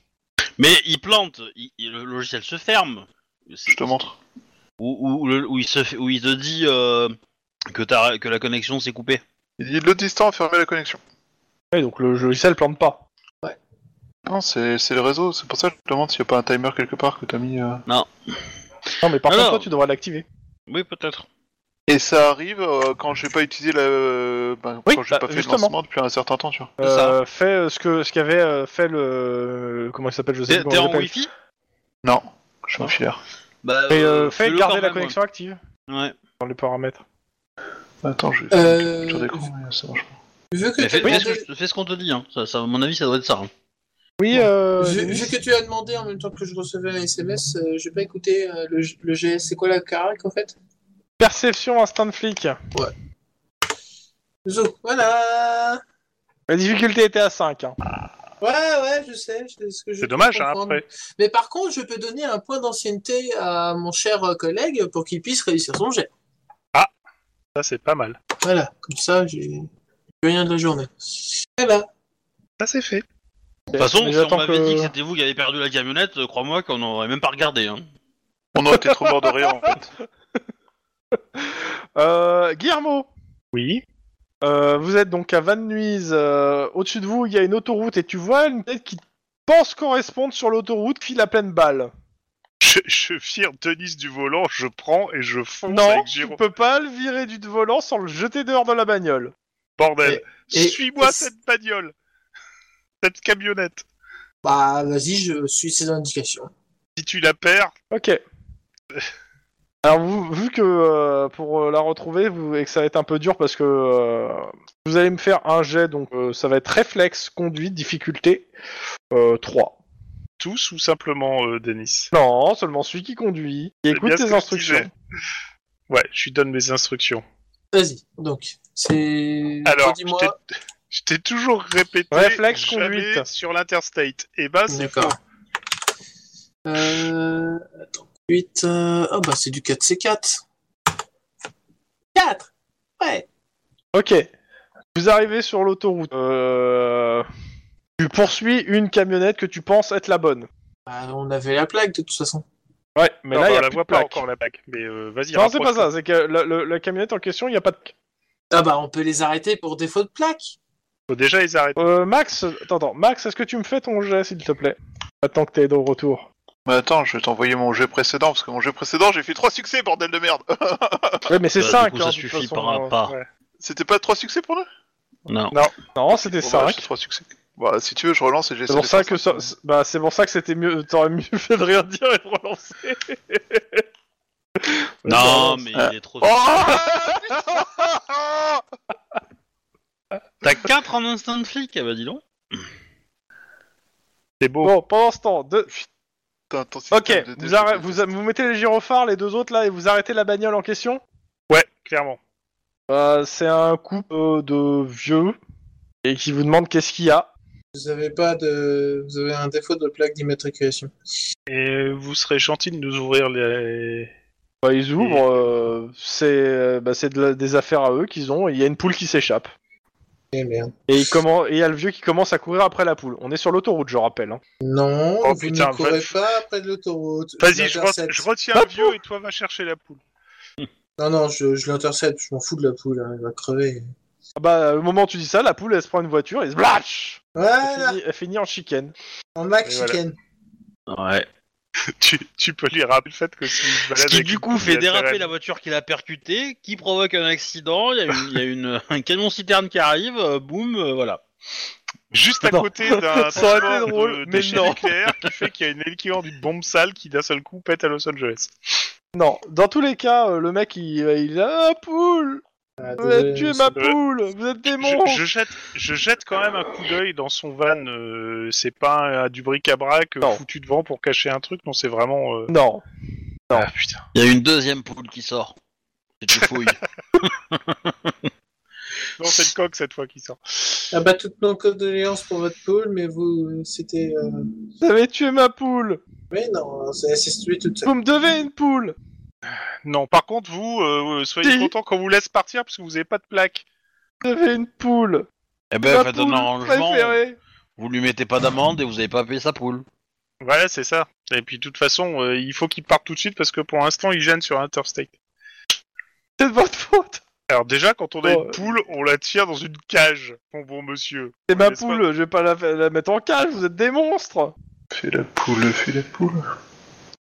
Speaker 1: Mais il plante, il- il- le logiciel se ferme.
Speaker 4: Je te montre.
Speaker 1: Ou, ou, le- ou il se, fait- ou il te dit euh, que, t'as- que la connexion s'est coupée.
Speaker 4: Il dit l'autre distant a fermé la connexion.
Speaker 2: Ouais, donc le logiciel plante pas.
Speaker 4: Non, c'est c'est le réseau, c'est pour ça que je te demande s'il n'y a pas un timer quelque part que t'as mis. euh.
Speaker 2: Non, mais par
Speaker 1: Alors-
Speaker 2: contre, toi, tu devrais l'activer.
Speaker 1: Oui peut-être.
Speaker 4: Et ça arrive euh, quand j'ai pas utilisé la. euh, ben,
Speaker 2: Oui,
Speaker 4: quand j'ai
Speaker 2: bah,
Speaker 4: pas fait
Speaker 2: justement.
Speaker 4: le lancement depuis un certain temps, tu vois.
Speaker 1: C'est ça.
Speaker 2: Euh, fais euh, ce que ce qu'avait euh, fait le euh, comment il s'appelle je sais
Speaker 1: T'es
Speaker 2: plus
Speaker 1: t'es
Speaker 2: comment il
Speaker 1: en
Speaker 2: s'appelle.
Speaker 1: wifi
Speaker 4: Non, je suis
Speaker 2: Non.
Speaker 4: un fier.
Speaker 1: Bah,
Speaker 2: Et euh,
Speaker 1: euh,
Speaker 2: fais
Speaker 1: fais-le
Speaker 2: garder
Speaker 1: quand
Speaker 2: la
Speaker 1: même,
Speaker 2: connexion active
Speaker 1: Ouais. Ouais.
Speaker 2: dans les paramètres.
Speaker 4: Bah, Attends, je vais faire une
Speaker 5: Euh,
Speaker 4: capture d'écran, mais ça marche pas.
Speaker 5: vu que
Speaker 1: Mais
Speaker 5: tu
Speaker 1: fais,
Speaker 5: as
Speaker 1: fais
Speaker 5: demandé-
Speaker 1: ce que je- fais ce qu'on te dit, hein. ça, ça, à mon avis, ça doit être ça. hein.
Speaker 2: Oui. Euh,
Speaker 5: vu-
Speaker 2: Denis
Speaker 5: vu que tu as demandé en même temps que je recevais un SMS, euh, j'ai pas écouté euh, le, le GS. C'est quoi la carac en fait
Speaker 2: Perception instinct de flic.
Speaker 5: Zouk, voilà
Speaker 2: La difficulté était à 5. hein.
Speaker 5: Ouais, ouais, je sais. je- ce que je
Speaker 3: C'est
Speaker 5: peux
Speaker 3: dommage, hein,
Speaker 5: comprendre.
Speaker 3: après.
Speaker 5: Mais par contre, je peux donner un point d'ancienneté à mon cher euh, collègue pour qu'il puisse réussir son jet.
Speaker 3: Ça, c'est pas mal.
Speaker 5: Voilà, comme ça, j'ai plus rien de la journée. Voilà.
Speaker 3: Ça c'est fait.
Speaker 1: De toute façon,
Speaker 2: Mais
Speaker 1: si on
Speaker 2: j'attends
Speaker 1: m'avait
Speaker 2: que-
Speaker 1: dit que c'était vous qui avez perdu la camionnette, euh, crois-moi qu'on n'aurait même pas regardé. Hein.
Speaker 4: On aurait été trop mort de rire en fait.
Speaker 2: Euh, Guillermo,
Speaker 3: Oui.
Speaker 2: euh, vous êtes donc à Van Nuys. euh, Au-dessus de vous, il y a une autoroute et tu vois une tête qui pense correspondre sur l'autoroute qui la pleine balle.
Speaker 3: Je, je vire Denis du volant, je prends et je fonce
Speaker 2: Non,
Speaker 3: avec
Speaker 2: tu
Speaker 3: Giro.
Speaker 2: peux pas le virer du volant sans le jeter dehors de la bagnole.
Speaker 3: Bordel.
Speaker 5: Et- et-
Speaker 3: Suis-moi
Speaker 5: et-
Speaker 3: cette bagnole. Cette camionnette.
Speaker 5: Bah, vas-y, je suis ses indications.
Speaker 3: Si tu la perds,
Speaker 2: Ok. Alors, vous- vu que euh, pour euh, la retrouver vous, et que ça va être un peu dur parce que euh, vous allez me faire un jet, donc euh, ça va être réflexe, conduite, difficulté euh, 3.
Speaker 3: tous ou simplement euh, Denis
Speaker 2: Non, seulement celui qui conduit, qui
Speaker 3: C'est bien
Speaker 2: écoute
Speaker 3: ce
Speaker 2: tes
Speaker 3: que je
Speaker 2: instructions.
Speaker 3: disais. Ouais, je lui donne mes instructions.
Speaker 5: Vas-y, donc, c'est.
Speaker 3: Alors, je
Speaker 5: dis-moi.
Speaker 3: t'ai- je t'ai toujours répété
Speaker 2: Réflexe,
Speaker 3: jamais
Speaker 2: conduite.
Speaker 3: sur l'interstate. Et bah, c'est faux.
Speaker 5: D'accord. Euh. Attends, 8. euh, Ah, bah, c'est du 4C4. 4 Ouais
Speaker 2: Ok. Vous arrivez sur l'autoroute. Euh, Tu poursuis une camionnette que tu penses être la bonne.
Speaker 5: Bah, on avait la plaque de toute façon.
Speaker 2: Ouais, mais
Speaker 3: Non,
Speaker 2: là, il y
Speaker 3: bah, on
Speaker 2: a
Speaker 3: la
Speaker 2: plus de
Speaker 3: voit pas
Speaker 2: plaque.
Speaker 3: encore la plaque. Mais euh, vas-y.
Speaker 2: Non, c'est pas ça,
Speaker 3: rapproche-toi.
Speaker 2: c'est que la, le- la camionnette en question, il n'y a pas de.
Speaker 5: Ah, bah, on peut les arrêter pour défaut de plaque.
Speaker 3: Faut déjà les arrêter.
Speaker 2: Euh, Max, attends, attends, Max, est-ce que tu me fais ton jet, s'il te plaît Attends que t'aies de retour.
Speaker 4: Mais attends, je vais t'envoyer mon jeu précédent parce que mon jeu précédent j'ai fait 3 succès, bordel de merde.
Speaker 2: Ouais, mais c'est
Speaker 1: Bah, du
Speaker 2: 5
Speaker 1: coup, ça suffit par- par.
Speaker 4: C'était pas 3 succès pour nous
Speaker 1: Non.
Speaker 2: Non, c'était
Speaker 4: Bon, bah,
Speaker 2: 5.
Speaker 4: j'ai trois succès. Bah, si tu veux, je relance et j'essaie
Speaker 2: C'est pour
Speaker 4: de
Speaker 2: ça
Speaker 4: faire
Speaker 2: que ça-
Speaker 1: hein.
Speaker 2: c'est- bah, c'est pour ça que c'était mieux, t'aurais mieux fait de rien dire et de relancer.
Speaker 1: Non, mais
Speaker 2: Euh,
Speaker 1: il est
Speaker 2: oh,
Speaker 1: trop.
Speaker 2: Ah
Speaker 1: T'as 4 en instant de flic, eh bah dis donc.
Speaker 3: C'est beau.
Speaker 2: Bon, pendant ce temps, deux-
Speaker 4: Putain, ton système
Speaker 2: ok,
Speaker 4: de-
Speaker 2: vous,
Speaker 4: de-
Speaker 2: arrêtez-
Speaker 4: de-
Speaker 2: vous, vous mettez les gyrophares, les deux autres là, et vous arrêtez la bagnole en question.
Speaker 3: Ouais, clairement.
Speaker 2: Euh, c'est un couple euh, de vieux et qui vous demande qu'est-ce qu'il y a.
Speaker 5: Vous avez pas de. Vous avez un défaut de plaque d'immatriculation.
Speaker 3: Et vous serez gentil de nous ouvrir les.
Speaker 2: Bah, ils ouvrent, euh, c'est euh, bah, c'est de la- des affaires à eux qu'ils ont. et Il y a une poule qui s'échappe
Speaker 5: Eh merde.
Speaker 2: et il commen- et il y a le vieux qui commence à courir après la poule. On est sur l'autoroute, je rappelle. hein.
Speaker 5: Non,
Speaker 3: Oh,
Speaker 5: vous
Speaker 3: putain,
Speaker 5: ne courez
Speaker 3: va-
Speaker 5: pas près de l'autoroute.
Speaker 3: Vas-y, je, re-
Speaker 5: l'intercepte.
Speaker 3: je retiens le vieux et toi va chercher la poule.
Speaker 5: Non, non, je, je l'intercepte, je m'en fous de la poule, hein, elle va crever.
Speaker 2: Ah Bah, au moment où tu dis ça, la poule elle se prend une voiture et splash. Elle,
Speaker 5: Voilà,
Speaker 2: finit, elle finit en chicane.
Speaker 5: en Mac
Speaker 3: Et voilà.
Speaker 5: Chicken.
Speaker 1: Ouais.
Speaker 3: tu, tu peux lui rappeler le fait que si je
Speaker 1: Ce
Speaker 3: balade
Speaker 1: qui
Speaker 3: avec
Speaker 1: du
Speaker 3: une
Speaker 1: coup fait
Speaker 3: poule, elle
Speaker 1: déraper
Speaker 3: s'arrête.
Speaker 1: la voiture qui l'a percutée, qui provoque un accident, il y a, une, il y a une- un camion citerne qui arrive, euh, boum, euh, voilà.
Speaker 3: Juste à
Speaker 2: Non.
Speaker 3: côté d'un
Speaker 2: Ça aurait été
Speaker 3: transport
Speaker 2: drôle,
Speaker 3: de
Speaker 2: mais
Speaker 3: déchets
Speaker 2: non.
Speaker 3: nucléaires qui fait qu'il y a une équivalent d'une bombe sale qui d'un seul coup pète à Los Angeles.
Speaker 2: Non, dans tous les cas, euh, le mec il, il dit ah poule,
Speaker 5: Ah,
Speaker 2: vous avez
Speaker 5: désolé,
Speaker 2: tué
Speaker 5: monsieur.
Speaker 2: ma poule, vous êtes des monstres.
Speaker 3: Je, je jette, je jette quand même un coup d'œil dans son van. euh, c'est pas un- du bric-à-brac euh,
Speaker 2: Non.
Speaker 3: foutu devant pour cacher un truc. Non, c'est vraiment. euh,
Speaker 2: Non. Non.
Speaker 3: Ah putain.
Speaker 1: Il y a une deuxième poule qui sort. C'est tu fouilles.
Speaker 3: Non, c'est le coq cette fois qui sort.
Speaker 5: Ah bah, toutes nos condoléances pour votre poule, mais vous, c'était... euh,
Speaker 2: Vous avez tué ma poule.
Speaker 5: Mais non, hein, c'est c'est celui tout seul.
Speaker 2: Vous me devez une poule.
Speaker 3: Non, par contre, vous, euh, euh, soyez
Speaker 2: Si.
Speaker 3: contents qu'on vous laisse partir parce que vous avez pas de plaque.
Speaker 2: Vous avez une poule.
Speaker 1: eh ben,
Speaker 2: Ma
Speaker 1: faites un
Speaker 2: poule
Speaker 1: arrangement,
Speaker 2: préférée.
Speaker 1: vous lui mettez pas d'amende et vous avez pas payé sa poule.
Speaker 3: Voilà, c'est ça. Et puis, de toute façon, euh, il faut qu'il parte tout de suite parce que pour l'instant, il gêne sur Interstate.
Speaker 2: C'est de votre faute.
Speaker 3: Alors déjà, quand on a
Speaker 2: Oh,
Speaker 3: une
Speaker 2: euh.
Speaker 3: poule, on la tire dans une cage, mon bon monsieur.
Speaker 2: C'est ma
Speaker 3: laisse
Speaker 2: poule, je vais pas la, la mettre en cage, vous êtes des monstres.
Speaker 4: Fais la poule, fais la poule.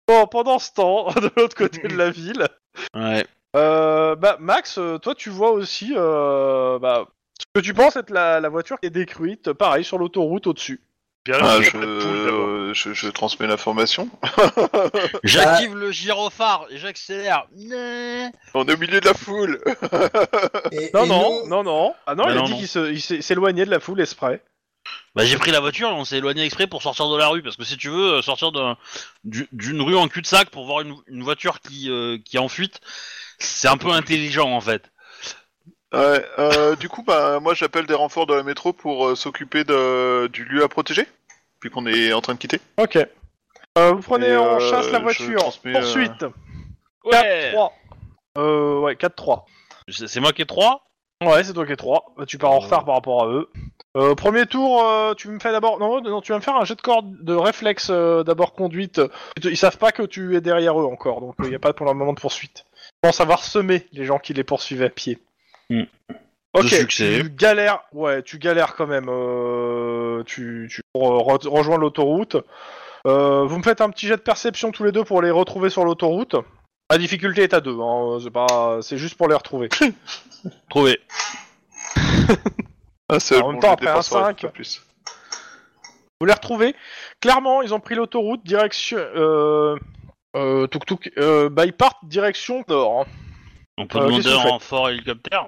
Speaker 2: Bon, pendant ce temps, de l'autre côté de la ville,
Speaker 1: Ouais.
Speaker 2: euh, bah, Max, euh, toi tu vois aussi euh, bah, ce que tu penses être la, la voiture qui est détruite, euh, pareil, sur l'autoroute au-dessus.
Speaker 3: Bien
Speaker 4: Ah,
Speaker 3: sûr,
Speaker 4: je,
Speaker 3: pas de poule, d'abord.
Speaker 4: euh, je, je transmets l'information.
Speaker 1: J'active le gyrophare et j'accélère. Né.
Speaker 4: On est au milieu de la foule.
Speaker 5: Et-
Speaker 2: Non,
Speaker 5: et
Speaker 2: non,
Speaker 5: nous-
Speaker 2: non, non. Ah non,
Speaker 1: Bah
Speaker 2: il a
Speaker 1: non,
Speaker 2: dit
Speaker 1: non.
Speaker 2: qu'il se- il s'est- s'éloignait de la foule exprès.
Speaker 1: Bah j'ai pris la voiture et on s'est éloigné exprès pour sortir de la rue parce que si tu veux euh, sortir d'un- du- d'une rue en cul-de-sac pour voir une, une voiture qui, euh, qui est en fuite, c'est un peu intelligent en fait.
Speaker 4: Ouais, euh, du coup, bah, moi j'appelle des renforts de la métro pour euh, s'occuper de- du lieu à protéger, puis qu'on est en train de quitter.
Speaker 2: Ok. Euh, vous prenez
Speaker 4: Et,
Speaker 2: en
Speaker 4: euh,
Speaker 2: chasse la
Speaker 4: je
Speaker 2: voiture.
Speaker 4: transmets, euh,
Speaker 2: Poursuite.
Speaker 1: Ouais.
Speaker 2: 4-3. Euh, ouais, 4-3.
Speaker 1: C'est c'est moi qui ai 3
Speaker 2: Ouais, c'est toi qui es 3. Tu pars en
Speaker 1: Ouais.
Speaker 2: retard par rapport à eux. Euh, premier tour, euh, tu me fais d'abord. Non, non, tu vas me faire un jet de corde de réflexe euh, d'abord conduite. Ils te- Ils savent pas que tu es derrière eux encore, donc il n'y a pas pour le moment de poursuite. Je pense avoir semé les gens qui les poursuivaient à pied.
Speaker 1: Hmm.
Speaker 2: Ok,
Speaker 1: De succès.
Speaker 2: tu galères, ouais, tu galères quand même. euh, tu tu pour, euh, re- rejoindre l'autoroute. Euh, vous me faites un petit jet de perception tous les deux pour les retrouver sur l'autoroute. La difficulté est à deux, hein, c'est pas, c'est juste pour les retrouver.
Speaker 1: Trouvé.
Speaker 4: Ah, c'est
Speaker 2: En même temps,
Speaker 4: je
Speaker 2: après un
Speaker 4: dépasserai
Speaker 2: cinq.
Speaker 4: pas plus.
Speaker 2: Vous les retrouvez. Clairement, ils ont pris l'autoroute direction. Euh, euh, tuk tuk, euh, bah, ils partent direction nord. hein.
Speaker 1: On peut
Speaker 2: Euh, qu'est-ce que
Speaker 1: demander
Speaker 2: vous
Speaker 1: un
Speaker 2: faites
Speaker 1: renfort hélicoptère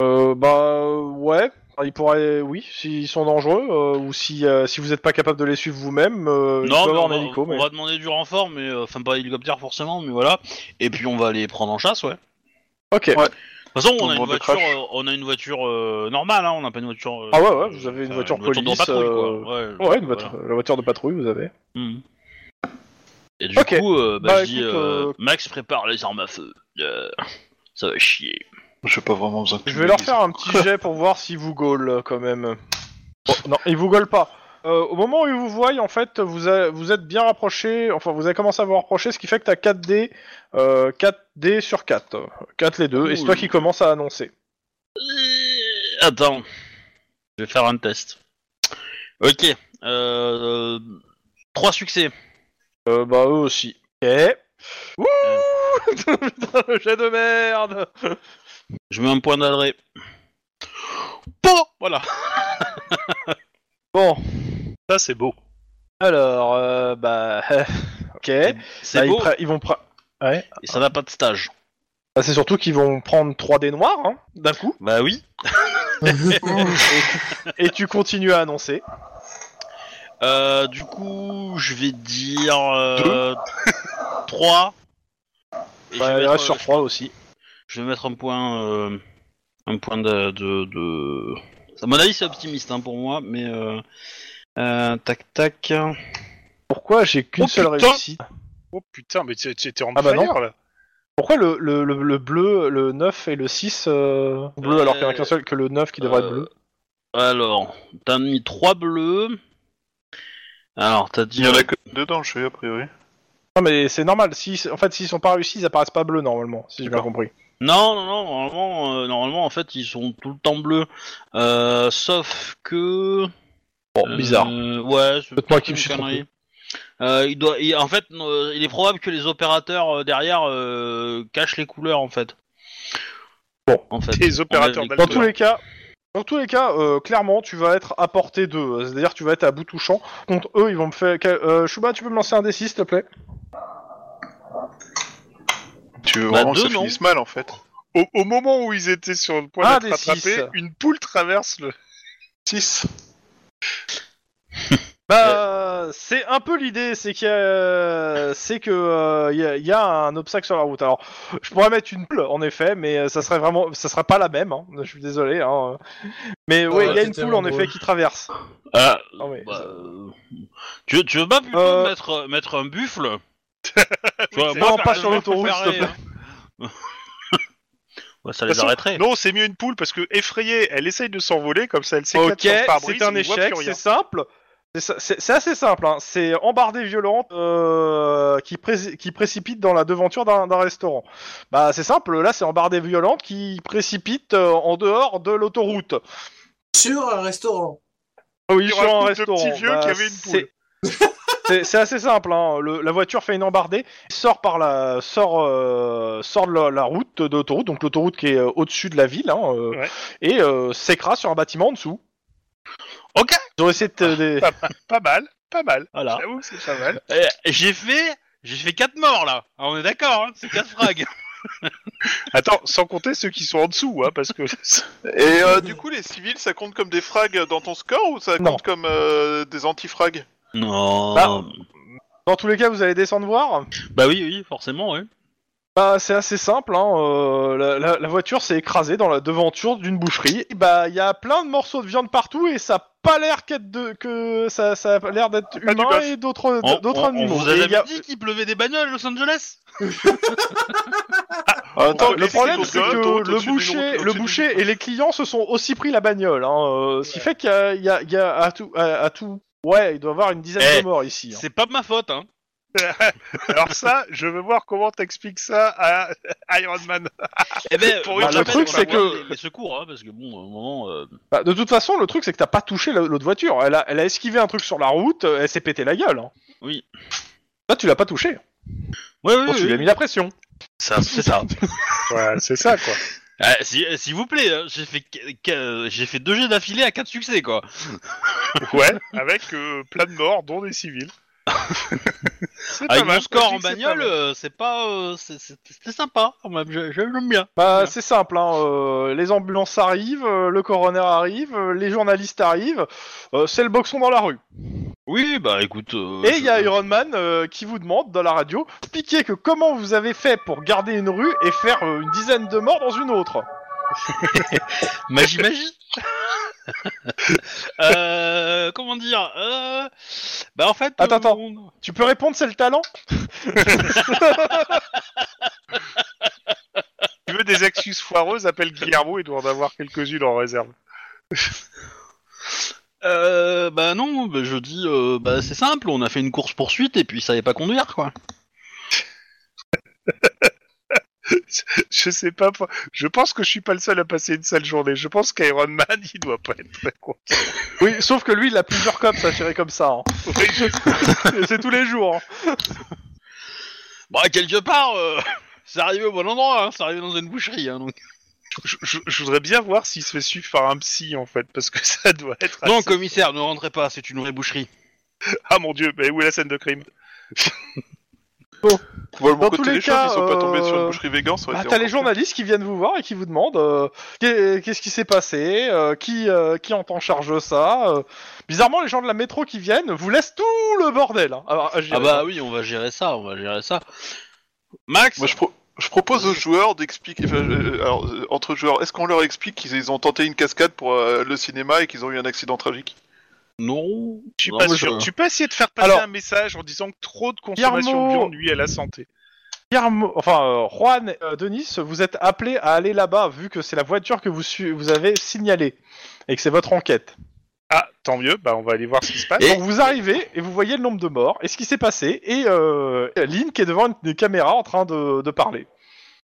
Speaker 2: Euh, bah euh, ouais. Enfin, Ils pourraient, oui, s'ils sont dangereux euh, ou si, euh, si vous n'êtes pas capable de les suivre vous-même, euh, ils
Speaker 1: Non,
Speaker 2: peuvent
Speaker 1: mais
Speaker 2: avoir
Speaker 1: on,
Speaker 2: un
Speaker 1: va,
Speaker 2: hélico.
Speaker 1: on
Speaker 2: mais-
Speaker 1: va demander du renfort, mais euh, enfin pas hélicoptère forcément, mais voilà. Et puis on va les prendre en chasse, ouais. De
Speaker 2: Ok.
Speaker 1: toute façon, on
Speaker 4: Nombre
Speaker 1: a une
Speaker 4: de
Speaker 1: voiture,
Speaker 4: crashs.
Speaker 1: euh, on a une voiture euh, normale, hein, on n'a pas une voiture. euh,
Speaker 2: Ah ouais, ouais, vous avez une
Speaker 1: enfin,
Speaker 2: voiture
Speaker 1: de
Speaker 2: police,
Speaker 1: patrouille, quoi.
Speaker 2: euh,
Speaker 1: Ouais,
Speaker 2: Ouais, une
Speaker 1: voilà.
Speaker 2: voiture- la voiture de patrouille, vous avez.
Speaker 1: Mhm. Et du
Speaker 2: Ok.
Speaker 1: coup, euh, bah,
Speaker 2: Bah,
Speaker 1: je dis,
Speaker 2: écoute,
Speaker 1: euh,
Speaker 2: euh,
Speaker 1: Max prépare les armes à feu. Euh, ça va chier.
Speaker 4: J'ai pas vraiment besoin que
Speaker 2: Je
Speaker 4: tu
Speaker 2: vais
Speaker 4: me
Speaker 2: leur
Speaker 4: dises.
Speaker 2: faire un petit jet pour voir s'ils vous gaulent euh, quand même. Bon, Oh, non, ils vous gaulent pas. Euh, au moment où ils vous voient, en fait, vous, a- vous êtes bien rapprochés, enfin vous avez commencé à vous rapprocher, ce qui fait que t'as 4D, euh, 4D sur 4. 4 les deux, et c'est toi
Speaker 1: Ouh.
Speaker 2: qui commence à annoncer.
Speaker 1: Attends, je vais faire un test. Ok, euh, trois succès.
Speaker 2: Euh, bah eux aussi. Ok. Wouh Putain, le jet de merde
Speaker 1: Je mets un point d'adresse. Bon, voilà.
Speaker 2: Bon,
Speaker 3: Ça, c'est beau.
Speaker 2: alors, euh, bah... ok. Bah,
Speaker 1: C'est
Speaker 2: ils
Speaker 1: beau.
Speaker 2: pre- Ils, vont... pre- Ouais.
Speaker 1: Et ça n'a pas de stage.
Speaker 2: Bah, c'est surtout qu'ils vont prendre 3D noirs, hein, d'un coup.
Speaker 1: Bah oui.
Speaker 2: et tu continues à annoncer.
Speaker 1: Euh, du coup, je vais dire euh, trois. Et je,
Speaker 2: Bah,
Speaker 1: vais
Speaker 2: il
Speaker 1: mettre,
Speaker 2: reste sur
Speaker 1: euh,
Speaker 2: 3 aussi.
Speaker 1: je vais mettre un point, euh, un point de, de, de- À mon avis, c'est optimiste hein, pour moi, mais euh, euh, tac tac.
Speaker 2: Pourquoi j'ai qu'une
Speaker 3: Oh,
Speaker 2: seule
Speaker 3: putain
Speaker 2: réussite
Speaker 3: Oh putain, mais t'es- t'es t'es en
Speaker 2: Ah bah non.
Speaker 3: fire, là.
Speaker 2: Pourquoi le, le, le, le bleu, le 9 et le 6 euh, bleu alors qu'il n'y en a qu'un seul que le 9 qui devrait être bleu
Speaker 1: Alors, t'as mis 3 bleus. Alors, t'as dit. euh,
Speaker 4: Il y en a que deux dans le jeu, a priori.
Speaker 2: Non mais c'est normal, si, en fait s'ils sont pas réussis ils apparaissent pas bleus normalement, si j'ai bien compris.
Speaker 1: Non, non, non, normalement, euh, normalement, en fait, ils sont tout le temps bleus. Euh, sauf que.
Speaker 2: Bon,
Speaker 1: euh,
Speaker 2: Oh, bizarre.
Speaker 1: ouais, c'est
Speaker 2: Peut-être moi qui
Speaker 1: une
Speaker 2: me suis
Speaker 1: connerie. Euh, il doit, il- en fait, euh, il est probable que les opérateurs euh, derrière euh, cachent les couleurs, en fait.
Speaker 2: Bon.
Speaker 1: en fait.
Speaker 3: Les opérateurs
Speaker 1: Dans
Speaker 2: Dans
Speaker 3: d'alcool.
Speaker 2: tous les cas, dans tous les cas euh, clairement tu vas être à portée d'eux, c'est-à-dire tu vas être à bout touchant. Contre eux ils vont me faire... Euh, Shuba tu peux me lancer un D6 s'il te plaît
Speaker 4: Tu veux
Speaker 1: Bah,
Speaker 4: vraiment que
Speaker 1: deux,
Speaker 4: ça
Speaker 1: non.
Speaker 4: finisse mal en fait
Speaker 3: Au, au moment où ils étaient sur le point
Speaker 2: Ah,
Speaker 3: d'être
Speaker 2: des six.
Speaker 3: rattrapés, une poule traverse le.
Speaker 4: 6
Speaker 2: Bah, c'est un peu l'idée, c'est qu'il y a, c'est que euh, il y, a- il y a un obstacle sur la route. Alors, je pourrais mettre une poule, en effet, mais euh, ça serait vraiment, ça sera pas la même. hein. Je suis désolé. Hein. Mais ouais, il y
Speaker 5: ouais,
Speaker 2: a une
Speaker 5: c'était
Speaker 2: poule en
Speaker 5: drôle.
Speaker 2: effet qui traverse.
Speaker 1: Ah,
Speaker 2: Non, mais-
Speaker 1: bah, euh, tu, veux- tu veux pas plutôt
Speaker 2: Euh.
Speaker 1: mettre, mettre un buffle Tu
Speaker 3: Oui,
Speaker 1: vois,
Speaker 3: c'est-
Speaker 1: moi,
Speaker 2: Non, pas sur
Speaker 1: personnellement,
Speaker 2: l'autoroute,
Speaker 1: je
Speaker 2: s'il te
Speaker 1: préférerais, hein. Ouais, ça les
Speaker 3: Façon,
Speaker 1: arrêterait.
Speaker 3: Non, c'est mieux une poule parce que effrayée, elle essaye de s'envoler comme ça, elle s'éclate
Speaker 2: Ok,
Speaker 3: sur le pare-brise.
Speaker 2: c'est un
Speaker 3: il voit
Speaker 2: échec,
Speaker 3: plus rien.
Speaker 2: c'est simple. C'est ça- C'est c'est assez simple. hein. C'est embardée violente euh, qui, pré- qui précipite dans la devanture d'un d'un restaurant. Bah, c'est simple. Là, c'est embardée violente qui précipite euh, en dehors de l'autoroute.
Speaker 5: Sur un restaurant.
Speaker 2: Oui,
Speaker 3: Sur
Speaker 2: sur
Speaker 3: un
Speaker 2: un
Speaker 3: couple de
Speaker 2: restaurant. Bah,
Speaker 3: petits vieux qui avait une
Speaker 2: c'est- C'est c'est assez simple. Hein. Le- la voiture fait une embardée, sort par la sort euh, sort de la, la route d'autoroute, donc l'autoroute qui est euh, au-dessus de la ville, hein, euh,
Speaker 3: Ouais.
Speaker 2: et euh, s'écrase sur un bâtiment en dessous.
Speaker 1: Ok.
Speaker 2: Ils ont essayé de. des-
Speaker 3: Pas mal, pas mal.
Speaker 2: Ah.
Speaker 1: Voilà.
Speaker 3: J'avoue, c'est pas mal.
Speaker 1: Euh, j'ai fait, j'ai fait 4 morts là. Ah, on est d'accord, hein, c'est 4 frags.
Speaker 3: Attends, sans compter ceux qui sont en dessous, hein, parce que.
Speaker 4: Et euh, du coup, les civils, ça compte comme des frags dans ton score ou ça compte
Speaker 2: Non.
Speaker 4: comme euh, des anti-frags
Speaker 1: Non. Bah,
Speaker 2: Bah. Dans tous les cas, vous allez descendre voir.
Speaker 1: oui, oui, forcément, oui.
Speaker 2: Bah, c'est assez simple. Hein. euh, la, la- la voiture s'est écrasée dans la devanture d'une boucherie. Et bah, il y a plein de morceaux de viande partout et ça a pas l'air qu'être de que ça, ça a l'air d'être
Speaker 3: Pas du
Speaker 2: humain
Speaker 3: bœuf.
Speaker 2: et d'autres
Speaker 1: On,
Speaker 2: d'autres
Speaker 1: on- on
Speaker 2: animaux.
Speaker 1: vous a
Speaker 2: Et il y
Speaker 1: jamais
Speaker 2: a-
Speaker 1: dit qu'il pleuvait des bagnoles à Los Angeles
Speaker 4: En même temps,
Speaker 2: le
Speaker 4: qu'est-ce
Speaker 2: problème,
Speaker 4: qu'ils
Speaker 2: c'est
Speaker 4: ont fait, au-
Speaker 2: que le
Speaker 4: au-dessus du
Speaker 2: boucher,
Speaker 4: au-dessus
Speaker 2: le
Speaker 4: du-
Speaker 2: boucher et les clients se sont aussi pris la bagnole. Hein, euh, Ce qui fait qu'il y a, il y a- il y a à, tout, à, à tout. Ouais, il doit y avoir une dizaine
Speaker 1: Eh,
Speaker 2: de morts ici. hein.
Speaker 1: C'est pas de ma faute, hein.
Speaker 3: Alors ça, je veux voir comment t'expliques ça à à Iron Man.
Speaker 1: Eh ben,
Speaker 3: Pour
Speaker 1: moi,
Speaker 3: une
Speaker 1: je
Speaker 3: fois,
Speaker 1: rappelle
Speaker 3: le truc,
Speaker 1: qu'on
Speaker 2: c'est
Speaker 1: va voir
Speaker 2: que-
Speaker 1: les, les secours, hein, parce que bon, au moment, euh,
Speaker 2: Bah, de toute façon, le truc, c'est que t'as pas touché la- l'autre voiture. Elle a, elle a esquivé un truc sur la route, euh, elle s'est pété la gueule. hein.
Speaker 1: Oui.
Speaker 2: Là, tu l'as pas touché.
Speaker 1: ouais, ouais,
Speaker 3: Mmh.
Speaker 2: Bon, tu
Speaker 1: ouais,
Speaker 2: lui as mis la pression.
Speaker 1: ça, c'est ça.
Speaker 3: Ouais, c'est ça quoi.
Speaker 1: Ah, si- euh, S'il vous plaît, hein, j'ai fait qu- qu- euh, j'ai fait deux jets d'affilée à quatre succès, quoi.
Speaker 3: Ouais, avec euh, plein de morts, dont des civils. c'est pas
Speaker 1: Avec
Speaker 3: mal,
Speaker 1: mon score
Speaker 3: je
Speaker 1: en
Speaker 3: dis que c'est pas
Speaker 1: bagnole,
Speaker 3: mal.
Speaker 1: euh, c'est pas, euh, c'est- c'est- c'était sympa quand même. je- je- J'aime bien.
Speaker 2: Bah,
Speaker 1: Voilà.
Speaker 2: c'est simple, hein, euh, les ambulances arrivent, euh, le coroner arrive, euh, les journalistes arrivent, euh, c'est le boxon dans la rue.
Speaker 1: Oui, bah écoute. euh,
Speaker 2: Et il y a
Speaker 1: je-
Speaker 2: Iron Man euh, qui vous demande dans la radio, piquez que comment vous avez fait pour garder une rue et faire euh, une dizaine de morts dans une autre.
Speaker 1: Magie, magie. euh, comment dire euh, Bah en fait.
Speaker 2: Attends,
Speaker 1: euh,
Speaker 2: attends.
Speaker 1: on-
Speaker 2: Tu peux répondre, c'est le talent
Speaker 3: Tu veux des excuses foireuses, appelle Guillermo, il doit en avoir quelques-unes en réserve.
Speaker 1: Euh, bah non, bah, je dis, euh, bah c'est simple. On a fait une course poursuite et puis il savait pas conduire, quoi.
Speaker 3: Je sais pas, pour- je pense que je suis pas le seul à passer une sale journée. Je pense qu'Iron Man, il doit pas être très content.
Speaker 2: Oui, sauf que lui, il a plusieurs cops à tirer comme ça. hein. Et c'est tous les jours. hein.
Speaker 1: Bah quelque part, euh, c'est arrivé au bon endroit. Hein, c'est arrivé dans une boucherie, hein, donc.
Speaker 3: Je, je- je voudrais bien voir s'il se fait suivre par un psy, en fait, parce que ça doit être...
Speaker 1: Non,
Speaker 3: assez-
Speaker 1: commissaire, ne rentrez pas. C'est une vraie boucherie.
Speaker 3: Ah mon dieu, mais où est la scène de crime
Speaker 4: Voilà, mon
Speaker 2: Dans
Speaker 4: côté,
Speaker 2: tous les
Speaker 4: les
Speaker 2: cas,
Speaker 4: choses, ils sont pas tombés sur
Speaker 2: euh,
Speaker 4: une boucherie vegan, ça aurait
Speaker 2: Bah,
Speaker 4: été
Speaker 2: t'as les
Speaker 4: encore
Speaker 2: journalistes qui viennent vous voir et qui vous demandent euh, qu'est- qu'est-ce qui s'est passé, euh, qui, euh, qui en en charge de ça. euh. Bizarrement, les gens de la métro qui viennent vous laissent tout le bordel. hein, à- à gérer.
Speaker 1: Ah bah oui, on va gérer ça, on va gérer ça. Max
Speaker 4: Moi, je, pro- je propose aux joueurs d'expliquer. enfin, euh, alors, euh, entre joueurs, est-ce qu'on leur explique qu'ils ils ont tenté une cascade pour euh, le cinéma et qu'ils ont eu un accident tragique
Speaker 1: Non,
Speaker 3: Je suis
Speaker 1: Non,
Speaker 3: pas
Speaker 1: moi,
Speaker 3: sûr.
Speaker 1: je-
Speaker 3: Tu peux essayer de faire passer
Speaker 2: Alors-
Speaker 3: un message en disant que trop de consommation
Speaker 2: Guillermo-
Speaker 3: de viande nuit à la santé.
Speaker 2: Guillermo- enfin, euh, Juan, euh, Denis, vous êtes appelés à aller là-bas vu que c'est la voiture que vous, su- vous avez signalée et que c'est votre enquête.
Speaker 3: Ah, tant mieux, bah on va aller voir ce qui se passe.
Speaker 1: Et-
Speaker 2: Donc vous arrivez et vous voyez le nombre de morts et ce qui s'est passé et euh, Lynn qui est devant une, une caméra en train de, de parler.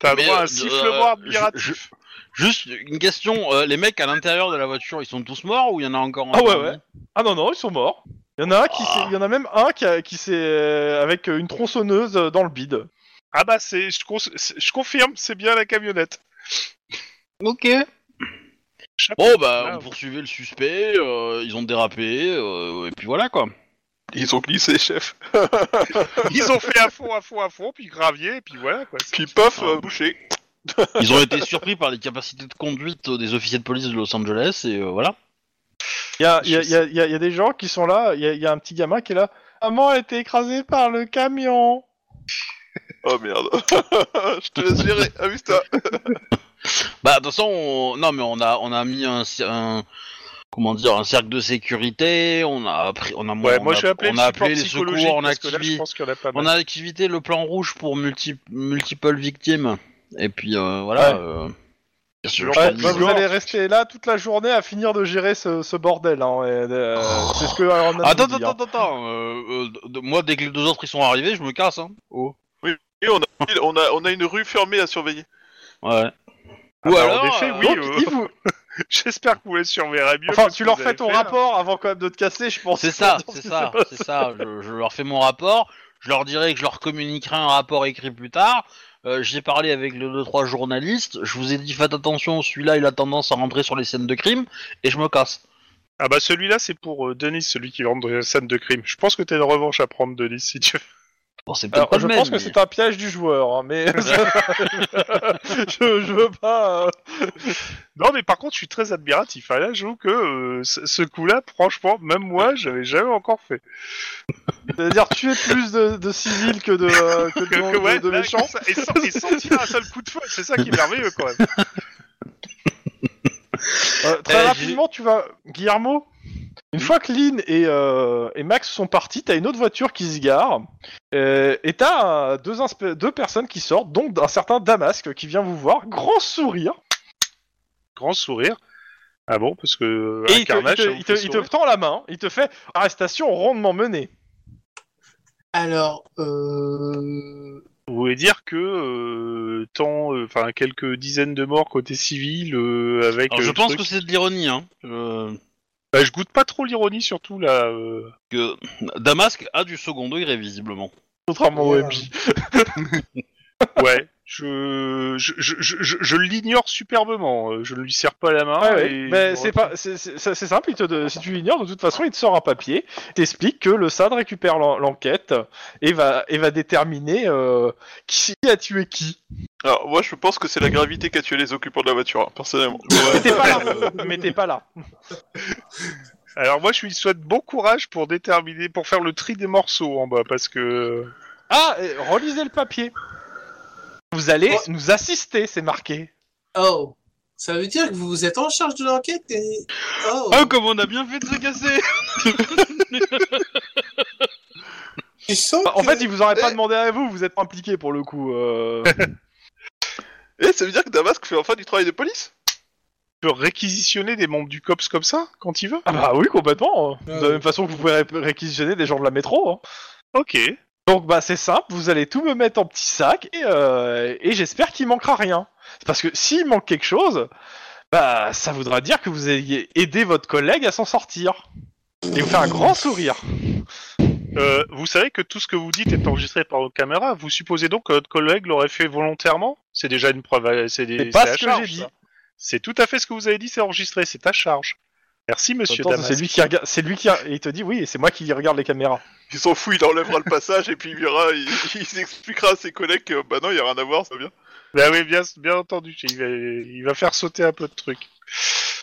Speaker 3: T'as
Speaker 1: mais,
Speaker 3: droit à
Speaker 1: euh,
Speaker 3: un sifflement
Speaker 1: euh,
Speaker 3: admiratif.
Speaker 1: je- je- Juste une question, euh, les mecs à l'intérieur de la voiture, ils sont tous morts ou il y en a encore un
Speaker 2: Ah ouais,
Speaker 1: qui est
Speaker 2: ouais.
Speaker 1: mort
Speaker 2: Ah non non ils sont morts. Il y en a un qui
Speaker 1: Ah.
Speaker 2: s'est- il y en a même un qui, a- qui s'est euh, avec une tronçonneuse euh, dans le bide.
Speaker 3: Ah bah c'est, je, cons- c'est- je confirme, c'est bien la camionnette.
Speaker 1: Ok.
Speaker 3: Chapeau.
Speaker 1: Bon bah, on
Speaker 3: Bravo.
Speaker 1: poursuivait le suspect, euh, ils ont dérapé, euh, et puis voilà quoi.
Speaker 4: Ils ont glissé, chef.
Speaker 3: Ils ont fait à fond, à fond, à fond, puis gravier, et puis voilà quoi.
Speaker 4: Puis paf,
Speaker 1: Ah.
Speaker 4: euh, bouché.
Speaker 1: Ils ont été surpris par les capacités de conduite des officiers de police de Los Angeles, et euh, voilà.
Speaker 2: Il y a, il y, a,
Speaker 3: Je
Speaker 2: il y, a, il y a- il y a des gens qui sont là. Il y a, il y a un petit gamin qui est là. Ah, Maman a été écrasée par le camion.
Speaker 4: Oh merde. je te laisse gérer. Ah Amuse-toi.
Speaker 1: Bah, de toute façon, on... non, mais on a, on a mis un, cer- un- comment dire, un cercle de sécurité, on a appris, on a,
Speaker 3: Ouais,
Speaker 1: on
Speaker 3: moi
Speaker 1: a-
Speaker 3: je vais appeler
Speaker 1: on
Speaker 3: le
Speaker 1: a
Speaker 3: support
Speaker 1: appelé les
Speaker 3: psychologique
Speaker 1: secours, on a
Speaker 3: parce que là je
Speaker 1: activé,
Speaker 3: pense qu'il y en a pas
Speaker 1: On
Speaker 3: mal.
Speaker 1: a activité le plan rouge pour multi multiple victimes. Et puis euh, voilà.
Speaker 2: Ouais.
Speaker 1: euh, qu'est-ce que je
Speaker 3: Ouais,
Speaker 1: te
Speaker 2: Ouais,
Speaker 1: dis
Speaker 2: bah, vous
Speaker 3: genre,
Speaker 2: allez rester là toute la journée à finir de gérer ce, ce bordel. Hein, et, euh, c'est ce que Iron Man
Speaker 1: Attends,
Speaker 2: vous dit,
Speaker 1: attends, attends, attends. euh, euh, de- de- moi, dès que les deux autres ils sont arrivés, je me casse. Hein. Oh.
Speaker 4: Et on a, on, a, on a une rue fermée à surveiller.
Speaker 1: Ouais.
Speaker 3: Ah
Speaker 1: Ou
Speaker 3: bah,
Speaker 1: alors,
Speaker 3: en effet,
Speaker 1: euh,
Speaker 3: oui.
Speaker 2: hein. Donc,
Speaker 3: euh,
Speaker 2: ils vous-
Speaker 3: J'espère que vous les surveillerez mieux.
Speaker 2: Enfin,
Speaker 3: que ce
Speaker 2: tu
Speaker 3: que
Speaker 2: leur
Speaker 3: vous
Speaker 2: fais
Speaker 3: avez
Speaker 2: ton
Speaker 3: fait, là.
Speaker 2: rapport avant quand même de te casser, je pense.
Speaker 1: C'est ça, c'est ça, c'est ça. Je, je leur fais mon rapport. Je leur dirai que je leur communiquerai un rapport écrit plus tard. Euh, J'ai parlé avec les deux trois journalistes. Je vous ai dit faites attention, celui-là il a tendance à rentrer sur les scènes de crime et je me casse.
Speaker 3: Ah bah celui-là c'est pour euh, Denis, celui qui rentre dans la scène de crime. Je pense que t'as une revanche à prendre Denis si tu veux.
Speaker 1: Bon, c'est peut-être
Speaker 2: Alors,
Speaker 1: pas
Speaker 2: je
Speaker 1: le même.
Speaker 2: pense
Speaker 1: mais-
Speaker 2: que c'est un piège du joueur, hein, mais je, je veux pas. euh,
Speaker 3: Non mais par contre je suis très admiratif. Ah, là j'avoue que euh, ce ce coup-là franchement même moi j'avais jamais encore fait.
Speaker 2: C'est-à-dire tuer plus de, de civils que de, euh, que de,
Speaker 3: Que- que
Speaker 2: de-
Speaker 3: ouais,
Speaker 2: de
Speaker 3: là,
Speaker 2: méchants.
Speaker 3: comme ça, et, sans, et sans tirer un seul coup de feu, c'est ça qui est merveilleux quand même.
Speaker 2: Euh,
Speaker 1: Eh,
Speaker 2: très
Speaker 1: j'ai-
Speaker 2: Euh, rapidement, tu vas, Guillermo, Une fois que Lynn et, euh, et Max sont partis, t'as une autre voiture qui se gare. euh, et t'as euh, deux, inspe- deux personnes qui sortent, dont un certain Damasque qui vient vous voir, grand sourire.
Speaker 3: Grand sourire. Ah bon, parce que.
Speaker 2: et
Speaker 3: un
Speaker 2: il te,
Speaker 3: carnage,
Speaker 2: il te-
Speaker 3: ça vous
Speaker 2: il te-
Speaker 3: fait
Speaker 2: il te
Speaker 3: sourire
Speaker 2: tend la main. Il te fait arrestation rondement menée.
Speaker 5: Alors, euh...
Speaker 3: Vous voulez dire que euh, tant, euh, enfin quelques dizaines de morts côté civil euh, avec.
Speaker 1: Alors, je
Speaker 3: euh,
Speaker 1: pense
Speaker 3: truc-
Speaker 1: que c'est de l'ironie. Hein. Euh,
Speaker 3: Bah, je goûte pas trop l'ironie surtout là. euh.
Speaker 1: que Damasque a du second degré visiblement.
Speaker 2: Contrairement au
Speaker 5: Ouais.
Speaker 2: MJ.
Speaker 3: Ouais. Je je, je, je, je- je l'ignore superbement. euh, Je ne lui serre pas la main.
Speaker 2: Ouais, Ah ouais.
Speaker 3: et-
Speaker 2: Mais c'est pas, c'est c'est- c'est- c'est simple. Il te, de- si tu l'ignores, de toute façon, il te sort un papier, t'explique que le SAD récupère l'en- l'enquête et va et va déterminer euh, qui a tué qui.
Speaker 4: Alors, moi, je pense que c'est la gravité qui a tué les occupants de la voiture, hein, personnellement.
Speaker 2: Mais t'es pas là. Mais t'es pas là.
Speaker 3: Alors moi je lui souhaite bon courage pour déterminer, pour faire le tri des morceaux en bas parce que.
Speaker 2: Ah, euh, relisez le papier. Vous allez
Speaker 5: Oh.
Speaker 2: nous assister, c'est marqué.
Speaker 5: oh, ça veut dire que vous êtes en charge de l'enquête et... Oh,
Speaker 2: Ah
Speaker 1: Oh, comme on a bien fait de se casser
Speaker 5: tu sens
Speaker 2: Bah, En
Speaker 5: que-
Speaker 2: fait, il vous aurait pas demandé à vous, vous êtes pas impliqué pour le coup. euh.
Speaker 4: Et Eh, ça veut dire que Damasque fait enfin du travail de police
Speaker 3: peut réquisitionner des membres du COPS comme ça, quand il veut
Speaker 2: Ah bah oui, complètement.
Speaker 5: Ah
Speaker 2: de la
Speaker 5: oui.
Speaker 2: même façon que vous pouvez ré- réquisitionner des gens de la métro. hein.
Speaker 3: Ok.
Speaker 2: Donc bah c'est simple, vous allez tout me mettre en petit sac et, euh, et j'espère qu'il manquera rien. C'est Parce que s'il manque quelque chose, bah ça voudra dire que vous ayez aidé votre collègue à s'en sortir. Et vous fait un grand sourire.
Speaker 3: Euh, vous savez que tout ce que vous dites est enregistré par vos caméras. Vous supposez donc que votre collègue l'aurait fait volontairement C'est déjà une preuve. à- C'est des-
Speaker 2: C'est pas
Speaker 3: à
Speaker 2: ce que
Speaker 3: charge,
Speaker 2: j'ai dit.
Speaker 3: ça. C'est tout à fait ce que vous avez dit, c'est enregistré, c'est à charge. Merci, monsieur
Speaker 2: Attends, C'est
Speaker 3: Damas.
Speaker 2: lui qui regarde, c'est lui qui, et il te dit oui, et c'est moi qui regarde les caméras.
Speaker 4: Il s'en fout, il enlèvera le passage et puis il verra, il, il expliquera à ses collègues que bah non, il y a rien à voir, ça va bien.
Speaker 3: Bah oui, bien, bien entendu. Il va, il va faire sauter un peu de trucs.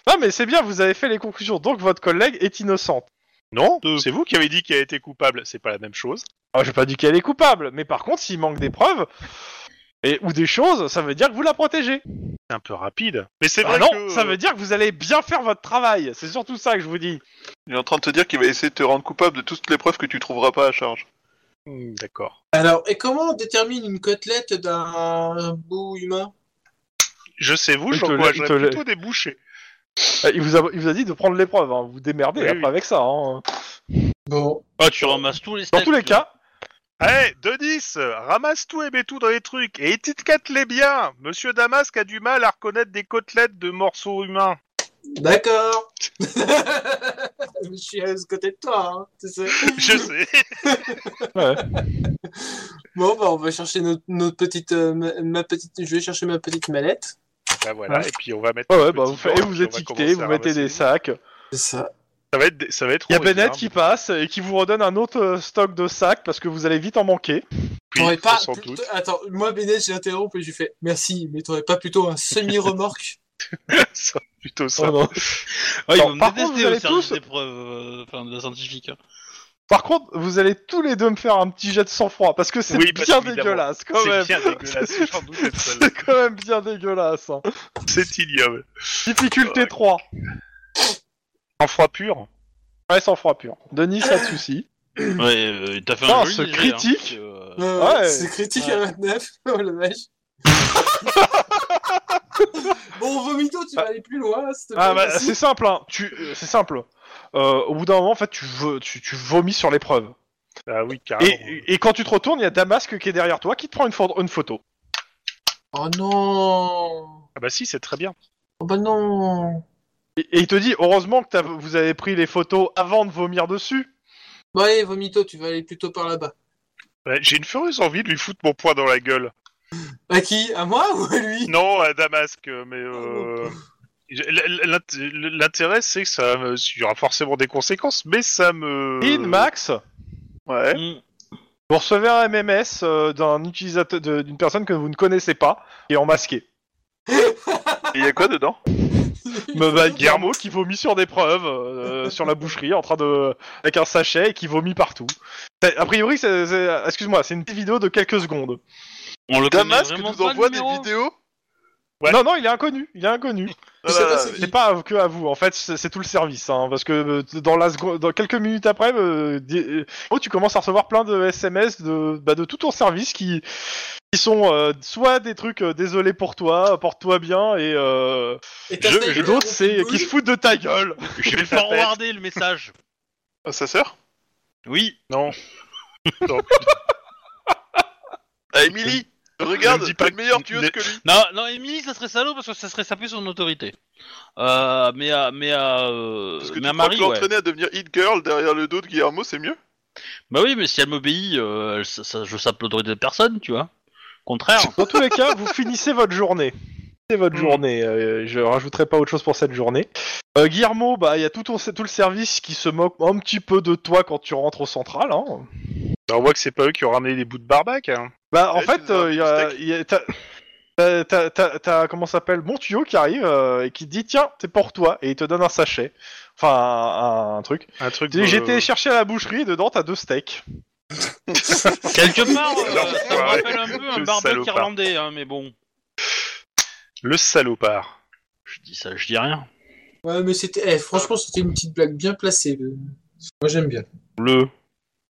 Speaker 2: Non mais c'est bien, vous avez fait les conclusions, donc votre collègue est innocente.
Speaker 3: Non, c'est vous qui avez dit qu'il a été coupable. C'est pas la même chose.
Speaker 2: Ah, j'ai pas dit qu'elle est coupable, mais par contre s'il manque des preuves et ou des choses, ça veut dire que vous la protégez.
Speaker 3: C'est un peu rapide. Mais c'est
Speaker 2: Ah
Speaker 3: vrai
Speaker 2: non,
Speaker 3: que-
Speaker 2: ça veut dire que vous allez bien faire votre travail. C'est surtout ça que je vous dis.
Speaker 4: Il est en train de te dire qu'il va essayer de te rendre coupable de toutes les preuves que tu trouveras pas à charge.
Speaker 3: Hmm, D'accord.
Speaker 5: Alors, et comment on détermine une côtelette d'un bout humain
Speaker 3: Je sais vous,
Speaker 2: Il te l'a- il te
Speaker 3: j'encouragerais
Speaker 2: l'a-
Speaker 3: plutôt des bouchers.
Speaker 2: Euh, Il vous, a, il vous a dit de prendre l'épreuve, hein. vous vous démerdez
Speaker 3: Oui,
Speaker 2: après
Speaker 3: oui.
Speaker 2: avec ça. Hein.
Speaker 5: Bon.
Speaker 1: Ah, tu ramasses tous les
Speaker 2: Dans
Speaker 1: steps,
Speaker 2: tous les
Speaker 1: tu vois.
Speaker 2: cas,
Speaker 3: Hey, Eh, Denis, ramasse tout et mets tout dans les trucs. Et étiquette-les bien. Monsieur Damasque a du mal à reconnaître des côtelettes de morceaux humains.
Speaker 5: D'accord. Je suis à ce côté de toi, hein, tu sais.
Speaker 3: Je sais.
Speaker 5: Bon, bah, on va chercher notre, notre petite, euh, ma, ma petite. Je vais chercher ma petite mallette.
Speaker 3: bah voilà,
Speaker 2: Ouais.
Speaker 3: et puis on va mettre.
Speaker 2: ouais,
Speaker 3: un
Speaker 2: ouais, bah,
Speaker 3: petit
Speaker 2: vous, faites- et
Speaker 3: plan, puis
Speaker 2: vous
Speaker 3: on va
Speaker 2: étiquetez,
Speaker 3: commencer
Speaker 2: vous
Speaker 3: à
Speaker 2: mettez
Speaker 3: ramasser. Oh,
Speaker 2: des sacs.
Speaker 5: C'est ça.
Speaker 3: Ça va être, ça va être.
Speaker 2: Il y a
Speaker 3: horrible,
Speaker 2: Bennett
Speaker 3: hein,
Speaker 2: qui
Speaker 3: mais-
Speaker 2: passe et qui vous redonne un autre euh, stock de sacs parce que vous allez vite en manquer.
Speaker 3: Oui,
Speaker 5: T'aurais pas.
Speaker 3: sans
Speaker 5: plutôt-
Speaker 3: doute.
Speaker 5: Attends, moi, Bénet, j'ai interrompu et j'ai fait merci, mais t'aurais pas plutôt un semi-remorque
Speaker 3: Ça, plutôt ça.
Speaker 2: Oh non.
Speaker 1: Ouais, Ah, ils
Speaker 2: Alors,
Speaker 1: vont me
Speaker 2: par contre,
Speaker 1: détester
Speaker 2: vous
Speaker 1: au
Speaker 2: allez
Speaker 1: service
Speaker 2: tous-
Speaker 1: des preuves, euh, enfin, de la scientifique. hein.
Speaker 2: Par contre, vous allez tous les deux me faire un petit jet de sang-froid parce que c'est
Speaker 3: Oui, parce
Speaker 2: bien
Speaker 3: qu'évidemment,
Speaker 2: dégueulasse quand
Speaker 3: c'est
Speaker 2: même.
Speaker 3: bien dégueulasse, j'en doutais de celle-là.
Speaker 2: C'est quand même bien dégueulasse. hein.
Speaker 3: C'est ignoble.
Speaker 2: Difficulté 3.
Speaker 3: En froid pur.
Speaker 2: Ouais, sang-froid pur. Denis, pas de soucis.
Speaker 1: Ouais, euh, il t'a fait
Speaker 2: Ah,
Speaker 1: un joli
Speaker 2: ce
Speaker 1: jet, hein,
Speaker 2: critique.
Speaker 1: parce que, euh,
Speaker 5: Euh,
Speaker 2: Ouais.
Speaker 5: C'est critique
Speaker 1: Ouais.
Speaker 5: à 29. Oh la vache. bon, vomito, tu vas aller plus loin, s'il te plaît.
Speaker 2: Ah bah,
Speaker 5: merci.
Speaker 2: c'est simple, hein. Tu, euh, c'est simple. Euh, au bout d'un moment, en fait, tu, veux, tu, tu vomis sur l'épreuve.
Speaker 3: Ah oui, carrément.
Speaker 2: Et, et quand tu te retournes, il y a Damasque qui est derrière toi qui te prend une, photo- une photo.
Speaker 5: Oh non.
Speaker 3: Ah bah si, c'est très bien.
Speaker 5: Oh bah non.
Speaker 2: Et, et il te dit heureusement que t'as- vous avez pris les photos avant de vomir dessus.
Speaker 5: Bon, allez, vomito, tu vas aller plutôt par là-bas.
Speaker 3: Ouais, J'ai une furieuse envie de lui foutre mon poing dans la gueule.
Speaker 5: À Bah, qui À moi ou à lui
Speaker 3: Non, à Damasque,
Speaker 4: Ah,
Speaker 3: mais euh, l- l- l'int- l'intérêt c'est que ça, me- il y aura forcément des conséquences, mais ça me.
Speaker 2: In Max,
Speaker 4: Ouais.
Speaker 1: hmm.
Speaker 2: vous recevez un MMS euh, d'un utilisateur, de- d'une personne que vous ne connaissez pas et en masqué.
Speaker 4: Et il y a quoi dedans
Speaker 2: Me bah, Guillermo qui vomit sur des preuves, euh, sur la boucherie, en train de avec un sachet et qui vomit partout. C'est- A priori, c'est- c'est- excuse-moi, c'est une petite vidéo de quelques secondes.
Speaker 1: On le connaît
Speaker 4: Damasque
Speaker 1: vraiment
Speaker 4: nous
Speaker 1: pas, le
Speaker 4: envoie des
Speaker 1: numéro.
Speaker 4: vidéos
Speaker 3: Ouais.
Speaker 2: Non, non, il est inconnu, il est inconnu.
Speaker 4: Ah
Speaker 5: sais
Speaker 4: là
Speaker 5: pas
Speaker 4: là,
Speaker 5: c'est qui.
Speaker 2: C'est pas que à vous, en fait, c'est c'est tout le service, hein, parce que euh, dans, la seconde- dans quelques minutes après, euh, di- euh, oh, tu commences à recevoir plein de SMS de, bah, de tout ton service qui, qui sont euh, soit des trucs euh, désolé pour toi, porte-toi bien, et, euh,
Speaker 5: Et
Speaker 3: Je-
Speaker 5: t'as-
Speaker 3: je-
Speaker 2: et d'autres c'est qui se foutent de ta gueule.
Speaker 1: Je vais le forwarder le message.
Speaker 4: Ah, sa sœur
Speaker 1: Oui.
Speaker 3: Non.
Speaker 4: Ah, Emily Regarde,
Speaker 3: Ne me dis
Speaker 4: t'es
Speaker 3: pas
Speaker 4: une meilleure
Speaker 3: que-
Speaker 4: tueuse
Speaker 3: ne-
Speaker 4: que lui
Speaker 1: Non, non, Emily, ça serait salaud parce que ça serait saper son autorité. Euh, mais à, mais à, euh,
Speaker 4: Parce que
Speaker 1: mais
Speaker 4: tu
Speaker 1: à
Speaker 4: crois
Speaker 1: Marie,
Speaker 4: que
Speaker 1: ouais.
Speaker 4: l'entraîner à devenir hit girl derrière le dos de Guillermo, c'est mieux
Speaker 1: Bah oui, mais si elle m'obéit, euh, elle- ça- ça- je sape l'autorité de personne, tu vois. Contraire.
Speaker 2: Dans tous les cas, vous finissez votre journée. C'est votre
Speaker 3: Mm.
Speaker 2: journée. euh, je rajouterai pas autre chose pour cette journée. Euh, Guillermo, bah il y a tout ton tout le service qui se moque un petit peu de toi quand tu rentres au central. Hein.
Speaker 3: Bah, on voit que c'est pas eux qui ont ramené des bouts de barbac. Hein.
Speaker 2: Bah, en
Speaker 4: Eh,
Speaker 2: fait,
Speaker 4: tu nous as
Speaker 2: euh, il y a-
Speaker 4: appris
Speaker 2: il y a- t'as- t'as- t'as- t'as- t'as, comment ça s'appelle, mon tuyau qui arrive euh, et qui te dit tiens, c'est pour toi, et il te donne un sachet, enfin un, un truc.
Speaker 3: Un truc.
Speaker 1: Bah,
Speaker 2: Il dit,
Speaker 3: de-
Speaker 1: euh.
Speaker 2: J'étais chercher à la boucherie, et dedans t'as deux steaks.
Speaker 1: Quelque part, euh, ça me
Speaker 3: L'enfoiré.
Speaker 1: rappelle un peu un
Speaker 3: Le
Speaker 1: barbecue
Speaker 3: salopard.
Speaker 1: irlandais, hein, mais bon.
Speaker 3: Le salopard.
Speaker 1: Je dis ça, je dis rien.
Speaker 5: Ouais, mais c'était, eh, franchement, c'était une petite blague bien placée. le- Moi, j'aime bien.
Speaker 1: Le.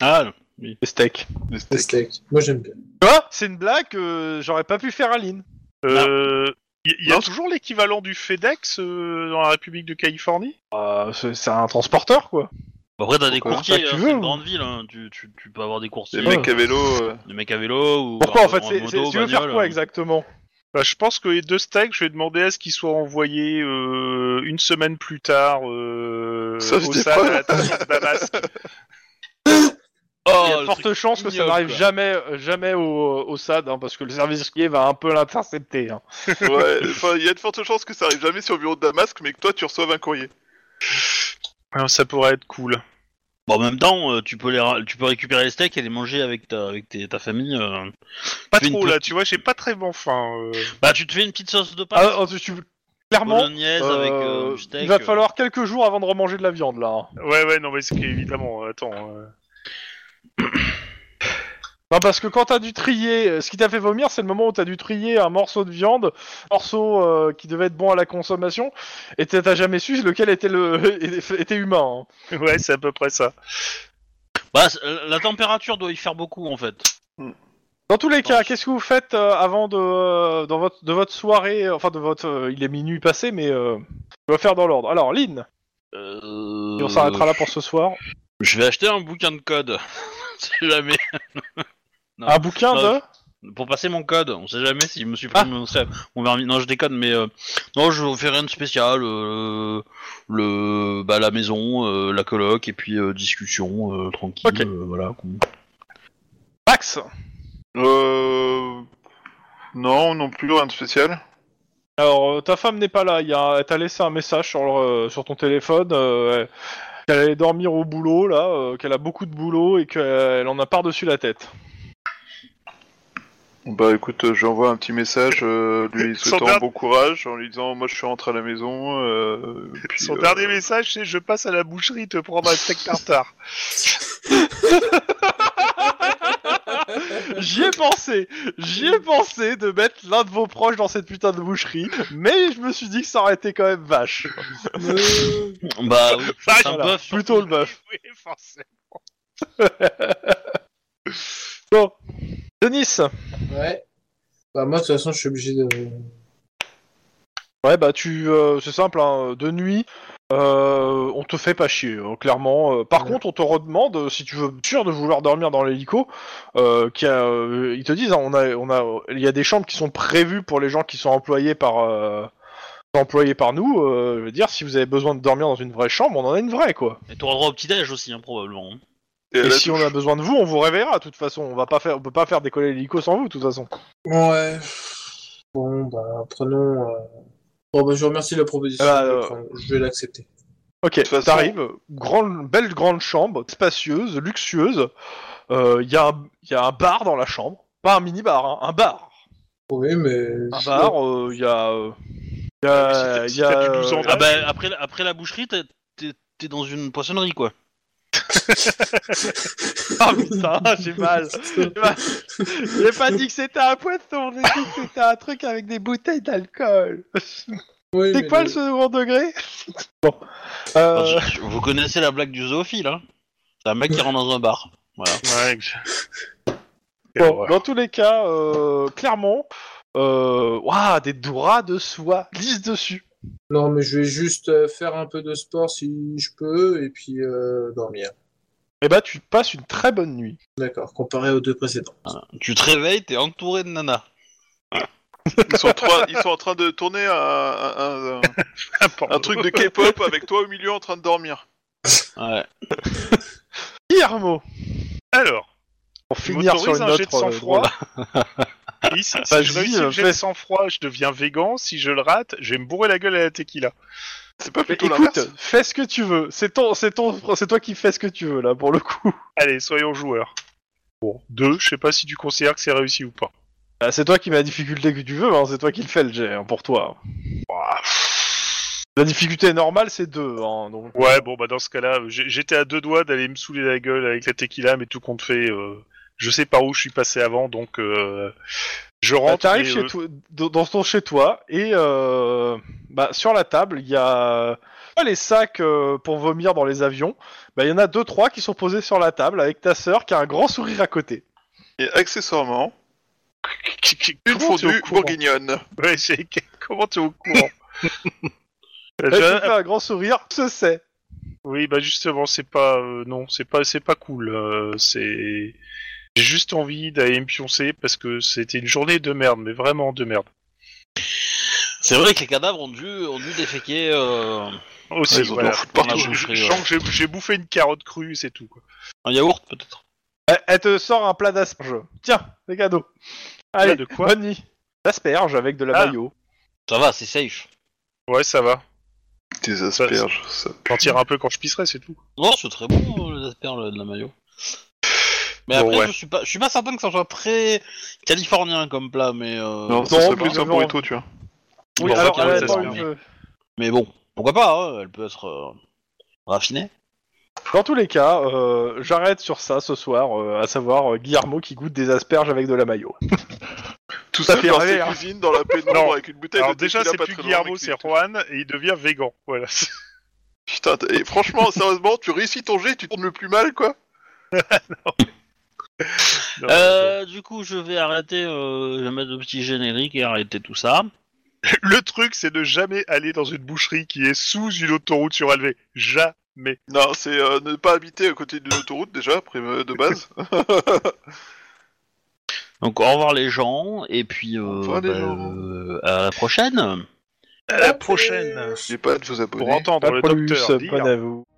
Speaker 1: Ah, non.
Speaker 2: Des steaks.
Speaker 4: Les
Speaker 5: Le
Speaker 4: steaks.
Speaker 5: steak. Moi, j'aime bien.
Speaker 2: Tu vois, c'est une blague que j'aurais pas pu faire à Lynn.
Speaker 3: Euh, Il y, y a
Speaker 4: Non.
Speaker 3: toujours l'équivalent du FedEx euh, dans la République de Californie
Speaker 2: Euh, c'est c'est un transporteur, quoi.
Speaker 1: après, t'as des
Speaker 2: Pourquoi
Speaker 1: courtiers,
Speaker 2: pas,
Speaker 1: hein,
Speaker 2: tu veux,
Speaker 1: c'est une
Speaker 2: ou-
Speaker 1: grande ville, hein, tu, tu, tu peux avoir des courtiers.
Speaker 4: Les
Speaker 1: Des
Speaker 4: mecs à vélo. euh,
Speaker 1: mecs à vélo ou.
Speaker 2: Pourquoi,
Speaker 1: en-
Speaker 2: en fait
Speaker 1: en
Speaker 2: c'est,
Speaker 1: moto,
Speaker 2: c'est- Tu veux faire
Speaker 1: bagnole,
Speaker 2: quoi,
Speaker 1: hein.
Speaker 2: exactement
Speaker 3: Bah, Je pense que les deux steaks, je vais demander à ce qu'ils soient envoyés euh, une semaine plus tard euh,
Speaker 4: Ça,
Speaker 3: au
Speaker 4: c'était
Speaker 3: SAD
Speaker 4: pas-
Speaker 3: à la station de Damas.
Speaker 1: Oh,
Speaker 2: Il y a de
Speaker 1: le
Speaker 2: fortes
Speaker 1: truc
Speaker 2: chances que ça
Speaker 1: ignoble,
Speaker 2: n'arrive
Speaker 1: quoi.
Speaker 2: jamais, euh, jamais au, au SAD, hein, parce que le service qui va un peu l'intercepter. hein.
Speaker 4: Ouais, enfin, il y a de fortes chances que ça arrive jamais sur le bureau de Damasque, mais que toi tu reçoives un courrier.
Speaker 3: Ouais, ça pourrait être cool.
Speaker 1: Bon, en même temps, euh, tu peux, les ra- tu peux récupérer les steaks et les manger avec ta, avec tes- ta famille. euh.
Speaker 3: Pas
Speaker 1: Fais une
Speaker 3: trop là,
Speaker 1: petite-
Speaker 3: tu vois, j'ai pas très bon faim. euh.
Speaker 1: Bah, tu te fais une petite sauce de pâte.
Speaker 2: Ah, tu- tu- clairement,
Speaker 1: bolognaise avec euh,
Speaker 2: Euh,
Speaker 1: du steak.
Speaker 2: il va
Speaker 1: euh.
Speaker 2: falloir quelques jours avant de remanger de la viande là. hein.
Speaker 3: Ouais, ouais, non, mais c'est évidemment, attends. euh,
Speaker 2: Non, Bah, parce que quand t'as dû trier, euh, ce qui t'a fait vomir, c'est le moment où t'as dû trier un morceau de viande, morceau euh, qui devait être bon à la consommation, et t'as t'as jamais su lequel était le était humain. hein.
Speaker 3: Ouais, c'est à peu près ça.
Speaker 1: Bah, c'est- euh, la température doit y faire beaucoup en fait.
Speaker 2: Dans tous les cas,
Speaker 1: Pense.
Speaker 2: qu'est-ce que vous faites euh, avant de euh, dans votre de votre soirée, euh, enfin de votre, euh, il est minuit passé, mais euh, je dois faire dans l'ordre. Alors, Lynn,
Speaker 1: Euh,
Speaker 2: et on s'arrêtera là pour ce soir.
Speaker 1: Je vais acheter un bouquin de code. On sait jamais. non.
Speaker 2: Un bouquin
Speaker 1: Non,
Speaker 2: de.
Speaker 1: Pour passer mon code, on sait jamais si je me suis
Speaker 2: Ah.
Speaker 1: pris mon, mon vermi- Non, je déconne, mais euh, non, je fais rien de spécial. euh, le, bah, la maison, euh, la coloc, et puis euh, discussion euh, tranquille.
Speaker 2: Ok.
Speaker 1: euh, voilà. quoi.
Speaker 2: Max.
Speaker 4: Euh. Non, non plus, rien de spécial.
Speaker 2: Alors, euh, ta femme n'est pas là. Il y a, elle t'a laissé un message sur, le- euh, sur ton téléphone. euh, qu'elle allait dormir au boulot, là, euh, qu'elle a beaucoup de boulot et qu'elle en a par-dessus la tête.
Speaker 4: Bah écoute, euh, je lui envoie un petit message euh, lui
Speaker 3: Son
Speaker 4: souhaitant
Speaker 3: dernier-
Speaker 4: bon courage en lui disant Moi je suis rentré à la maison. euh, et puis,
Speaker 3: Son
Speaker 4: euh,
Speaker 3: dernier message, c'est Je passe à la boucherie te prendre un steak tartare.
Speaker 2: J'y ai pensé J'y ai pensé de mettre l'un de vos proches dans cette putain de boucherie, mais je me suis dit que ça aurait été quand même vache.
Speaker 5: Euh,
Speaker 1: Bah, oui, c'est un
Speaker 2: Ah, Voilà,
Speaker 1: bœuf. surtout.
Speaker 2: Plutôt le bœuf.
Speaker 3: oui, forcément.
Speaker 2: Bon. Denis
Speaker 5: ouais. Bah, moi, de toute façon, je suis obligé de.
Speaker 2: Ouais, bah tu, euh, c'est simple, hein, de nuit, euh, on te fait pas chier, hein, clairement. Euh, par
Speaker 5: Ouais.
Speaker 2: contre, on te redemande euh, si tu veux sûr de vouloir dormir dans l'hélico. Euh, qu'il y a, euh, ils te disent, hein, on a, on a, il y a des chambres qui sont prévues pour les gens qui sont employés par, euh, employés par nous. Euh, je veux dire, si vous avez besoin de dormir dans une vraie chambre, on en a une vraie, quoi.
Speaker 1: Et t'auras droit au petit-déj aussi, hein, probablement.
Speaker 4: et à
Speaker 2: Et
Speaker 4: la
Speaker 2: si on
Speaker 4: douche.
Speaker 2: a besoin de vous, on vous réveillera. De toute façon, on va pas faire, on peut pas faire décoller l'hélico sans vous, de toute façon.
Speaker 5: Ouais. Bon, bah, prenons. euh, Bon, bah, je vous remercie de la proposition.
Speaker 2: Ah,
Speaker 5: je vais
Speaker 2: euh,
Speaker 5: prendre- Je vais l'accepter.
Speaker 2: Ok,
Speaker 4: toute façon-
Speaker 2: t'arrives, grande, belle grande chambre, spacieuse, luxueuse. Il y, a un- y a un bar dans la chambre, pas un mini-bar, hein, un bar.
Speaker 5: Oui, mais.
Speaker 2: Un bar, il y a. euh, y
Speaker 3: Ah,
Speaker 2: a,
Speaker 3: mais si t'as- si
Speaker 2: y a-
Speaker 3: t'as plus 12 ans,
Speaker 2: Ah
Speaker 1: Ah
Speaker 2: bah,
Speaker 1: bah après, la- après la boucherie, t'es- t'es t'es dans une poissonnerie quoi.
Speaker 2: ah, putain, j'ai mal. J'ai mal. J'ai pas dit que c'était un poisson, j'ai dit que c'était un truc avec des bouteilles d'alcool.
Speaker 5: Oui,
Speaker 2: C'est
Speaker 5: mais
Speaker 2: quoi
Speaker 5: le-
Speaker 2: le second degré Bon. Euh,
Speaker 1: Enfin, je- je- Vous connaissez la blague du zoophile, hein C'est un mec qui rentre dans un bar. Voilà.
Speaker 3: Ouais, exact.
Speaker 2: Bon, dans tous les cas, euh, clairement, euh, ouah, des doigts de soie lisses dessus.
Speaker 5: Non, mais je vais juste euh, faire un peu de sport si je peux et puis euh, dormir.
Speaker 2: Eh bah, tu passes une très bonne nuit.
Speaker 5: D'accord, comparé aux deux précédents.
Speaker 1: Tu te réveilles, t'es entouré de nanas.
Speaker 4: Ils sont, trois- ils sont en train de tourner un, un- un-
Speaker 3: N'importe
Speaker 4: un
Speaker 3: où.
Speaker 4: truc de K-pop avec toi au milieu en train de dormir.
Speaker 1: Ouais.
Speaker 2: Guillermo,
Speaker 3: Alors,
Speaker 2: pour
Speaker 3: tu
Speaker 2: finir sur
Speaker 3: m'autorises
Speaker 2: une
Speaker 3: un jet de
Speaker 2: autre euh,
Speaker 3: sang-froid.
Speaker 2: drôle.
Speaker 3: Oui, si, si
Speaker 2: Vas-y,
Speaker 3: je réussis
Speaker 2: euh,
Speaker 3: le jet
Speaker 2: fais-
Speaker 3: de sang-froid, je deviens végan. Si je le rate, je vais me bourrer la gueule à la tequila.
Speaker 4: C'est pas
Speaker 2: Mais
Speaker 4: plutôt
Speaker 2: écoute,
Speaker 4: l'inverse
Speaker 2: fais ce que tu veux. C'est ton, c'est ton, c'est toi qui fais ce que tu veux là pour le coup.
Speaker 3: Allez, soyons joueurs. Bon, deux, je sais pas si tu considères que c'est réussi ou pas.
Speaker 2: Bah, c'est toi qui mets la difficulté que tu veux. hein, C'est toi qui le fais le jet hein, pour toi.
Speaker 3: Ouah,
Speaker 2: La difficulté normale, c'est deux. hein, donc.
Speaker 3: Ouais, bon, bah dans ce cas-là, j'ai- j'étais à deux doigts d'aller me saouler la gueule avec la tequila, mais tout compte fait, euh, je sais par où je suis passé avant, donc euh, je
Speaker 2: Bah,
Speaker 3: rentre.
Speaker 2: T'arrives
Speaker 3: mais,
Speaker 2: chez
Speaker 3: euh,
Speaker 2: toi, dans dans ton chez toi et euh, bah, sur la table il y a pas les sacs euh, pour vomir dans les avions. Bah, il y en a deux trois qui sont posés sur la table avec ta sœur qui a un grand sourire à côté.
Speaker 4: Et accessoirement, une
Speaker 2: Comment t'es au
Speaker 4: fondue
Speaker 2: courant
Speaker 4: bourguignonne.
Speaker 3: Ouais, j'ai- Comment t'es au courant Bah,
Speaker 2: Elle
Speaker 3: J'ai-
Speaker 2: te fait un grand sourire, se sait.
Speaker 3: Oui, bah justement, c'est pas, euh, non, c'est pas, c'est pas cool. euh, c'est, j'ai juste envie d'aller me pioncer parce que c'était une journée de merde, mais vraiment de merde.
Speaker 1: C'est vrai que les cadavres ont dû, ont dû déféquer. euh,
Speaker 3: Aussi,
Speaker 4: Ouais, ils en
Speaker 3: voilà.
Speaker 4: ont foutu partout.
Speaker 3: Et je- je- je
Speaker 1: Ouais.
Speaker 3: sens que j'ai- j'ai bouffé une carotte crue, c'est tout. Quoi.
Speaker 1: Un yaourt, peut-être.
Speaker 2: Elle, elle te sort un plat d'asperges. Tiens, des cadeaux. Allez,
Speaker 3: de quoi
Speaker 2: bonne nuit. D'asperges avec de la
Speaker 3: Ah.
Speaker 2: mayo.
Speaker 1: Ça va, c'est safe.
Speaker 3: Ouais, ça va.
Speaker 4: Des
Speaker 3: asperges,
Speaker 4: ça
Speaker 3: J'en tire un peu quand je pisserai, c'est tout.
Speaker 1: Non, c'est très bon, euh, les asperges de la maillot. Mais
Speaker 3: Bon,
Speaker 1: après,
Speaker 3: ouais.
Speaker 1: je suis pas, je suis pas certain que ça soit très californien comme plat, mais
Speaker 4: Non,
Speaker 1: euh,
Speaker 2: Non,
Speaker 4: ça serait
Speaker 2: mais
Speaker 4: plus un
Speaker 2: non.
Speaker 4: burrito, tu vois.
Speaker 2: Oui,
Speaker 1: Bon,
Speaker 2: alors euh,
Speaker 1: ça,
Speaker 2: elle a
Speaker 1: c'est
Speaker 2: pas
Speaker 1: bon.
Speaker 2: eu de-
Speaker 1: mais bon, pourquoi pas hein, Elle peut être euh, raffinée.
Speaker 2: Dans tous les cas, euh, j'arrête sur ça ce soir, euh, à savoir euh, Guillermo qui goûte des asperges avec de la mayo.
Speaker 4: Tout
Speaker 2: Ça
Speaker 4: ça,
Speaker 2: fait
Speaker 4: dans
Speaker 2: rêver,
Speaker 4: ses
Speaker 2: hein.
Speaker 4: cuisines, dans la pénombre,
Speaker 3: Non.
Speaker 4: avec une bouteille
Speaker 3: Alors
Speaker 4: de
Speaker 3: déjà,
Speaker 4: tequila
Speaker 3: c'est
Speaker 4: pas
Speaker 3: plus
Speaker 4: très loin,
Speaker 3: Guillermo,
Speaker 4: mec,
Speaker 3: c'est Juan, et il devient végan. Voilà.
Speaker 4: Putain, t'as- et franchement, sérieusement, tu réussis ton jet, tu tournes le plus mal, quoi
Speaker 3: Non,
Speaker 1: Euh, du coup, je vais arrêter, euh, je vais mettre le petit générique et arrêter tout ça.
Speaker 3: bon. Le truc, c'est de jamais aller dans une boucherie qui est sous une autoroute surélevée. Jamais.
Speaker 4: Non, c'est euh, ne pas habiter à côté d'une autoroute, déjà, après, euh, de base.
Speaker 1: Donc, au revoir les gens, et puis euh,
Speaker 4: Au revoir, les
Speaker 1: bah,
Speaker 4: gens.
Speaker 1: euh, à la prochaine.
Speaker 3: À la prochaine.
Speaker 4: N'oubliez pas de vous
Speaker 3: Pour
Speaker 4: abonner.
Speaker 3: entendre le
Speaker 2: Pas plus,
Speaker 3: docteur
Speaker 2: bonne
Speaker 3: dire.
Speaker 2: à vous.